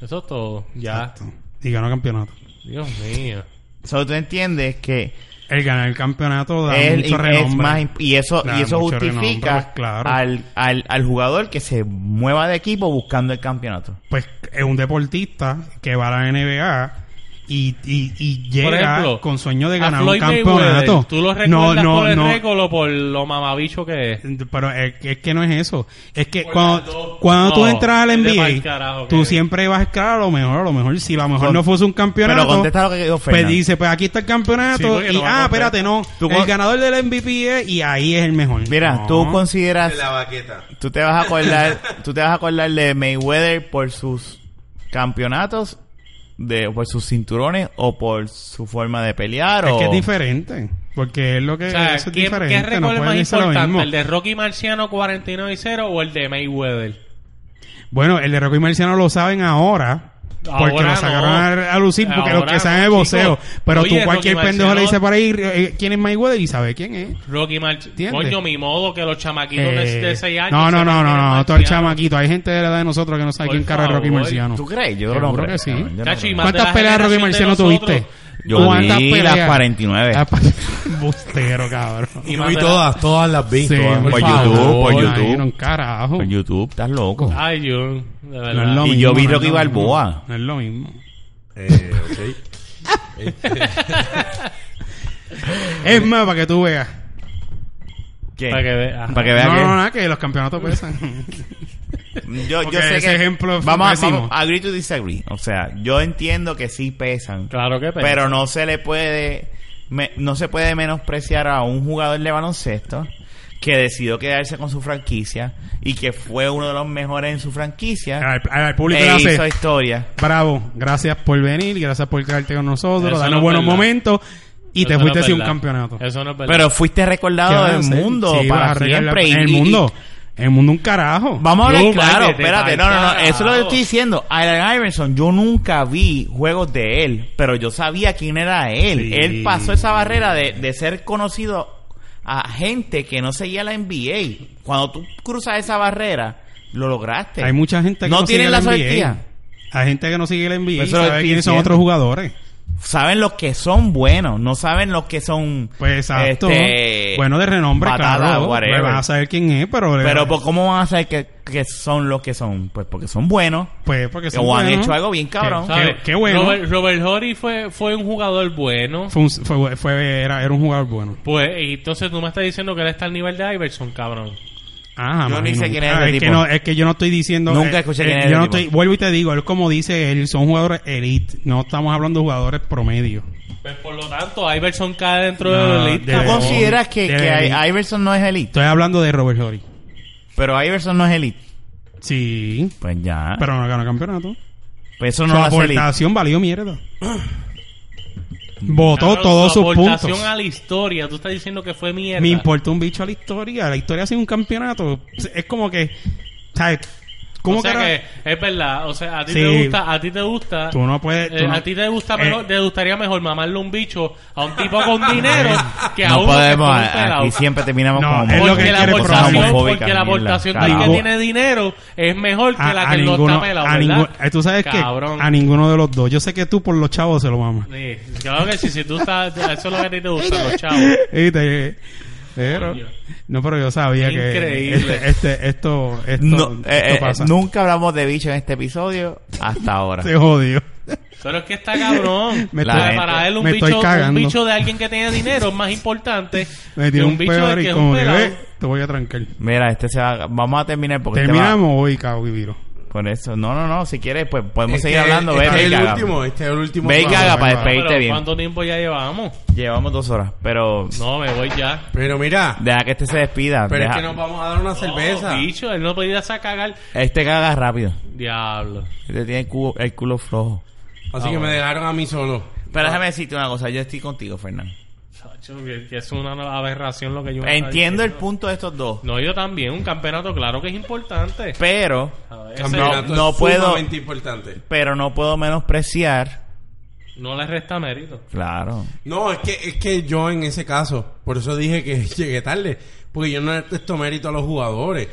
S4: Eso es todo. Ya.
S5: Exacto. Y ganó campeonato.
S4: Dios mío.
S2: So, tú entiendes que
S5: El ganar el campeonato da
S2: es,
S5: mucho
S2: es
S5: renombre.
S2: más imp- y eso
S5: Da
S2: y eso
S5: mucho renombre, pues,
S2: justifica
S5: claro.
S2: al, al, al jugador que se mueva de equipo buscando el campeonato.
S5: Pues es un deportista que va a la NBA y, y, y llega
S4: Por ejemplo,
S5: con sueño de
S4: a
S5: ganar un
S4: Floyd
S5: campeonato.
S4: Mayweather, Tú lo recuerdas por el récord o por lo mamabicho que es.
S5: Pero es, es que no es eso. Es que
S4: Por Pues las
S5: cuando,
S4: dos.
S5: cuando tú
S4: No,
S5: entras al
S4: es de
S5: NBA,
S4: mal carajo
S5: tú
S4: que-
S5: siempre vas a escalar a lo mejor, a lo mejor. Si a lo mejor
S2: Con-
S5: no fuese un campeonato,
S2: Pero contesta lo que dijo
S5: pues
S2: Fernan.
S5: dice, pues aquí está el
S4: Sí,
S5: campeonato.
S4: porque
S5: y
S4: lo va a
S5: ah,
S4: romper.
S5: espérate, no.
S2: Tú
S5: el
S2: con-
S5: ganador del MVP es, y ahí es el mejor.
S2: Mira,
S5: No.
S2: tú consideras
S3: De la baqueta.
S2: tú te vas a acordar, tú te vas a acordar de Mayweather por sus campeonatos de por sus cinturones o por su forma de pelear
S5: Es
S2: o
S5: que es diferente. Porque es lo que
S4: O sea,
S5: eso es
S4: ¿qué,
S5: diferente.
S4: qué récord
S5: no
S4: es
S5: puedes
S4: más
S5: decir lo
S4: importante?
S5: mismo.
S4: ¿El de Rocky Marciano 49 y 0 o el de Mayweather?
S5: Bueno, el de Rocky Marciano lo saben ahora. Porque
S4: Ahora
S5: lo sacaron
S4: no.
S5: a, a lucir, porque
S4: Ahora
S5: los que
S4: no,
S5: saben es voceo.
S4: chico.
S5: Pero
S4: Oye,
S5: tú
S4: Rocky
S5: cualquier pendejo
S4: Marciano-
S5: le dice por ahí eh, quién es Mayweather y sabe quién es.
S4: Rocky Marciano.
S5: ¿Entiendes?
S4: Coño, mi modo que los chamaquitos
S5: Eh,
S4: de- de 6 años.
S5: no, no,
S4: sepan
S5: no,
S4: quién es
S5: no, no, todo el
S4: Marciano.
S5: chamaquito. Hay gente de la edad de nosotros que no sabe
S4: Por
S5: quién cara es Rocky
S4: favor.
S5: Marciano.
S2: ¿Tú crees? Yo
S5: Seguro
S2: no creo.
S5: que sí.
S2: cabrón, yo no
S4: Chachi,
S2: creo.
S4: más de
S5: ¿Cuántas
S4: la
S5: peleas de Rocky
S4: generación
S5: Marciano
S4: de
S5: tuviste?
S4: nosotros.
S2: Yo
S5: ¿Cuántas
S2: vi
S5: peleas?
S2: las 49.
S5: Ah, pa- Bustero, cabrón.
S4: Y
S3: Yo
S4: más
S3: vi
S4: de-
S3: todas, todas las vi.
S5: Sí,
S3: todas,
S2: ah, por
S3: favor.
S2: YouTube, por YouTube.
S5: Ay, no, carajo.
S2: En YouTube, estás loco.
S5: Ah,
S4: Ay, yo. De verdad.
S5: No es lo
S2: Y
S5: mismo,
S2: yo vi
S5: no es
S2: Rocky
S5: lo mismo.
S2: Balboa.
S5: No es lo mismo.
S3: Eh, ok.
S5: Es más, para que tú veas.
S2: ¿Qué?
S4: Para que vea.
S2: Para que vea
S5: No,
S2: que-
S5: no, nada, que los campeonatos pesan.
S2: Yo,
S5: Porque
S2: yo sé
S5: ese
S2: que
S5: ejemplo fue
S2: vamos, a-
S5: pésimo.
S2: vamos a agree to disagree. O sea, yo entiendo que sí pesan,
S4: Claro que pesa.
S2: pero no se le puede me- no se puede menospreciar a un jugador de baloncesto que decidió quedarse con su franquicia y que fue uno de los mejores en su franquicia
S5: al, al público
S2: e
S5: le
S2: hizo
S5: hace,
S2: historia.
S5: bravo, gracias por venir, gracias por quedarte con nosotros,
S4: Eso
S5: darnos
S4: no es
S5: buenos
S4: verdad.
S5: momentos y
S4: Eso
S5: te
S4: no
S5: fuiste
S4: es
S5: sin un
S4: verdad.
S5: campeonato.
S4: Eso no es verdad.
S2: Pero fuiste
S5: ¿Qué vas
S2: recordado
S5: a
S2: Ah, del
S5: hacer?
S2: mundo
S5: Sí, vas
S2: para
S5: a arreglar-
S2: siempre. y-
S5: En el
S2: y-
S5: mundo, en el mundo un carajo.
S2: Vamos a hablar
S4: Tú,
S2: claro,
S4: vete,
S2: espérate,
S4: pa'l
S2: no, no, no,
S4: carajo.
S2: eso es lo que estoy diciendo. Allen Iverson, yo nunca vi juegos de él, pero yo sabía quién era él.
S5: Sí.
S2: Él pasó esa barrera de, de ser conocido a gente que no seguía la NBA. Cuando tú cruzas esa barrera, lo lograste.
S5: Hay mucha gente que no,
S2: no tienen
S5: sigue
S2: la
S5: la NBA.
S2: sortía.
S5: Hay gente que no sigue la NBA,
S2: Pues
S5: y
S2: eso lo
S5: sabe
S2: estoy
S5: quiénes son
S2: diciendo.
S5: otros jugadores.
S2: Saben los que son buenos, no saben los que son
S5: Pues exacto.
S2: este,
S5: bueno, de renombre,
S2: patada,
S5: claro.
S2: whatever.
S5: Me vas a saber quién es, pero...
S2: Pero pues, ¿cómo van a saber que, que son los que son? Pues porque son buenos.
S5: pues porque
S2: Que
S5: son
S2: o han
S5: buenos.
S2: hecho algo bien cabrón.
S5: Que-
S4: ¿Sabes?
S5: qué- qué bueno.
S4: Robert, Robert Horry fue, fue un jugador bueno.
S5: Fue un- fue- fue- era, era un jugador bueno.
S4: Pues, y entonces tú me estás diciendo que él está al nivel de Iverson, cabrón.
S5: Ah,
S2: Yo ni
S5: imagino.
S2: sé quién es
S5: Ah,
S2: ese
S5: que
S2: tipo.
S5: no- es que yo no estoy diciendo.
S2: Nunca
S5: eh,
S2: escuché
S5: eh,
S2: quién es
S5: yo
S2: ese
S5: no
S2: tipo.
S5: estoy, Vuelvo y te digo, él como dice él, son jugadores elite. No estamos hablando de jugadores promedio.
S4: Pues, por lo tanto, Iverson cae dentro
S5: No,
S4: de la lista.
S2: ¿Tú
S5: de-
S4: cabrón.
S2: consideras que,
S5: de-
S2: que Iverson no es elite?
S5: Estoy hablando de Robert Horry.
S2: Pero Iverson no es elite.
S5: Sí,
S2: Pues ya.
S5: pero no ganó campeonato.
S2: pues eso no
S5: Su
S2: lo hace elite.
S5: aportación valió mierda. Votó
S4: Cabrón,
S5: todos
S4: su
S5: sus
S4: aportación
S5: puntos.
S4: a la historia, tú estás diciendo que fue mierda.
S5: Me importa un bicho a la historia. La historia sin un campeonato. Es como que. ¿Sabes? ¿Cómo
S4: o sea
S5: que era-
S4: que es verdad, o sea, a ti
S5: Sí.
S4: te gusta, a ti te gusta,
S5: Tú no puedes- tú
S4: eh,
S5: no-
S4: a ti te gusta
S5: eh.
S4: mejor, te gustaría mejor mamarle un bicho a un tipo con dinero que a
S2: No
S4: uno que
S2: podemos,
S4: fue un pelado.
S2: aquí siempre terminamos
S5: No,
S2: como
S5: es lo que
S4: porque la
S5: quiere
S2: cosas
S5: forzar.
S4: aportación,
S2: homofóbicas,
S4: porque la
S2: mierda,
S4: aportación del que
S2: carajo.
S4: tiene dinero es mejor que
S5: a,
S4: la
S5: a
S4: que no
S5: ninguno,
S4: está pelado,
S5: a
S4: ¿verdad?
S5: ninguno- eh, tú sabes que
S4: Cabrón.
S5: a ninguno de los dos. Yo sé que tú por los chavos se lo mamas.
S4: Sí, claro que sí, si tú estás, eso es lo que a ti te gusta, los chavos.
S5: Viste, pero, no, pero yo sabía que
S4: Increíble.
S5: este, este- esto, esto,
S2: No,
S5: esto
S2: eh, eh,
S5: pasa.
S2: nunca hablamos de bicho en este episodio hasta ahora.
S5: Se jodió.
S4: Pero es que está cabrón.
S5: Me
S4: Porque
S2: estoy-
S4: para él un
S5: me estoy
S4: bicho, un
S5: cagando.
S4: bicho de alguien que tiene dinero es más importante
S5: Me dio
S4: que
S5: un,
S4: bicho de
S5: peor
S4: que
S5: y
S4: es
S5: como
S4: un
S5: que
S4: pelado.
S5: ve, te voy a trancar.
S2: Mira, este se va. Vamos a terminar porque este va-
S5: Terminamos hoy, cago y viro.
S2: Por eso. No, no, no. Si quieres, pues podemos
S3: Este-
S2: seguir hablando.
S3: Este
S2: Ve,
S3: es
S2: ve y
S3: el
S2: caga.
S3: último. Este es el último.
S2: Ve y
S3: round.
S2: caga para
S4: Pero,
S2: despedirte bien.
S4: ¿Cuánto tiempo ya llevamos?
S2: Llevamos dos horas, pero
S4: No, me voy ya.
S3: Pero mira,
S2: deja que este se despida.
S3: pero es
S2: deja-
S3: que nos vamos a dar una cerveza.
S4: No, bicho, él no podía sacar cagar.
S2: Este caga rápido.
S4: Diablo.
S2: Este tiene el culo, el culo flojo.
S3: Así que me dejaron a mí solo.
S2: Pero déjame decirte una cosa. Yo estoy contigo, Fernando.
S4: Sacho, que que es una aberración lo que yo me está
S2: Entiendo el
S4: diciendo.
S2: punto de estos dos.
S4: No, yo también. Un campeonato, claro que es importante.
S2: Pero,
S4: A ver, ese- no.
S3: Campeonato
S2: no
S3: es
S2: puedo.
S3: sumamente importante.
S2: pero no puedo menospreciar.
S4: le resta mérito.
S2: Claro.
S3: No, es que, es que yo en ese caso, por eso dije que llegué tarde, porque yo no le presto mérito a los jugadores.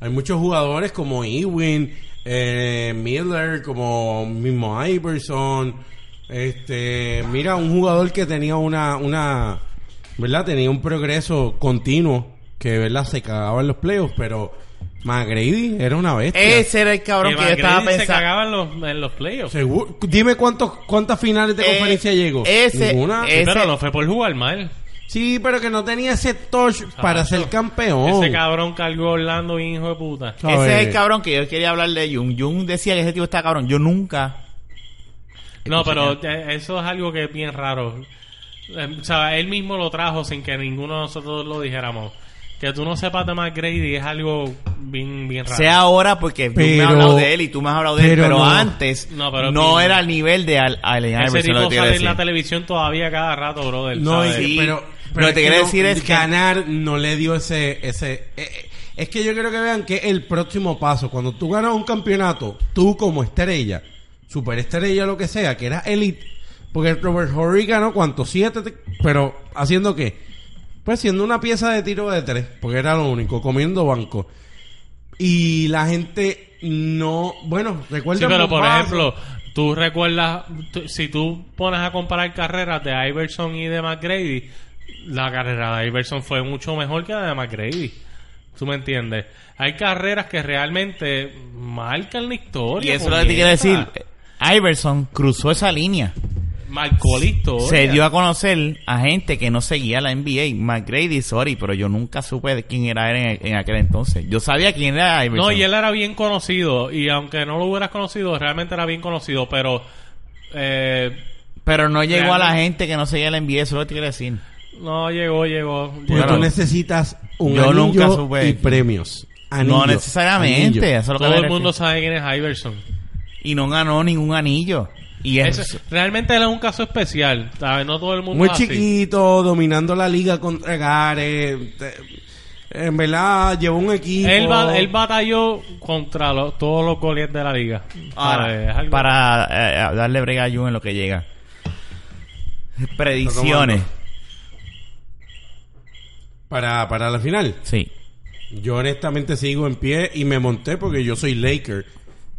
S3: Hay muchos jugadores como Ewing, eh, Miller, como mismo Iverson. Este, mira, un jugador que tenía una, una, ¿verdad? Tenía un progreso continuo, que, ¿verdad? Se cagaba en los playoffs, pero McGrady era una bestia.
S2: Ese era el cabrón que yo estaba
S4: Grady se
S2: pensando.
S4: cagaba en los, en los playoffs.
S3: Seguro- dime cuántos, cuántas finales de
S2: Eh,
S3: conferencia llegó.
S2: ese-
S3: Ninguna.
S2: eh, Ese-
S4: Pero no fue por jugar mal.
S3: Sí, pero que no tenía ese touch para ser campeón.
S4: Ese cabrón cargó Orlando, hijo de puta.
S2: Ese es el cabrón que yo quería hablar de Jung. Jung decía que ese tipo está cabrón. Yo nunca.
S4: No, pero eh, eso es algo que es bien raro. Eh, O sea, él mismo lo trajo sin que ninguno de nosotros lo dijéramos. Que tú no sepas de McGrady es algo bien, bien raro.
S2: Sea ahora porque tú me
S3: Pero-
S2: has hablado de él y tú me has hablado de él,
S3: pero
S2: pero
S3: no.
S2: antes no,
S4: No, pero-
S2: era al nivel de Al- Allen
S4: Ese
S2: Iverson. lo
S4: tipo
S2: que te iba a
S4: sale en la
S2: decir.
S4: televisión todavía cada rato, brother.
S3: No,
S4: ¿sabes?
S3: y-
S2: Sí.
S3: pero,
S2: Lo que te quiero decir es que-
S3: ganar no le dio ese ese eh, eh, es que yo quiero que vean que el próximo paso cuando tú ganas un campeonato, tú como estrella, superestrella lo que sea, que era elite, porque Robert Horry ganó cuánto siete, te- pero haciendo qué? Pues siendo una pieza de tiro de tres, porque era lo único, comiendo banco. Y la gente no, bueno, recuerda
S4: Sí, pero
S3: los
S4: por
S3: pasos.
S4: ejemplo, tú recuerdas, tú- si tú pones a comparar carreras de Iverson y de McGrady, la carrera de Iverson fue mucho mejor que la de McGrady. ¿Tú me entiendes? Hay carreras que realmente marcan la
S2: Y
S4: historia.
S2: eso es lo que te quiero
S4: puñeta.
S2: decir. Iverson cruzó esa línea.
S4: Marcó la historia.
S2: Se dio a conocer a gente que no seguía la NBA. McGrady, sorry, pero yo nunca supe de quién era él en, en aquel entonces. Yo sabía quién era Iverson.
S4: No, y él era bien conocido. Y aunque no lo hubieras conocido, realmente era bien conocido. Pero eh,
S2: Pero no llegó a la
S4: Realmente.
S2: gente que no seguía la NBA, eso es lo que te quiero decir.
S4: no llegó, llegó.
S3: Porque
S2: Claro.
S3: Pues tú necesitas un
S2: Yo
S3: anillo
S2: nunca supe.
S3: y premios. Anillo,
S2: no necesariamente.
S3: anillo.
S2: eso es lo que
S4: Todo
S2: me
S4: el
S2: refiero.
S4: mundo sabe quién es Iverson.
S2: Y no ganó ningún anillo. Y eso.
S4: Ese- realmente él es un caso especial, ¿sabes? No todo el mundo
S3: Muy
S4: es así.
S3: chiquito, dominando la liga contra Gare. En verdad, llevó un equipo.
S4: Él, ba- él batalló contra lo- todos los goles de la liga. ¿sabes? Ah, Es
S2: Ahora,
S4: algo-
S2: Ah. para eh, eh, darle brega a Jun en lo que llega. Predicciones.
S3: Para, para la final.
S2: Sí.
S3: Yo honestamente sigo en pie y me monté porque yo soy Laker.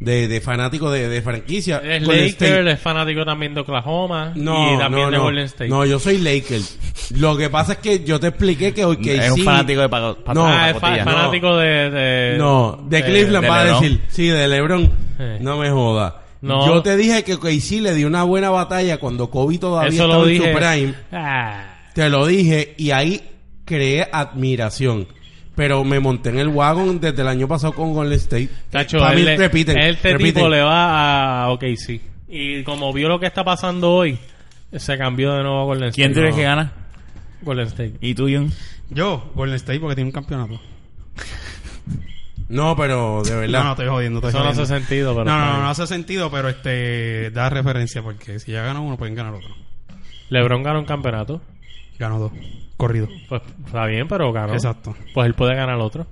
S3: De, de fanático de, de franquicia.
S4: Es
S3: Golden State.
S4: Laker, es fanático también de Oklahoma
S3: No,
S4: y también
S3: no,
S4: de
S3: no.
S4: Golden State.
S3: No, yo soy Laker. Lo que pasa es que yo te expliqué que hoy que
S2: es un fanático de Paco. Paco-
S3: No,
S4: ah, es fa-
S2: Pacotilla.
S4: fanático de, de-
S3: No, de Cleveland
S2: de
S3: va a
S2: LeBron.
S3: decir. Sí, de LeBron.
S4: Eh.
S3: No me joda.
S4: No.
S3: Yo te dije que KC le dio una buena batalla cuando Kobe todavía
S4: Eso
S3: estaba
S4: lo
S3: en
S4: dije.
S3: su prime.
S4: Ah,
S3: Te lo dije y ahí creé admiración. Pero me monté en el wagon desde el año pasado con Golden State.
S4: Tacho,
S3: Para
S4: él,
S3: mí,
S4: le-
S3: repiten,
S4: este
S3: repiten.
S4: tipo le va a OKC. Y como vio lo que está pasando hoy, se cambió de nuevo a Golden State.
S2: ¿Quién crees que
S4: No,
S2: gana?
S4: Golden State.
S2: ¿Y tú, Jun?
S5: Yo, Golden State, porque tiene un campeonato.
S3: No, pero de
S5: No, no,
S3: verdad.
S5: estoy jodiendo. Estoy
S4: Eso no
S5: jodiendo.
S4: hace sentido, pero...
S5: Pues no, no, no, no hace sentido, pero este da referencia porque si ya gana uno, pueden ganar otro.
S4: LeBron ganó un campeonato.
S5: Ganó dos. Corrido.
S4: Pues está bien, pero ganó.
S5: Exacto.
S4: Pues él puede ganar otro.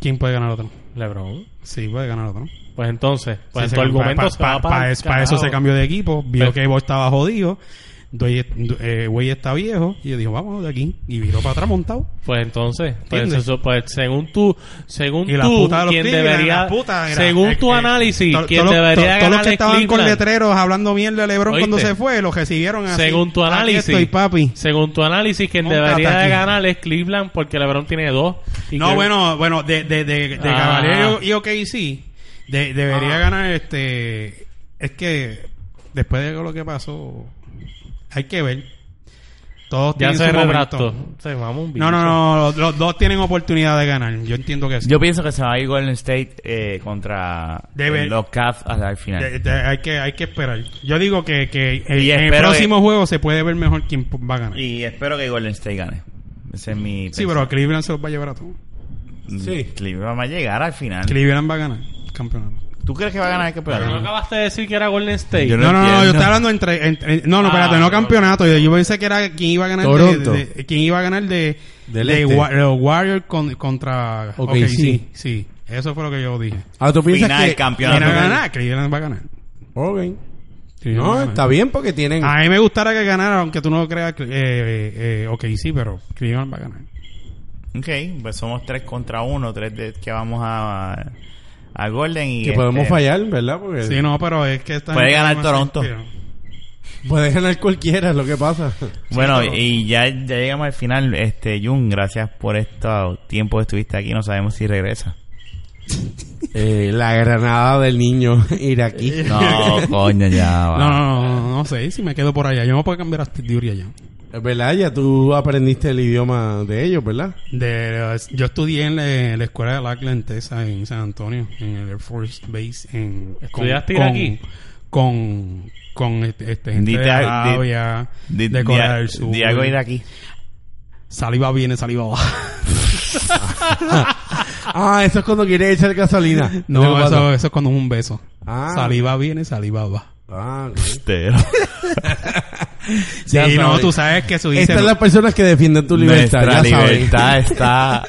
S5: ¿Quién puede ganar otro?
S4: LeBron.
S5: Sí, puede ganar otro.
S4: Pues entonces, pues en
S5: Sí,
S4: tu
S5: se-
S4: argumento
S5: pa-
S4: se
S5: pa-
S4: va
S5: pa-
S4: para el
S5: es- pa eso
S4: carajo.
S5: se cambió de equipo. Vio
S4: Pero-
S5: que Bo estaba jodido. Doy- eh, Güey está viejo. Y dijo, vamos de aquí. Y viró para atrás montado.
S4: Pues entonces, pues,
S5: ¿Entiendes?
S4: eso, pues según tú, según
S5: Y la
S4: tú,
S5: puta de los
S4: quien
S5: Cleveland,
S4: debería,
S5: la puta, era-
S4: según
S5: eh,
S4: tu
S5: eh,
S4: análisis,
S5: to-
S4: quien
S5: todos los-
S4: debería
S5: to- Todos los
S4: ganar
S5: que
S4: es
S5: estaban con
S4: Cleveland.
S5: letreros hablando mierda de LeBron cuando
S4: ¿Oíste?
S5: se fue, los recibieron así.
S4: Según tu
S5: Aquí
S4: análisis,
S5: estoy, papi.
S4: según tu análisis, quien
S5: Móntate
S4: debería de
S5: aquí.
S4: ganar es Cleveland porque LeBron tiene dos. Y
S5: No,
S4: que-
S5: bueno, bueno, de, de, de, de
S4: Ah.
S5: Caballero y OKC, de- debería ganar este. Es que después de lo que pasó, hay que ver. Todos
S4: Ya
S5: tienen
S4: se
S5: su momento.
S4: retractó. Se mamó un bicho.
S5: No, no, no. Los, los dos tienen oportunidad de ganar. Yo entiendo que sí.
S2: Yo pienso que se va a ir Golden State eh, contra
S5: Debe- Eh,
S2: los Cavs hasta el final.
S5: De- de- hay, que, hay que esperar. Yo digo que, que el-
S2: Y
S5: en el
S2: espero
S5: próximo juego se puede ver mejor quién va a ganar.
S2: Y espero que Golden State gane. Ese es mi.
S5: sí, pero a Cleveland se los va a llevar a todos.
S3: Sí.
S2: Sí. Cleveland va a llegar al final.
S5: Cleveland va a ganar el campeonato.
S2: ¿Tú crees que va a ganar el
S4: ¿No
S2: campeonato?
S4: acabaste de decir que era Golden State?
S2: Yo
S5: No, no, no,
S2: entiendo.
S5: yo estaba hablando entre, entre- eh, no, no,
S4: Ah,
S5: espérate, no
S4: no.
S5: campeonato. Yo, yo pensé que era quién iba a ganar de,
S3: Toronto.
S5: de- de- quién iba a ganar de,
S3: Del
S5: de
S3: este.
S5: Wa- los Warriors con- contra
S3: Ok,
S5: ok,
S3: sí.
S5: sí, sí. Eso fue lo que yo dije.
S3: Ah, tú piensas
S2: Final
S3: que...
S2: del campeonato.
S5: Cleveland va a ganar, Cleveland va a ganar.
S3: Ok.
S5: Cleveland va a
S3: No,
S5: ganar.
S3: está bien porque tienen...
S5: A mí me gustara que ganara, aunque tú no creas que eh, eh, ok, sí, pero Cleveland va a ganar.
S2: Ok, pues somos 3 contra 1, 3 de, que vamos a, a Golden y.
S3: que podemos
S2: este,
S3: fallar, ¿verdad? Porque
S5: Sí, no, pero es que está
S2: Puede ganar Toronto.
S3: puede ganar cualquiera, es lo que pasa.
S2: Bueno,
S5: Sí, pero-
S2: y ya, ya llegamos al final. Este, Jun, gracias por este tiempo que estuviste aquí. No sabemos si regresa.
S3: Eh, la granada del niño iraquí.
S2: No, coño, ya.
S5: No,
S2: va.
S5: no, no, no, no, no sé si me quedo por allá. Yo me puedo cambiar a Steve Dury allá.
S3: Es ¿Verdad? Ya tú aprendiste el idioma de ellos, ¿verdad?
S5: De, yo estudié en la, la escuela de la Atlantesa en San Antonio, en el Air Force Base. En,
S4: ¿Estudiaste
S5: con,
S4: iraquí?
S5: Con, con este, este, gente
S2: Dite
S5: de
S2: al-
S5: Arabia,
S2: Di-
S5: de, Corea
S2: di-
S5: del Sur.
S2: di algo de ir aquí.
S5: Saliva viene, saliva va.
S3: Ah, eso es cuando quieres echar gasolina. Te lo
S5: No,
S3: paso.
S5: eso, eso es cuando es un beso.
S3: Ah.
S5: Saliva viene, saliva va.
S3: Ah, ok.
S5: Sí,
S3: Ya
S5: no,
S3: sabes.
S5: tú sabes que su
S3: Estas
S5: dice-
S3: son las personas que defienden tu libertad.
S2: Nuestra
S3: ya saben.
S2: libertad está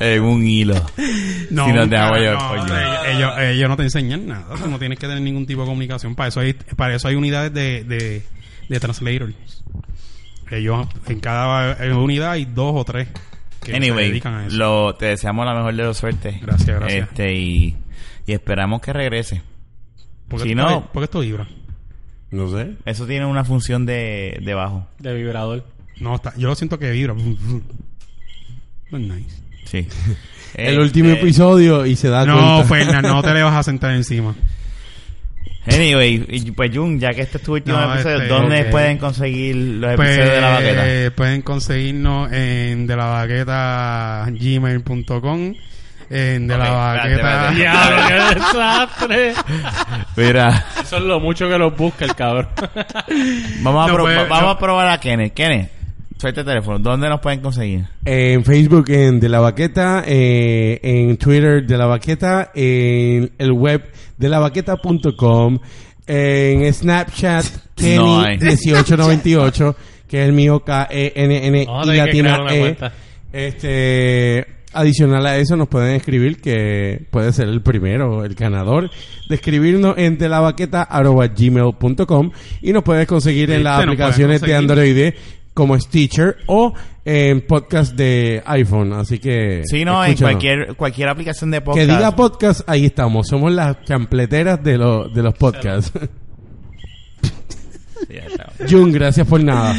S2: en un hilo.
S5: No,
S2: si no te hago
S5: cara,
S2: yo el
S5: no,
S2: coño.
S5: ellos, ellos- ellos no te enseñan nada. Tú no tienes que tener ningún tipo de comunicación. Para eso hay, para eso hay unidades de, de, de translators. Ellos, en cada eh, unidad hay dos o tres que se
S2: Anyway,
S5: dedican a eso.
S2: lo, te deseamos la mejor de las suertes.
S5: Gracias, gracias.
S2: Este, y, y esperamos que regrese.
S5: ¿Por qué
S2: si
S5: tú estás-
S2: no-
S5: ¿por qué esto vibra?
S3: No sé.
S2: Eso tiene una función de, de bajo.
S4: De vibrador.
S5: No, está, yo lo siento que vibra. No es nice.
S2: Sí.
S3: El último
S2: Este,
S3: episodio y se da
S5: Eh, No,
S3: cuenta.
S5: Fernan, no te le vas a sentar encima.
S2: Anyway, y, pues Jun, ya que este es tu último
S5: No,
S2: episodio,
S5: este,
S2: ¿dónde
S5: ok.
S2: pueden conseguir los
S5: Pues,
S2: episodios de la baqueta?
S5: Pueden conseguirnos en de la baqueta gmail.com, en de
S2: Ok,
S5: la
S2: espérate,
S5: baqueta.
S2: espérate.
S4: ¡Diablo, qué desastre!
S2: Mira,
S4: Eso es lo mucho que los busca el cabrón.
S2: vamos, a,
S5: No
S2: pro-
S5: puede-
S2: vamos
S5: no.
S2: a probar a Kenneth. Kenneth, suelta el teléfono. ¿Dónde nos pueden conseguir?
S3: En Facebook en De La Baqueta, eh, en Twitter De La Baqueta, en el web de delabaqueta.com, en Snapchat
S2: No hay.
S3: Kenny1898, que es el mío K-E-N-N
S4: Vamos
S3: y
S4: a tener que crear
S3: latina
S4: una
S3: E.
S4: cuenta.
S3: Este, adicional a eso nos pueden escribir que puede ser el primero, el ganador, de escribirnos en delabaqueta.gmail.com y nos puedes conseguir en
S5: Viste, nos
S3: las
S5: puedes
S3: aplicaciones de
S5: conseguir.
S3: Android de como Stitcher o en podcast de iPhone. Así que.
S2: Si no, en
S3: escúchanos.
S2: cualquier, cualquier aplicación de
S3: Que
S2: podcast.
S3: diga podcast, ahí estamos. Somos las champleteras de, lo- de los podcasts.
S2: Sí, ya está.
S3: Jun, gracias por nada.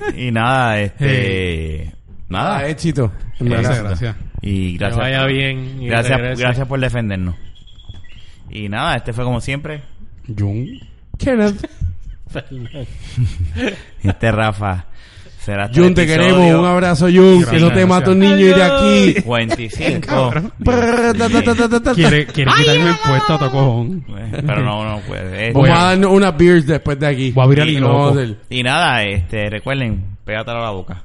S2: Y nada, este.
S3: Ah,
S2: Nada.
S3: éxito. En verdad.
S5: Gracias, gracias.
S2: Y gracias.
S4: Que vaya bien y
S2: Gracias,
S4: regrese.
S2: gracias por defendernos. Y nada, este fue como siempre.
S5: Jun.
S3: Kenneth,
S4: Fernan.
S2: Este Rafa. Será hasta
S3: Jun,
S2: el
S3: te
S2: episodio
S3: queremos. Un abrazo, Jun.
S5: Gracias,
S3: que no te
S5: gracias.
S3: mate un niño ir aquí.
S2: 45.
S3: Prr, ta, ta, ta, ta, ta, ta.
S5: Quiere, quiere quitarme el puesto a cojón.
S2: Pero no, no puede.
S3: Vamos a darnos unas beers después de aquí.
S5: Voy a abrir el
S3: Y
S5: loco.
S3: vamos a hacer-
S2: este, Y nada, este, recuerden, pégatelo a la boca.